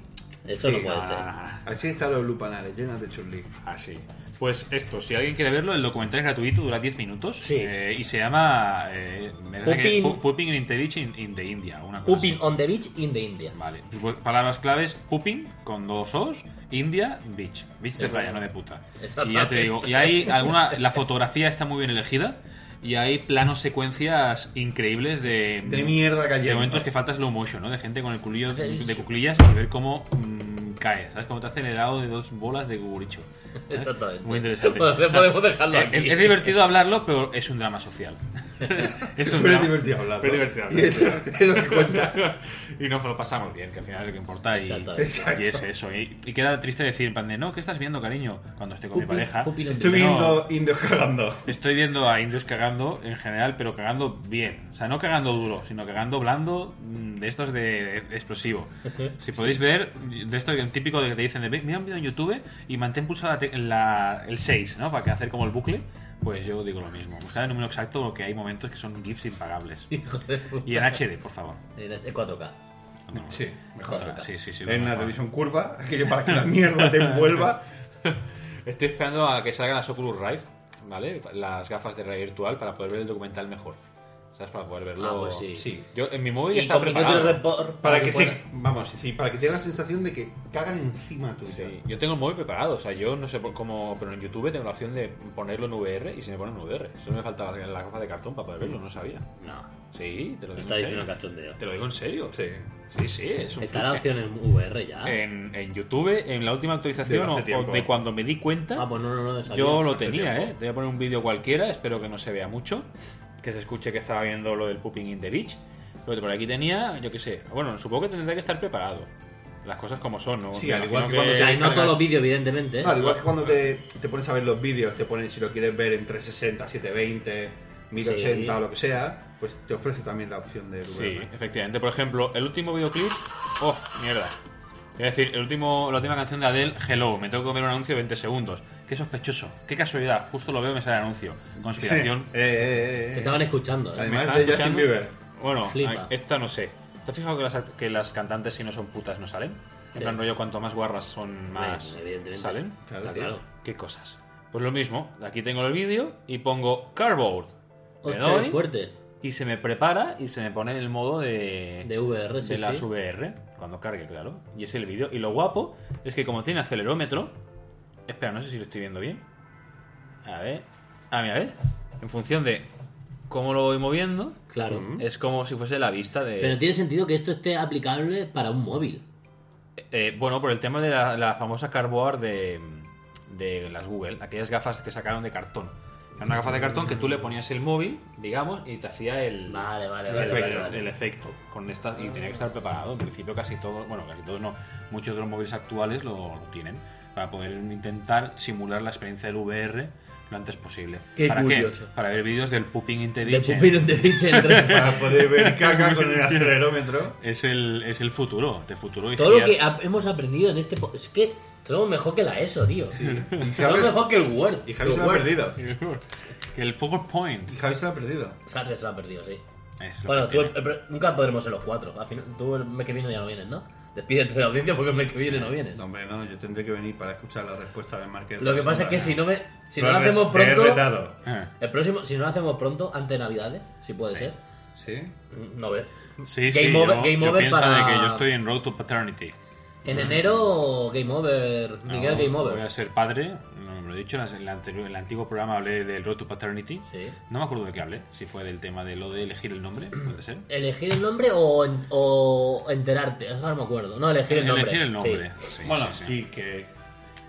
S2: Eso no puede ser.
S1: Ah,
S3: Así están los lupanales, llenos de churli.
S1: Así. Pues esto, si alguien quiere verlo, el documental es gratuito, dura 10 minutos.
S2: Sí.
S1: eh, y se llama. Eh, me parece que-
S2: Pooping-
S1: Pu- Pooping in the Beach in, in the India. Una cosa
S2: Pooping
S1: así.
S2: on the beach in the India.
S1: Vale. Pues, palabras claves: Pooping con dos O's, India, Beach. Beach de playa, no de puta. Y ya te
S2: Exactamente.
S1: digo. Y hay alguna. La fotografía está muy bien elegida. Y hay planos secuencias increíbles de.
S3: De mierda
S1: De
S3: cayendo.
S1: momentos que falta slow motion, ¿no? De gente con el culillo
S2: Hacer el-
S1: de cuclillas y ver cómo mm, cae, ¿sabes? Cómo te hacen el helado de dos bolas de guguricho. ¿eh?
S2: Exactamente.
S1: Muy interesante.
S2: Podemos- podemos dejarlo
S1: es,
S2: aquí.
S1: es- es divertido hablarlo, pero es un drama social. es un
S3: Pero
S1: drama-
S3: es divertido hablar.
S1: Pero es divertido
S3: Y eso es lo que cuenta.
S1: y nos lo pasamos bien, que al final es lo que importa y,
S2: Exactamente.
S3: Exacto.
S1: y es eso. Y, y queda triste decir, en plan de, no, ¿qué estás viendo, cariño? Cuando estoy con mi
S2: Pupi-
S1: pareja.
S2: pupi-
S3: Estoy
S1: Pero-
S3: viendo indios cagando.
S1: Estoy viendo a indios cagando en general, pero cagando bien. O sea, no cagando duro, sino cagando blando mm, de estos de, de explosivo. Si podéis ver, de esto típico de que te dicen, de, "Ve, mira un vídeo en YouTube y mantén pulsada la te- la- el 6, ¿no? Para que hacer como el bucle. Pues yo digo lo mismo. Buscar el número exacto porque hay momentos que son GIFs impagables.
S2: Hijo de puta.
S1: Y en HD, por favor.
S2: En el 4K.
S1: No.
S3: Sí,
S2: mejor.
S1: Sí, sí, sí.
S3: en
S1: lo
S3: una
S1: mejor.
S3: televisión curva, aquello para que la mierda te envuelva.
S1: Estoy esperando a que salgan las Oculus Rift, ¿vale? Las gafas de realidad virtual para poder ver el documental mejor. ¿Sabes? Para poder verlo.
S2: Ah, pues sí.
S1: Yo en mi móvil
S2: Y
S1: está
S2: con
S1: preparado.
S2: minutos de report- pues,
S3: Para que sí,
S2: pueda-
S3: vamos, sí, para que tenga la sensación de que cagan encima tuya.
S1: Sí, yo tengo el móvil preparado, o sea, yo no sé por- cómo, pero en YouTube tengo la opción de ponerlo en VR y se me pone en VR. Solo me falta la, la gafa de cartón para poder verlo, no sabía.
S2: No.
S1: Sí, te lo digo
S2: Está
S1: en
S2: diciendo
S1: serio.
S2: cachondeo.
S1: Te lo digo en serio.
S3: Sí.
S1: sí, sí, es un
S2: Está la
S1: truque.
S2: opción en VR ya.
S3: Eh,
S1: en, en YouTube, en la última actualización
S3: Desde
S1: o,
S3: hace tiempo. eh.
S1: o de cuando me di cuenta,
S2: Ah, pues no, no, no. sabía.
S1: Yo lo
S2: Hace
S1: tenía,
S2: tiempo.
S1: ¿eh? Te voy a poner un vídeo cualquiera, espero que no se vea mucho, que se escuche que estaba viendo lo del Pooping in the Beach. Pero por aquí tenía, yo qué sé, bueno, supongo que tendrá que estar preparado. Las cosas como son, ¿no?
S3: Sí,
S1: Me
S3: al
S1: imagino
S3: igual que cuando
S2: O sea, y no
S3: Cargas.
S2: todos los vídeos, evidentemente. ¿eh?
S3: No, al igual que cuando te, te pones a ver los vídeos, te ponen si lo quieres ver en 360, 720, 1080
S2: Sí.
S3: o lo que sea, pues te ofrece también la opción de
S1: Sí,
S3: VR.
S1: efectivamente. Por ejemplo, el último videoclip... ¡Oh, mierda! Es decir, el último, la última canción de Adele, Hello, me tengo que comer un anuncio de 20 segundos. Qué sospechoso, qué casualidad, justo lo veo y me sale el anuncio. Conspiración,
S3: Eh, eh, eh, eh.
S2: Te estaban escuchando, ¿eh?
S3: Además
S1: ¿Me
S3: de
S1: estás
S3: Justin
S1: escuchando?
S3: Bieber.
S1: Bueno,
S2: Flipa.
S1: esta no sé. ¿Te has fijado que las, que las cantantes si no son putas no salen? En
S2: Sí.
S1: plan rollo, cuanto más guarras son más
S2: Bueno, evidentemente.
S1: salen.
S2: Está
S3: Claro,
S2: claro.
S1: ¿Qué cosas? Pues lo mismo, aquí tengo el vídeo y pongo cardboard. Le
S2: Hostia, qué
S1: doy
S2: fuerte.
S1: y se me prepara y se me pone en el modo de,
S2: De VR, sí,
S1: de las
S2: sí.
S1: VR, cuando cargue, claro. Y es el vídeo. Y lo guapo es que como tiene acelerómetro... Espera, no sé si lo estoy viendo bien. A ver. A mí, a ver. En función de cómo lo voy moviendo,
S2: Claro.
S3: Mm.
S2: Eh,
S1: es como si fuese la vista de...
S2: Pero tiene sentido que esto esté aplicable para un móvil.
S1: Eh, bueno, por el tema de la, la famosa carboard de, de las Google, aquellas gafas que sacaron de cartón. Era una gafa de cartón que tú le ponías el móvil, digamos, y te hacía el,
S2: Vale, vale,
S1: el
S2: vale.
S1: efecto,
S2: vale, vale.
S1: el efecto. Con esta, y tenía que estar preparado. En principio casi todos, bueno, casi todos no, muchos de los móviles actuales lo, lo tienen para poder intentar simular la experiencia del VR lo antes posible.
S2: Qué
S1: ¿Para
S2: curioso.
S1: Para ver vídeos del pooping in the
S2: De
S1: beach en-
S2: pupilón de biche entre.
S3: Para poder ver caca con el acelerómetro.
S1: Es el, es el futuro, de futuro. y
S2: Todo lo
S1: genial.
S2: que ha- hemos aprendido en este. po- Es que somos mejor que la ESO, tío.
S3: Y
S2: Somos
S3: sabes,
S2: mejor que el Word.
S3: y Javi
S2: el
S3: se lo ha
S2: Word.
S3: perdido.
S1: Que el PowerPoint.
S3: Y Javi se lo ha perdido.
S2: Sartre se lo ha perdido, sí.
S1: Es lo
S2: Bueno,
S1: que
S2: tú,
S1: tiene.
S2: el- pero nunca podremos ser los cuatro. Al final, tú el mes que viene ya no vienes, ¿no? Despídete de la audiencia porque el mes que viene no vienes.
S3: No, hombre, no, yo tendré que venir para escuchar la respuesta de Marquez.
S2: Lo que pasa es que si no me, si no
S3: Pero
S2: lo
S3: te-
S2: hacemos
S3: te he
S2: pronto.
S3: retado.
S1: Eh.
S2: El próximo, si no lo hacemos pronto, antes de Navidades, si puede ser.
S3: ¿Sí?
S2: No ve.
S1: Sí,
S2: Game
S1: sí,
S2: over-
S1: yo,
S2: game
S1: yo
S2: over
S1: pienso
S2: para-
S1: de que yo estoy en Road to Paternity.
S2: En enero, Game Over. Miguel,
S1: No,
S2: Game
S1: Voy a
S2: Over.
S1: ser padre, no me lo he dicho, en la- en, la anterior- en el antiguo programa hablé del Road to Paternity.
S2: Sí.
S1: No me acuerdo de qué hablé, si fue del tema de lo de elegir el nombre, puede ser.
S2: ¿Elegir el nombre o, en- o enterarte? Eso no me acuerdo. No, elegir el nombre.
S1: Elegir el nombre.
S2: Sí.
S1: Sí,
S3: bueno,
S1: sí,
S3: sí,
S1: sí.
S3: que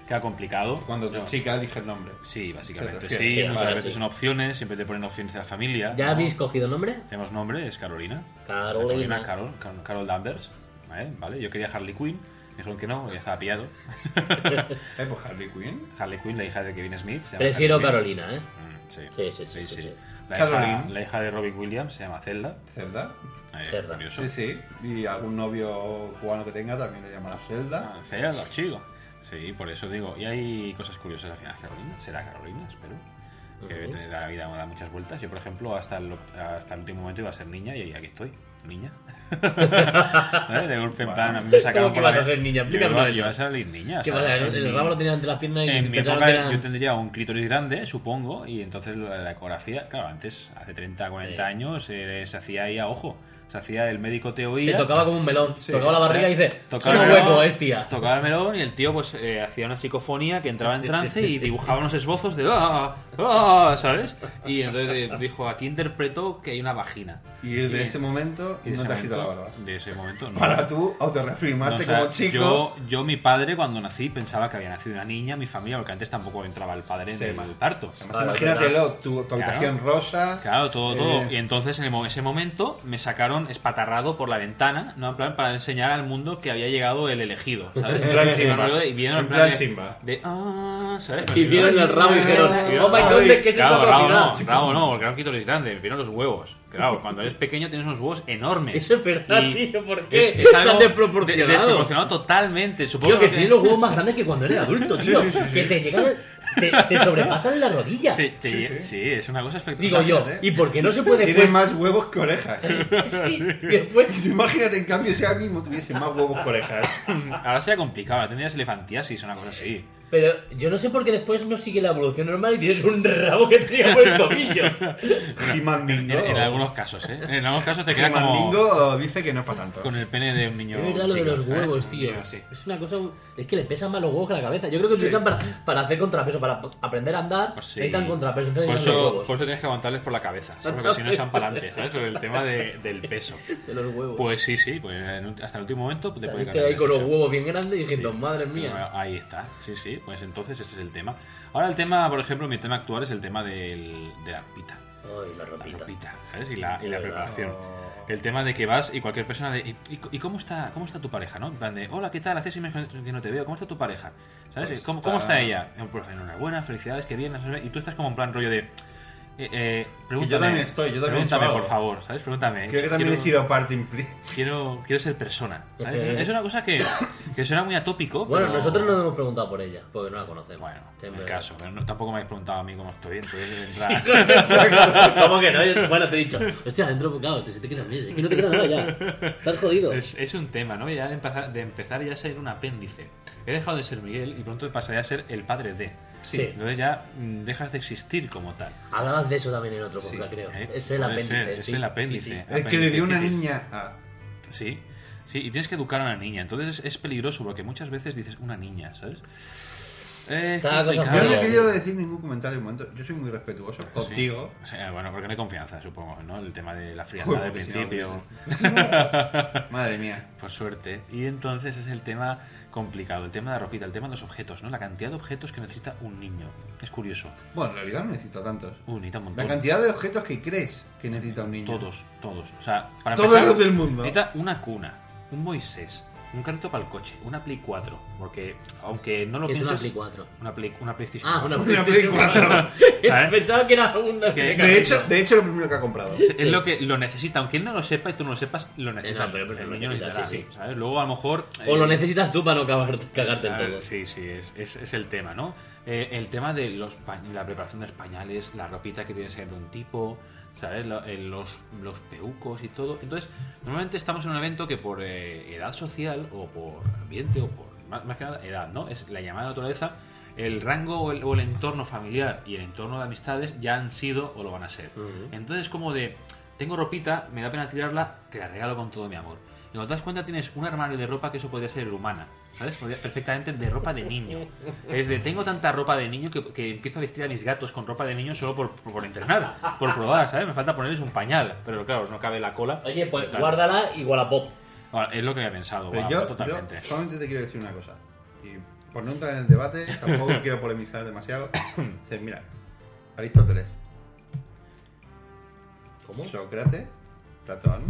S1: queda complicado.
S3: Cuando tu
S1: No.
S3: chica elige el nombre.
S1: Sí, básicamente.
S3: Te
S1: Sí,
S3: refieres, sí,
S1: muchas
S2: vale,
S1: veces
S2: sí.
S1: son opciones, siempre te ponen opciones de la familia.
S2: ¿Ya
S1: ¿no?
S2: habéis cogido nombre?
S1: Tenemos nombre, es Carolina.
S2: Carolina.
S1: Carol, Carol, Carol Danvers. ¿Vale? ¿Vale? Yo quería Harley Quinn. me Dijeron que no, ya estaba pillado.
S3: Eh, pues Harley Quinn.
S1: Harley Quinn, la hija de Kevin Smith. se llama
S2: Prefiero
S1: Harley
S2: Carolina,
S1: Quinn.
S2: ¿eh?
S1: Mm, sí.
S2: Sí, sí, sí, sí, sí.
S1: La, hija,
S3: Caroline.
S1: la hija de Robin Williams se llama Zelda.
S3: Zelda.
S1: Eh,
S2: Zelda.
S1: curioso.
S3: Sí, sí. Y algún novio cubano que tenga también lo llamará Zelda.
S1: Ah, Zelda, chico. Sí, por eso digo. Y hay cosas curiosas al final. Carolina. Será Carolina, espero. Que
S2: Ujú.
S1: te da la vida da muchas vueltas. Yo, por ejemplo, hasta el, hasta el último momento iba a ser niña y aquí estoy, niña. ¿Vale? De golpe, en plan, a mí me
S2: ¿Cómo
S1: sacaron
S2: que
S1: por la
S2: vas a
S1: vez-
S2: ser niña?
S1: Yo
S2: Explícame
S1: iba-
S2: eso.
S1: Yo iba a salir niña. o
S2: ¿Qué
S1: sea,
S2: pasa? El,
S1: en mi-
S2: el rabo lo tenía entre las piernas y
S1: En mi
S2: pensaron
S1: época
S2: que
S1: yo
S2: eran-
S1: tendría un clítoris grande, supongo, y entonces la la ecografía, claro, antes, hace 30, 40
S2: Sí.
S1: años, eh, se hacía ahí a ojo. Se hacía el médico te oía.
S2: Se tocaba como un melón.
S3: Sí.
S2: Tocaba la barriga y dice,
S1: Tocaba
S2: "Tiene
S1: el melón,
S2: hueco, es tía.
S1: Tocaba el melón y el tío pues eh, hacía una psicofonía que entraba en trance y dibujaba unos esbozos de "Ah, ah", ¿sabes? Y entonces eh, dijo, aquí interpretó que hay una vagina.
S3: Y desde ese momento
S1: Y de
S3: no
S1: ese
S3: te has quitado la
S1: momento-
S3: barba.
S1: De ese momento no.
S3: Para tú autorreafirmarte
S1: No, o sea,
S3: como chico.
S1: Yo, yo, mi padre, cuando nací, pensaba que había nacido una niña, mi familia, porque antes tampoco entraba el padre en
S3: Sí.
S1: el parto.
S3: Además,
S2: Vale,
S3: imagínatelo, tu, tu habitación rosa.
S1: Claro, todo, todo.
S3: eh,
S1: Y entonces en el mo- ese momento me sacaron espatarrado por la ventana, ¿no? En plan, para enseñar al mundo que había llegado el elegido, ¿sabes?
S3: En plan
S1: Y
S3: Simba.
S1: me acuerdo- Y vieron
S3: En
S1: en plan,
S3: plan
S1: de-
S3: Simba.
S1: de, ah, ¿sabes?
S2: Y
S1: Pero
S2: vieron
S1: no-
S2: el rabo y dijeron,
S3: Ay,
S2: oh my
S3: ay.
S2: god, ¿qué es esta
S1: Claro, rabo no,
S2: atrocidad?
S1: rabo no, porque era un quito grande, vieron los huevos. Claro, cuando eres pequeño tienes unos huevos enormes.
S2: Eso es verdad,
S1: Y
S2: tío, ¿por qué?
S1: Es, es
S2: Tan
S1: algo
S2: desproporcionado.
S1: de- desproporcionado totalmente. Supongo
S2: Tío, que
S1: no
S2: tiene los huevos más grandes que cuando eres adulto, tío.
S3: sí, sí, sí.
S2: Que te llegan... Te, te sobrepasan la rodilla.
S1: te- te-
S3: Sí,
S1: sí,
S3: sí.
S1: es una cosa espectacular.
S2: Digo yo,
S3: fíjate.
S2: ¿y por qué no se puede
S3: Tiene
S1: Pues-
S2: después?
S3: más huevos que orejas.
S2: Sí, después...
S3: Imagínate, en cambio, si ahora mismo tuviese más huevos que orejas.
S1: Ahora sería complicado, ahora tendrías elefantiasis, una cosa así.
S2: Pero yo no sé por qué después no sigue la evolución normal y tienes un rabo que te llega por el tobillo.
S1: En,
S3: Jimandingo.
S1: en algunos casos, ¿eh? En algunos casos te queda como
S3: Jimandingo dice que no es para tanto.
S1: con el pene de un niño.
S2: Es verdad lo de
S1: chico, ¿eh?
S2: los
S1: ¿sabes?
S2: huevos, tío.
S1: Un niño así.
S2: Es una cosa. Es que les pesan más los huevos que la cabeza. Yo creo que utilizan para, para hacer contrapeso, para aprender a andar.
S1: Pues sí.
S2: Necesitan contrapeso, entonces
S1: Por
S2: necesitan
S1: eso,
S2: los
S1: por
S2: huevos.
S1: eso tienes que aguantarles por la cabeza, ¿sabes? porque si no se van para adelante, ¿sabes? Por el tema de- del peso.
S2: De los huevos.
S1: Pues sí, sí, pues en un- hasta el último momento te puede
S2: Saliste
S1: cambiar
S2: ahí
S1: el
S2: con los
S1: sistema.
S2: huevos bien grandes y diciendo,
S1: Sí.
S2: madre
S1: Pero
S2: mía.
S1: Ahí está, sí, sí, pues entonces ese es el tema. Ahora el tema, por ejemplo, mi tema actual es el tema del, de la ropita.
S2: Ay, la
S1: La
S2: ropita.
S1: ropita, ¿sabes? Y la, y la
S2: Ay,
S1: preparación. El tema de que vas y cualquier persona de... ¿Y, y- y cómo, está, cómo está tu pareja, no? En plan de, hola, ¿qué tal? Hace seis meses que no te veo. ¿Cómo está tu pareja? ¿Sabes?
S3: Pues
S1: ¿Cómo,
S3: está-
S1: ¿Cómo está ella? Eh, Pues enhorabuena, felicidades, que bien. no sé, no sé. Y tú estás como en plan rollo de... Eh, eh, pregúntame,
S3: también estoy, yo también he hecho
S1: pregúntame,
S3: algo.
S1: por favor, ¿sabes? Pregúntame.
S3: Creo que también he
S1: Quiero-
S3: sido parte impli-
S1: quiero, quiero ser persona. ¿sabes?
S2: Ok.
S1: Es una cosa que, que suena muy atópico.
S2: Bueno,
S1: pero-
S2: nosotros no hemos preguntado por ella, porque no la conocemos.
S1: Bueno, en
S2: Siempre-
S1: el caso. pero no- tampoco me habéis preguntado a mí cómo estoy. Entonces, en plan-
S2: ¿Cómo que no? Yo- Bueno, te he dicho, hostia, dentro, claro, te, se te quedan meses. Y no te queda nada ya. Estás jodido.
S1: es, es un tema, ¿no? Ya de empezar, de empezar ya a ser un apéndice. He dejado de ser Miguel y pronto pasaré a ser el padre de.
S2: Sí.
S1: Entonces ya mm, dejas de existir como tal.
S2: Hablabas de eso también en otro podcast, creo.
S1: ¿eh?
S2: Es el
S1: Puede
S2: apéndice.
S1: ser, Es
S2: sí.
S1: el apéndice.
S2: Sí, sí.
S3: Es que le dio una
S1: apendicitis.
S3: niña a.
S1: Sí, sí, y tienes que educar a una niña. Entonces es, es peligroso porque muchas veces dices una niña, ¿sabes? Es
S2: Cada cosa
S3: Yo
S1: complicado.
S3: no he
S2: Claro.
S3: querido decir ningún comentario de momento. Yo soy muy respetuoso contigo.
S1: Sí. O sea, bueno, porque no hay confianza, supongo, ¿no? El tema de la frialdad del
S3: Joder,
S2: pues
S3: porque si no,
S1: principio,
S3: Madre mía.
S1: por suerte. Y entonces es el tema complicado, el tema de la ropita, el tema de los objetos, ¿no? La cantidad de objetos que necesita un niño. Es curioso.
S3: Bueno, en realidad no necesito tantos.
S1: Uh, necesita un montón.
S3: La cantidad de objetos que crees que necesita un niño.
S1: Todos, todos. O sea, para
S3: Todos
S1: empezar,
S3: los del mundo.
S1: Necesita una cuna, un Moisés, un carrito para el coche, una Play 4. Porque, aunque no lo
S2: Que es
S1: pienses...
S2: una Play 4.
S1: Una Play, una PlayStation
S2: Ah, una
S3: Una
S2: PlayStation
S3: Play 4.
S1: ¿Sabes?
S2: Pensaba que era una
S1: Que-
S2: Play
S3: De hecho, de hecho, lo primero que ha comprado.
S1: Es, es lo que lo necesita, aunque él no lo sepa y tú no lo sepas, lo necesita.
S2: Eh, no, pero- pero
S1: el
S2: lo
S1: niño
S2: necesita,
S1: necesitará,
S2: sí, sí.
S1: ¿sabes? Luego a lo mejor.
S2: O
S1: eh,
S2: lo necesitas tú para no cagar- cagarte en
S1: Claro,
S2: todo.
S1: Sí, sí, es, es- es el tema, ¿no? Eh, el tema de los pa- la preparación de los pañales, la ropita que tiene que ser de un tipo, ¿sabes? Lo- eh, los, los peucos y todo. Entonces, normalmente estamos en un evento que por eh, edad social o por ambiente o por, más, más que nada, edad, ¿no? Es la llamada naturaleza, el rango o el, o el entorno familiar y el entorno de amistades ya han sido o lo van a ser.
S2: Ujú.
S1: Entonces, como de, tengo ropita, me da pena tirarla, te la regalo con todo mi amor. Y cuando te das cuenta, tienes un armario de ropa que eso podría ser el humana, ¿sabes? Podría- perfectamente de ropa de niño. Es de, tengo tanta ropa de niño que, que empiezo a vestir a mis gatos con ropa de niño solo por, por, por entrenar, por probar, ¿sabes? Me falta ponerles un pañal, pero claro, no cabe la cola.
S2: Oye, pues
S1: Y tal.
S2: guárdala igual a Pop.
S1: Ahora, es lo que había pensado,
S3: Pero
S1: guau,
S3: yo, yo
S1: totalmente.
S3: solamente te quiero decir una cosa. Y por no entrar en el debate, tampoco quiero polemizar demasiado. Dices, mira, Aristóteles,
S2: ¿Cómo?
S3: Sócrates, Platón,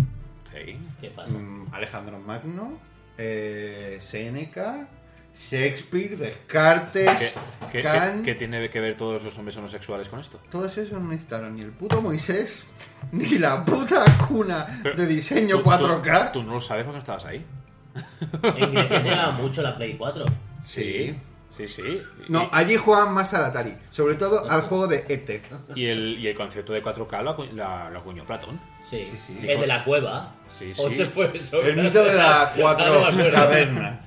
S1: Sí.
S2: ¿Qué pasa?
S3: mm, Alejandro Magno, eh, Séneca, Shakespeare, Descartes,
S1: ¿Qué, qué-
S3: Kant.
S1: qué- qué tiene que ver todos los hombres homosexuales con esto?
S3: Todos esos no necesitaron ni el puto Moisés, ni la puta cuna
S1: Pero
S3: de diseño
S1: Tú- tú-
S3: 4K.
S1: Tú, no lo sabes porque no estabas ahí. Mm.
S2: En Grecia se llevaba mucho la Play 4.
S3: Sí.
S1: Sí, sí. Y-
S3: No, allí jugaban más al Atari, sobre todo al juego de E ET.
S1: Y el, y el concepto de 4K lo, acu- la- lo acuñó Platón.
S2: Sí.
S3: Sí, sí.
S2: El de la cueva.
S1: Sí,
S5: ¿O
S1: sí.
S5: se fue eso?
S3: El mito de la
S5: Ah, no me
S3: 4
S5: acuerdo.
S3: caverna.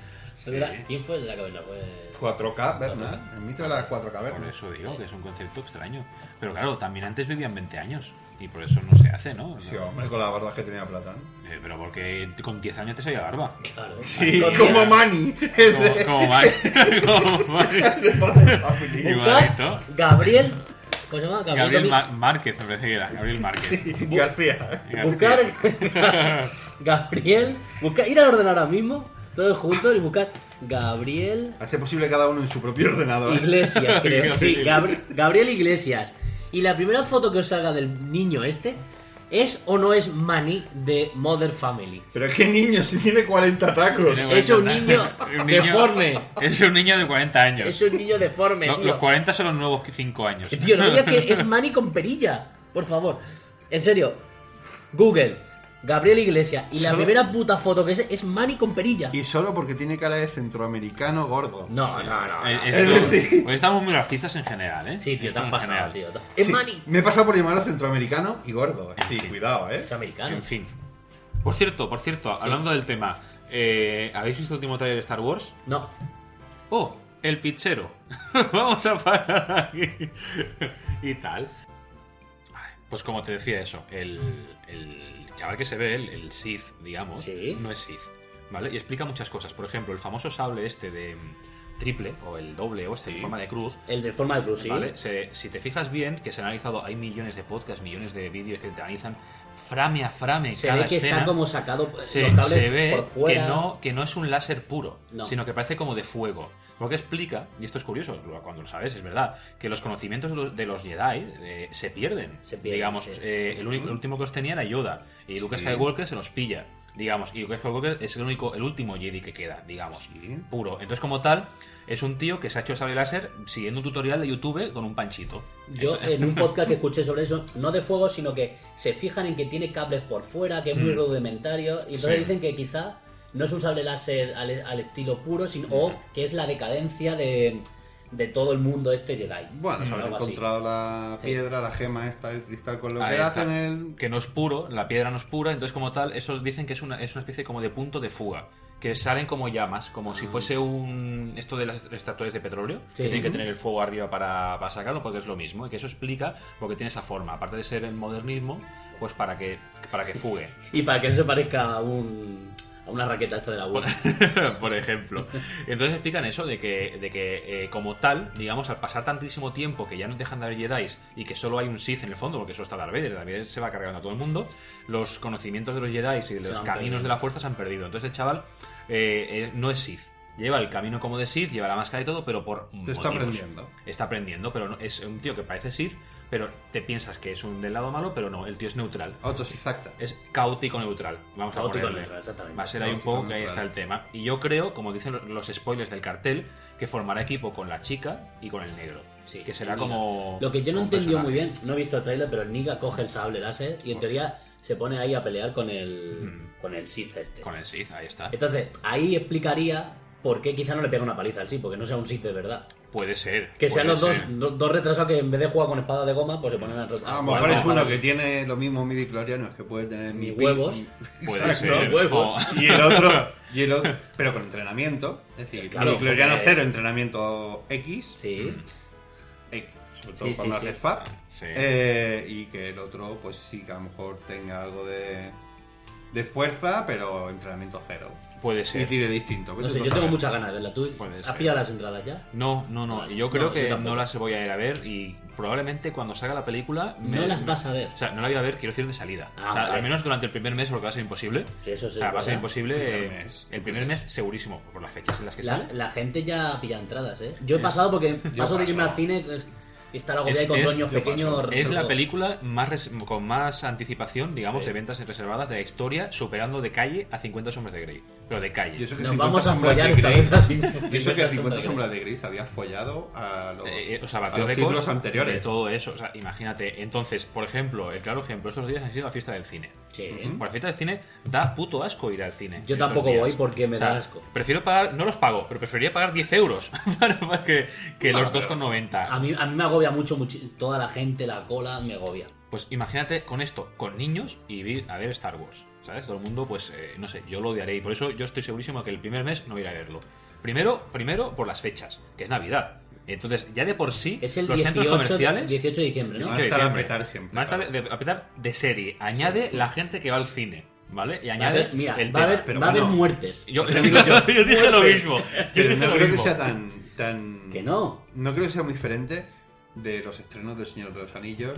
S2: Creo que era- ¿Quién fue el de la caverna? Pues, Fue-
S3: 4 caverna, el mito de la 4
S1: Por
S3: caverna.
S1: eso digo que es un concepto extraño. Pero claro, también antes vivían 20 años. Y por eso no se hace, ¿no?
S3: Sí, hombre, con la barba que tenía Platón.
S1: Eh, pero porque con 10 años te salía barba.
S2: Claro.
S3: Sí,
S2: Con
S3: como
S2: Diana.
S3: Manny. el
S1: Como,
S3: de-
S1: como Mari. Como Mari.
S3: de Modern Family.
S1: Igualito.
S2: Gabriel. ¿Cómo se llama?
S1: Gabriel
S2: Domi-
S1: Ma- Márquez, me parece que era. Gabriel Márquez.
S3: García.
S1: García.
S2: Buscar. Gabriel. Buscar, ir al ordenador ahora mismo, todos juntos, y buscar Gabriel
S3: Hace posible cada uno en su propio
S1: ¿eh?
S3: ordenador.
S2: Iglesias, creo. Sí,
S1: Gabriel.
S2: Gabri- Gabriel Iglesias. Y la primera foto que os salga del niño este es o no es Manny de Mother Family.
S3: Pero qué niño, si tiene 40 tacos.
S1: Tiene
S2: Es un
S1: 40.
S2: niño
S1: Un
S2: deforme.
S1: Es un niño de 40 años.
S2: Es un niño deforme,
S1: Lo- Los
S2: tío.
S1: 40 son los nuevos 5 años.
S2: Que, Tío, no digas que es Manny con perilla. Por favor. En serio. Google. Gabriel Iglesias. Y la primera puta foto que es es Manny con perilla.
S3: Y solo porque tiene cara de centroamericano gordo.
S2: No, no, no.
S1: Eh,
S3: Es
S1: esto-
S3: decir-
S1: hoy estamos muy racistas en general, ¿eh?
S2: Sí, tío, te has
S1: Estamos en
S2: pasado,
S1: general.
S2: tío. te has- Es
S3: Sí,
S2: Manny.
S3: Me he pasado por llamarlo centroamericano y gordo. Sí, cuidado, ¿eh?
S2: Es americano.
S1: En fin. Por cierto, por cierto, hablando del tema, eh, ¿habéis visto el último trailer de Star Wars?
S2: No.
S1: ¡Oh! El pichero. Vamos a parar aquí. y tal. Ay, Pues como te decía eso, el, el chaval que se ve, el, el Sith, digamos,
S2: Sí.
S1: no es Sith, ¿vale? Y explica muchas cosas. Por ejemplo, el famoso sable este de mm, triple, o el doble, o este en forma de cruz,
S2: El de forma de cruz, sí.
S1: ¿Vale? Se- si te fijas bien, que se han analizado, hay millones de podcasts, millones de vídeos que te analizan frame a frame
S2: Se
S1: cada
S2: ve que
S1: escena.
S2: está como sacado pues,
S1: se,
S2: los cables
S1: se ve
S2: por fuera.
S1: Que, no, que no es un láser puro,
S2: No.
S1: sino que parece como de fuego. Porque explica, y esto es curioso, lo- cuando lo sabes, es verdad, que los conocimientos de los- de los Jedi eh, se pierden.
S2: Se pierden,
S1: Digamos,
S2: sí.
S1: eh, el, único- el último que los tenía era Yoda, y Lucas Skywalker se los pilla. Digamos, y Luke Skywalker es el único, el último Jedi que queda, digamos, puro. Entonces, como tal, es un tío que se ha hecho el sable láser siguiendo un tutorial de YouTube con un panchito.
S2: Yo en un podcast que escuché sobre eso, no de fuego, sino que se fijan en que tiene cables por fuera, que es muy rudimentario, y entonces
S1: Sí.
S2: dicen que quizá no es un sable láser al, al estilo puro, sino o que es la decadencia de, de todo el mundo este Jedi.
S3: Bueno, se
S2: Algo
S3: habrá
S2: así.
S3: encontrado la piedra, la gema esta, el cristal con lo
S1: Ahí
S3: que
S1: está.
S3: hacen el...
S1: que no es puro, la piedra no es pura, entonces como tal, eso dicen que es una, es una especie como de punto de fuga, que salen como llamas, como si fuese un... esto de las extractores de petróleo,
S2: Sí.
S1: que tienen que tener el fuego arriba para, para sacarlo, porque es lo mismo, y que eso explica porque tiene esa forma, aparte de ser el modernismo, pues para que, para que fugue,
S2: Y para que no se parezca a, un, a una raqueta esta de la
S1: por,
S2: buena.
S1: por ejemplo. Entonces explican eso de que, de que eh, como tal, digamos, al pasar tantísimo tiempo que ya no dejan de haber Jedi y que solo hay un Sith en el fondo, porque eso está Darth Vader, Darth Vader se va cargando a todo el mundo, los conocimientos de los Jedi y de
S2: Se
S1: los caminos
S2: van perdiendo.
S1: de la fuerza se han perdido. Entonces el chaval eh, eh, no es Sith. Lleva el camino como de Sith, lleva la máscara y todo, pero por
S3: Te está
S1: motivos.
S3: aprendiendo.
S1: Está aprendiendo, pero no- es un tío que parece Sith, pero te piensas que es un del lado malo, pero no, el tío es neutral
S3: Autosizacta.
S1: es caótico neutral. Vamos a
S2: Caótico
S1: ponerle.
S2: neutral, exactamente.
S1: Va a ser ahí un
S3: Caótico
S1: poco que ahí está
S3: neutral.
S1: el tema. Y yo creo, como dicen lo- los spoilers del cartel, que formará equipo con la chica y con el negro.
S2: Sí,
S1: que será
S2: el
S1: como.
S2: Lo que yo no
S1: como un
S2: entendí muy
S1: personaje.
S2: bien, no he visto el trailer, pero el Niga coge el sable láser y en teoría se pone ahí a pelear con el, con el Sith este.
S1: Con el Sith, ahí está.
S2: Entonces, ahí explicaría por qué quizá no le pega una paliza al sí, porque no sea un Sith de verdad.
S1: Puede ser.
S2: Que
S1: puede
S2: sean los
S1: ser.
S2: dos, do- dos retrasados que en vez de jugar con espada de goma, pues se ponen a
S3: A
S2: retrasar.
S3: lo mejor es uno que tiene los mismos midi clorianos que puede tener
S2: Ni
S3: mi
S2: huevos.
S1: Puede
S3: Exacto.
S1: ser.
S2: huevos.
S1: o-
S3: Y el otro, y el otro, pero con entrenamiento. Es decir,
S2: Claro,
S3: midicloriano
S2: porque-
S3: cero, entrenamiento X.
S1: Mm,
S2: Sí.
S3: X, sobre todo
S2: Sí, sí,
S3: cuando
S2: sí.
S3: haces FAP.
S1: Sí.
S3: Eh, y que el otro, pues sí, que a lo mejor tenga algo de de fuerza, pero entrenamiento cero.
S1: Puede
S3: Y
S1: ser.
S3: tire distinto.
S2: No sé, yo tengo muchas ganas de verla. ¿Tú
S1: pues Puede
S2: has
S1: ser.
S2: pillado las entradas ya?
S1: No, no, no.
S2: Vale.
S1: Yo creo
S2: No, yo
S1: que
S2: tampoco.
S1: no las voy a ir a ver y probablemente cuando salga la película.
S2: No las vas a ver.
S1: O sea, no la voy a ver, quiero decir de salida.
S2: Ah,
S1: O sea,
S2: vale.
S1: Al menos durante el primer mes, porque va a ser imposible.
S2: Sí, eso sí,
S1: O sea, va a ser
S2: ¿verdad?
S1: imposible. eh, El
S3: Primer
S1: primer
S3: mes.
S1: mes, segurísimo, por las fechas en las que
S2: La,
S1: sale.
S2: la gente ya pilla entradas, ¿eh? Yo he pasado porque paso de
S3: paso.
S2: irme al cine es- y estar agobiado
S1: Es-
S2: y con
S1: es-
S2: niños
S1: yo
S2: pequeños.
S3: paso.
S1: Es la
S2: reservados.
S1: película más res- con más anticipación, digamos,
S2: Sí.
S1: de ventas reservadas de la historia, superando de calle a 50 sombras de Grey. Pero de calle.
S3: Y eso que
S2: Nos
S3: 50
S2: vamos a
S3: sombras
S2: follar
S3: de
S2: esta
S3: Grey-
S2: vez así.
S3: y eso que 50
S2: Sombras de
S3: sombras de gris había follado a los,
S1: Eh, eh, o sea,
S3: a
S1: batió
S3: los
S1: récords
S3: títulos anteriores.
S1: de todo eso. O sea, imagínate. Entonces, por ejemplo, el claro ejemplo estos días han sido la fiesta del cine.
S2: Sí.
S1: Por la fiesta del cine da puto asco ir al cine.
S2: Yo
S1: estos
S2: tampoco
S1: días.
S2: voy porque me da asco.
S1: Prefiero pagar, no los pago, pero preferiría pagar 10 euros para- para que, que
S3: No,
S1: los
S3: pero-
S1: 2,90.
S2: A mí, a mí me agobia mucho, muchi- toda la gente, la cola, me agobia.
S1: Pues imagínate con esto, con niños y vi- a ver Star Wars. ¿Sabes? Todo el mundo, pues, eh, no sé, yo lo odiaré. Y por eso yo estoy segurísimo que el primer mes no iré a verlo. Primero, primero por las fechas, que es Navidad. Entonces, ya de por sí,
S2: Es el
S1: los
S2: 18,
S1: centros comerciales.
S2: 18 de diciembre, ¿no?
S3: Van a
S1: de
S3: estar a
S1: diciembre.
S3: petar siempre,
S1: Van a estar
S3: claro.
S1: de, a petar de serie. Añade la gente que va al cine, ¿vale? Y
S2: Va a
S1: añade.
S2: ser- mira,
S1: el
S2: va a
S1: tema.
S2: haber,
S3: pero
S2: va a haber
S3: bueno.
S2: muertes.
S1: Yo, yo digo- yo- yo dije lo mismo. Yo
S3: Pero
S1: dije
S3: no
S1: lo
S3: creo que
S1: mismo. Eh,
S3: sea tan, tan.
S2: Que no.
S3: No creo que sea muy diferente de los estrenos del Señor de los Anillos.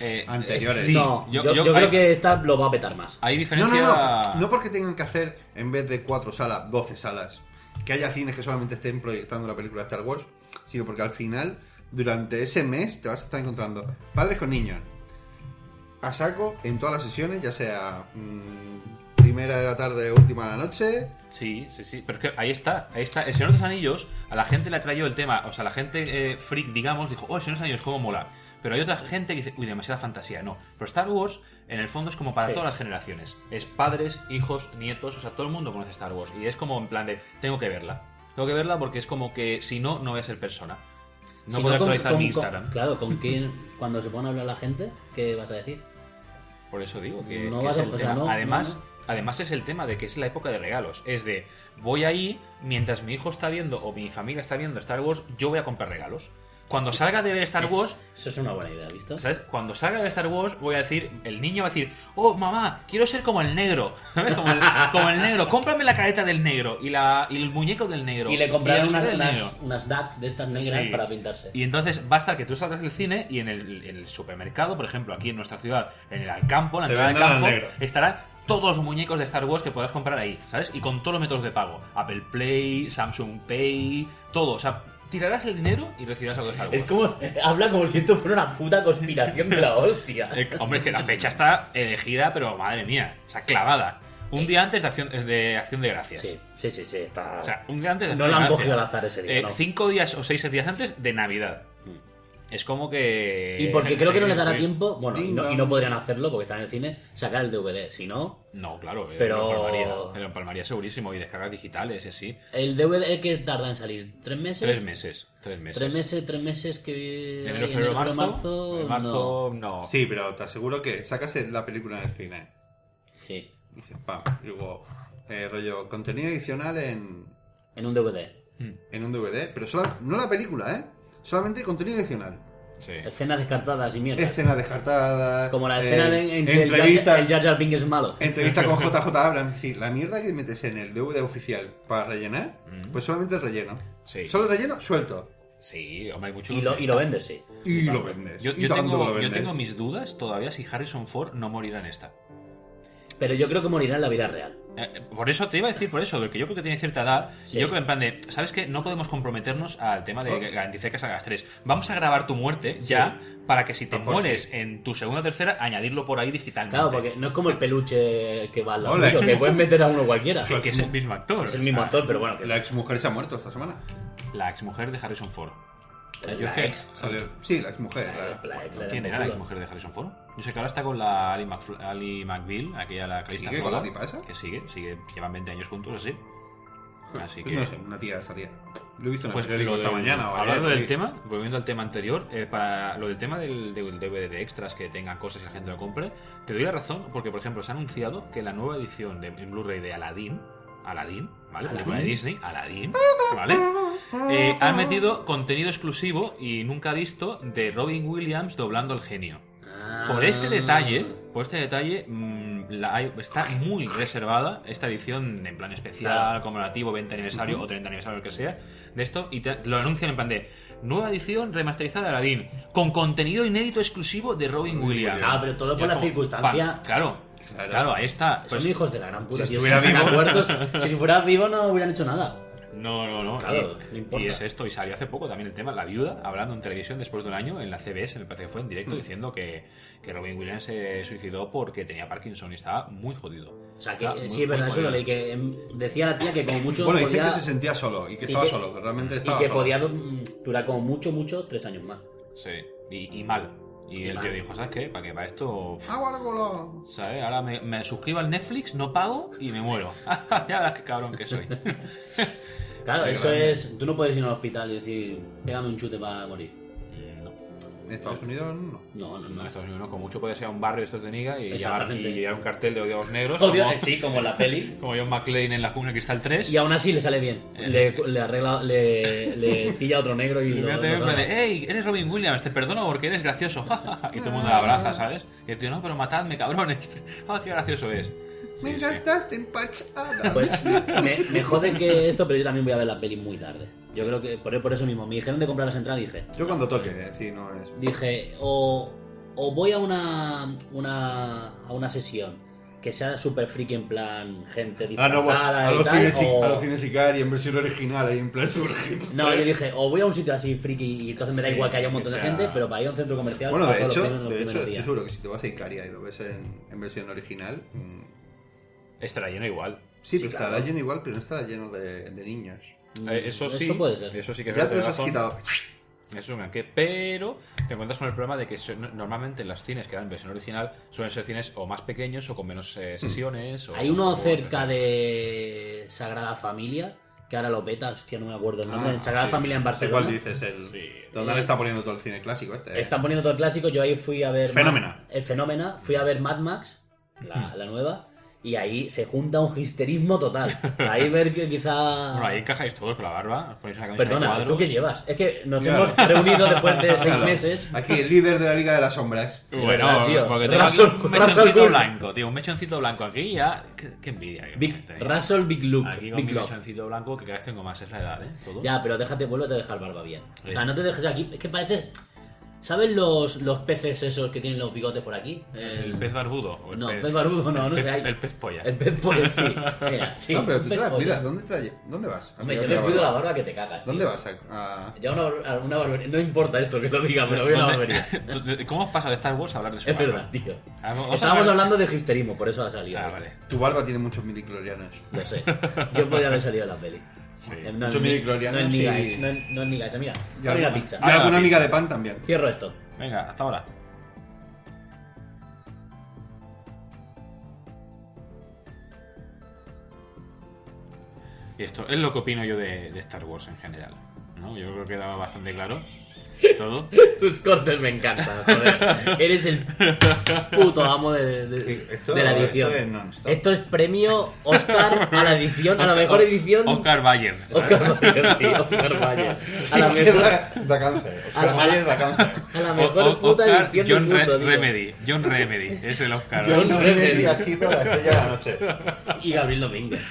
S1: Eh,
S3: anteriores.
S1: sí,
S2: no, yo,
S1: yo,
S2: yo
S1: yo-
S2: creo
S1: hay,
S2: que esta lo va a petar más.
S1: hay
S3: No, no,
S1: diferencia.
S3: no. No porque tengan que hacer, en vez de cuatro salas, 12 salas. Que haya cines que solamente estén proyectando la película de Star Wars. Sino porque al final, durante ese mes, te vas a estar encontrando padres con niños. A saco en todas las sesiones, ya sea mm, primera de la tarde, última de la noche.
S1: Sí, sí, sí. Pero es que ahí está, ahí está. El Señor de los Anillos, a la gente le atrayó el tema. O sea, la gente eh, freak, digamos, dijo, oh, el Señor de los Anillos, cómo mola. Pero hay otra gente que dice, uy, demasiada fantasía. No. Pero Star Wars, en el fondo, es como para
S2: Sí.
S1: todas las generaciones. Es padres, hijos, nietos, o sea, todo el mundo conoce Star Wars. Y es como en plan de, tengo que verla. Tengo que verla porque es como que si no, no voy a ser persona. No
S2: Si
S1: podré
S2: con-
S1: actualizar
S2: con-
S1: mi
S2: con-
S1: Instagram.
S2: claro, con quién, cuando se pone a hablar la gente, ¿qué vas a decir?
S1: Por eso digo que,
S2: No
S1: que
S2: vas
S1: es
S2: a-
S1: el
S2: o sea,
S1: tema.
S2: no,
S1: además,
S2: no, no.
S1: además es el tema de que es la época de regalos. Es de voy ahí mientras mi hijo está viendo o mi familia está viendo Star Wars, yo voy a comprar regalos. Cuando salga de ver Star
S2: Es-
S1: Wars,
S2: Eso es una buena idea, ¿visto?
S1: ¿sabes? Cuando salga de Star Wars, voy a decir, el niño va a decir, oh mamá, quiero ser como el negro, ¿sabes? Como el, como el negro, cómprame la careta del negro y la y el muñeco del negro
S2: Y le
S1: y
S2: compraron
S1: la
S2: unas,
S1: del
S2: unas,
S1: negro.
S2: unas ducks de estas negras
S1: Sí.
S2: para pintarse.
S1: Y entonces basta que tú salgas del cine y en el, en el supermercado, por ejemplo, aquí en nuestra ciudad, en el Alcampo, en la
S3: Te
S1: entrada del
S3: vendan al
S1: campo,
S3: negro.
S1: estarán todos los muñecos de Star Wars que puedas comprar ahí, ¿sabes? Y con todos los métodos de pago. Apple Play, Samsung Pay, todo. O sea, tirarás el dinero y recibirás algo de Star Wars.
S2: Es como, habla como si esto fuera una puta conspiración de la hostia.
S1: Eh, hombre, es que la fecha está elegida, pero madre mía, o sea, clavada. Un día antes de Acción de, acción de Gracias.
S2: Sí, sí, sí, sí, está...
S1: O sea, un día antes de
S2: No
S1: Acción
S2: la han
S1: de Gracias.
S2: cogido al azar ese día,
S1: Eh,
S2: no.
S1: Cinco días o seis días antes de Navidad. Es como que.
S2: y porque creo que no les dará
S1: eh, Sí.
S2: tiempo, bueno, y
S3: Ding
S2: no, y
S3: dong.
S2: no podrían hacerlo porque están en el cine, sacar el DVD. Si no,
S1: No, claro, eh,
S2: Pero-
S1: lo empalmaría, eh, lo empalmaría segurísimo y descargas digitales y así.
S2: el DVD que tarda en salir, ¿tres meses?
S1: Tres meses, tres meses.
S2: Tres meses, tres meses que...
S1: Enero,
S2: hay,
S1: febrero,
S2: enero,
S1: marzo.
S2: marzo,
S1: en marzo, no.
S3: Sí, pero te aseguro que sacas la película en el cine.
S2: no. Sí,
S3: Dices, pam, y luego, eh, rollo, contenido adicional en,
S2: en un DVD.
S3: en un DVD, pero solo, no la película, ¿eh? Solamente contenido adicional.
S1: Sí.
S2: Escenas descartadas y mierda.
S3: Escenas descartadas.
S2: Como la
S3: eh,
S2: escena en, en que el Jar-
S3: entrevista,
S2: el Jar Jar Binks es malo.
S3: entrevista con JJ Abrams. Es decir, la mierda que metes en el DVD oficial para rellenar, pues solamente el relleno.
S1: Mm. Sí.
S3: Solo el relleno suelto.
S1: Sí, hombre, hay mucho
S2: Y lo, y lo vende, sí.
S3: Y lo vendes.
S1: Yo,
S3: Y
S1: yo
S3: tanto
S1: tengo, yo
S3: lo vendes.
S1: tengo mis dudas todavía si Harrison Ford no morirá en esta.
S2: Pero yo creo que morirá en la vida real.
S1: Eh, eh, Por eso te iba a decir, por eso, porque yo creo que tiene cierta edad.
S2: Sí. Oh.
S1: Yo creo que en plan de, ¿sabes qué? No podemos comprometernos al tema de que garantizar que salgas tres. Vamos a grabar tu muerte ya para que si te
S3: Ah, por
S1: mueres en tu segunda o tercera, añadirlo por ahí digitalmente.
S2: Claro, porque no es como el peluche que va al lado,
S3: Ole.
S2: que puedes meter a uno cualquiera.
S1: Que es el Ah. mismo actor.
S2: Es el mismo
S1: o sea,
S2: actor, pero bueno, que
S3: La exmujer se ha muerto esta semana.
S1: La exmujer de Harrison Ford.
S2: la,
S1: yo
S2: la
S1: que-
S2: ex.
S3: Salió.
S1: Ah.
S3: Sí, la exmujer.
S2: La,
S3: la-
S2: la ex, la del
S1: ¿Quién era la
S2: culo.
S1: exmujer de Harrison Ford? Yo sé que ahora está con la Ali, Macf- Ali McBeal, aquella la Calista
S3: ¿Sigue con la
S1: Flockhart,
S3: tipa esa?
S1: Que sigue, sigue, llevan 20 años juntos, así. Así que...
S3: pues, No sé, una tía salía. Lo he visto en el
S1: Ah, Pues
S3: periódico
S1: lo
S3: esta
S1: del-
S3: mañana. o ayer,
S1: hablando del
S3: sí.
S1: tema, volviendo al tema anterior, eh, para lo del tema del, del DVD de extras que tengan cosas y la gente lo compre, te doy la razón porque, por ejemplo, se ha anunciado que la nueva edición de, en Blu-ray de Aladdin, Aladdin, ¿vale? Película de
S2: ¿Aladdin?
S1: Disney, Aladdin, ¿vale? Eh, han metido contenido exclusivo y nunca visto de Robin Williams doblando al genio.
S2: Ah.
S1: Por este detalle, por este detalle, mm, la hay- está muy reservada esta edición en plan especial,
S2: Claro.
S1: conmemorativo, 20 aniversario o 30 aniversario, lo que sea, de esto, y te- te lo anuncian en plan de nueva edición remasterizada de Aladdin, con contenido inédito exclusivo de Robin Williams.
S2: Ah, pero todo
S1: Y
S2: por
S1: es
S2: la
S1: como,
S2: circunstancia.
S1: pa- Claro, claro,
S3: Claro.
S1: ahí está. Pues,
S2: Son hijos de la gran puta.
S3: si
S2: tío,
S3: estuviera
S2: están
S3: vivo.
S2: muertos. si fuera vivo no hubieran hecho nada.
S1: No, no, no.
S2: Claro,
S1: y,
S2: no importa.
S1: y es esto, y salió hace poco también el tema, la viuda, hablando en televisión después de un año en la CBS, me parece que fue en
S2: Mm.
S1: directo, diciendo que, que Robin Williams se suicidó porque tenía Parkinson y estaba muy jodido.
S2: O sea, que
S1: Estaba
S2: eh,
S1: Ah, muy,
S2: sí, es verdad,
S1: muy
S2: eso lo
S1: jodido.
S2: leí. Que em, decía la tía que como mucho
S3: Bueno, dice
S2: podía,
S3: que se sentía solo y que
S2: y
S3: estaba
S2: que-
S3: solo, que realmente
S2: y
S3: estaba
S2: que
S3: solo.
S2: podía du- durar como mucho, mucho tres años más.
S1: Sí, y, y mal. Y,
S2: Y
S1: el
S2: mal.
S1: tío dijo, ¿sabes qué? Para que para esto... pf,
S3: Hago algo, Ah, lo-
S1: ¿Sabes? Ahora me, me suscribo al Netflix, no pago y me muero. ya verás qué cabrón que soy.
S2: Claro,
S3: Sí,
S2: eso
S3: grande.
S2: es. Tú no puedes ir al hospital y decir, pégame un chute para morir.
S1: Mm, no.
S3: En Estados Unidos no.
S2: No, no,
S1: No,
S2: no.
S1: en Estados Unidos no, como mucho puede ser un barrio de estos de Niga y llevar, y
S2: Exactamente.
S1: llevar un cartel de odio a los negros.
S2: Obvio,
S1: Pues como,
S2: sí, como la peli.
S1: como John McClane en la jungla de Cristal 3.
S2: Y aún así le sale bien. Le, le arregla, le, le pilla otro negro y
S1: Y
S2: lo-
S1: voy a
S2: lo
S1: tener en plan
S2: salva.
S1: de, hey, eres Robin Williams, te perdono porque eres gracioso. y todo el mundo la abraza, ¿sabes? Y el tío, no, pero matadme, cabrones. Ah, qué gracioso es.
S3: Me
S1: Sí, sí.
S3: encantaste, empachada.
S2: Pues me, me jode que esto, pero yo también voy a ver la peli muy tarde. Yo creo que por, por eso mismo. Me dijeron de comprar las entradas y dije.
S3: Yo cuando toque, eh, sí, no es.
S2: Dije, o, o voy a una, una, a una sesión que sea súper friki en plan gente
S3: Ah, no, bueno,
S2: disfrazada
S3: a
S2: y
S3: los,
S2: tal.
S3: cines,
S2: o-
S3: a los cines Icari en versión original, ahí en plan surgido.
S2: No, yo dije, o voy a un sitio así friki y entonces me da
S1: Sí,
S2: igual que haya un montón
S1: que
S2: de
S1: sea-
S2: gente, pero para ir a un centro comercial.
S3: Bueno, de
S2: paso los
S3: hecho,
S2: primeros- los
S3: de hecho
S2: primeros
S3: estoy
S2: días.
S3: seguro que si te vas a Icaria y lo ves en, en versión original, mm,
S1: Estará lleno igual.
S3: sí,
S2: Sí,
S3: pero
S2: claro.
S3: estará lleno igual, pero no estará lleno de, de niños.
S1: Eh, eso sí.
S2: Eso puede ser.
S1: Eso sí que es
S3: Ya te los has
S1: razón.
S3: quitado.
S1: Eso es un gran que, pero te encuentras con el problema de que so- normalmente las cines que dan versión original suelen ser cines o más pequeños o con menos eh, sesiones. o-
S2: Hay uno
S1: o-
S2: cerca de Sagrada Familia, que ahora lo peta, hostia, no me acuerdo el nombre.
S3: Ah,
S2: en Sagrada
S3: sí.
S2: Familia en
S3: Sé
S2: Barcelona.
S3: cuál dices, el,
S1: Sí.
S3: donde le está poniendo todo el cine clásico este. eh.
S2: Están poniendo todo el clásico, yo ahí fui a ver...
S3: Fenómena.
S2: Ma- El Fenómena, fui a ver Mad Max,
S3: Hmm.
S2: la, la nueva, y ahí se junta un histerismo total. Ahí ver que quizá...
S1: Bueno, ahí encajáis todos con la barba, os ponéis una camisa de
S2: Perdona,
S1: cuadros.
S2: ¿tú qué llevas? Es que nos
S3: Claro.
S2: hemos reunido después de seis
S3: Claro.
S2: meses.
S3: Aquí el líder de la Liga de las Sombras.
S2: De
S1: Bueno,
S2: verdad, tío.
S1: porque tengo aquí
S2: Russell-
S1: un
S2: Russell
S1: mechoncito
S2: Bull.
S1: blanco, tío. Un mechoncito blanco aquí ya. Qué, qué envidia. que me ¿eh?
S2: Big
S1: tenéis.
S2: Russell, Big Luke,
S1: Aquí con
S2: Big
S1: mi
S2: Love.
S1: mechoncito blanco que cada vez tengo más, es la edad, ¿eh? Todo.
S2: Ya, pero déjate, vuélvete a dejar barba bien. O sea,
S1: Sí.
S2: no te dejes aquí. Es que pareces. ¿Sabes los, los peces esos que tienen los bigotes por aquí? El,
S1: El pez barbudo. o el
S2: No, pez barbudo, no,
S1: el
S2: no
S1: pez-
S2: sé. hay-
S1: El pez polla.
S2: El pez polla, sí. Mira, sí,
S3: no, pero tú
S2: pez
S3: te la
S2: polla.
S3: cuidas. ¿Dónde, te la lle- ¿Dónde vas?
S2: Hombre,
S3: A
S2: yo
S3: cuidarte
S2: te
S3: la
S2: cuido la
S3: barba.
S2: barba que te cagas. tío.
S3: ¿Dónde vas? A- a-
S2: Ya una, bar- a una barbería. No importa esto que lo diga, pero voy a una barbería.
S1: ¿Dónde- ¿Cómo has pasado de Star Wars a hablar de su
S2: Es
S1: barba?
S2: verdad, tío.
S1: Ah, vamos a
S2: Estábamos
S1: hablar-
S2: hablando de hipsterismo, por eso ha salido.
S1: Ah,
S2: esto.
S1: vale.
S3: Tu barba tiene muchos miliclorianos.
S2: Lo sé. Yo podría haber salido en la peli.
S1: Sí.
S2: Eh,
S3: Mucho
S2: ni-
S3: midichloriano,
S2: no es
S3: sí.
S2: ni guys, no es- no es ni guys. Mira,
S3: Y
S2: abre
S3: alguna,
S2: una pizza.
S3: y
S1: Abre una
S3: alguna amiga
S1: pizza.
S3: de pan también.
S2: Cierro esto.
S1: Venga, hasta ahora. Y esto es lo que opino yo de, de Star Wars en general. ¿no? Yo creo que daba bastante claro todo.
S2: Tus cortes me encantan, joder. Eres el puto amo de, de-
S3: Sí, esto-
S2: de la edición.
S3: esto es non-stop.
S2: Esto es premio Oscar a la edición, a la mejor edición.
S1: Oscar Bayer.
S2: Oscar Mayer, sí, Oscar Mayer. A la
S3: Que
S2: mejor,
S3: da, da cáncer.
S2: a la-
S3: Oscar Mayer da cáncer.
S2: a la mejor puta
S1: Oscar
S2: edición
S1: John
S2: del
S1: Re-
S2: mundo, tío.
S1: Remedy. John Remedy. Es el Oscar.
S2: John-
S3: John Remedy ha sido la estrella de la noche.
S2: Y Gabriel Domínguez.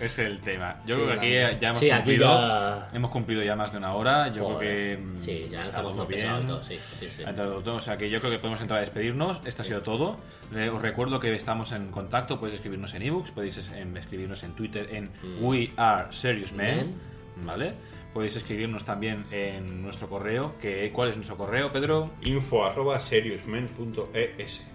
S1: Es el tema. Yo
S3: Sí,
S1: creo que
S3: la-
S1: aquí ya hemos
S2: Sí, aquí
S1: cumplido.
S2: ya-
S1: Hemos cumplido ya más de una hora. Yo creo
S2: Joder.
S1: que. mm,
S2: Sí, ya
S1: está
S2: estamos
S1: todo
S2: muy
S1: bien.
S2: pesados todos, sí, sí, sí.
S1: Ha entrado todo, o sea que yo creo que podemos entrar a despedirnos. Esto ha sido todo. Le- Os recuerdo que estamos en contacto. Podéis escribirnos en ebooks, podéis es- en- escribirnos en Twitter en
S2: Mm.
S1: We Are Serious Men. ¿Vale? Podéis escribirnos también en nuestro correo. Que, ¿Cuál es nuestro correo, Pedro?
S3: Info arroba seriousmen.es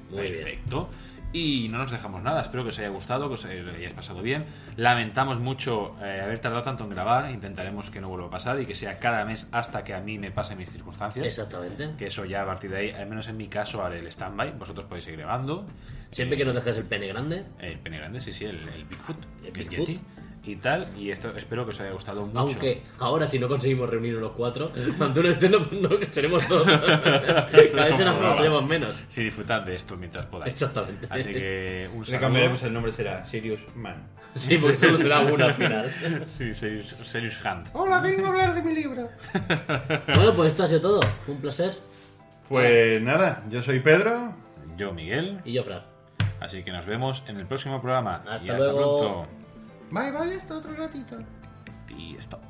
S2: Muy bien.
S1: Perfecto. Y no nos dejamos nada, espero que os haya gustado, que os eh, lo hayáis pasado bien. Lamentamos mucho eh, haber tardado tanto en grabar, intentaremos que no vuelva a pasar y que sea cada mes hasta que a mí me pasen mis circunstancias.
S2: Exactamente.
S1: Que eso ya a partir de ahí, al menos en mi caso, haré el stand-by. Vosotros podéis seguir grabando. Eh,
S2: Siempre que nos dejes el pene grande.
S1: El pene grande, sí, sí, el, el Bigfoot,
S2: El
S1: el,
S2: Bigfoot.
S1: Yeti y tal. Y esto espero que os haya gustado mucho.
S2: Aunque ahora si no conseguimos reunirnos los cuatro, cuando uno esté no, no seremos dos. Cada vez se nos- seremos menos.
S1: Sí, disfrutad de esto mientras podáis.
S2: Exactamente.
S1: Así que un
S3: Le
S1: saludo.
S3: cambiaremos el nombre, será Serious Man.
S2: Sí, porque solo será uno al final.
S1: Sí, Serious, serious Hand.
S3: Hola, vengo a hablar de mi libro.
S2: Bueno, pues esto ha sido todo. Fue un placer.
S1: Pues-
S3: Pues nada, yo soy Pedro.
S1: Yo, Miguel.
S2: Y yo, Fran.
S1: Así que nos vemos en el próximo programa.
S2: Hasta
S1: y hasta
S2: luego.
S1: pronto.
S3: Bye, bye, hasta otro ratito.
S1: Y stop.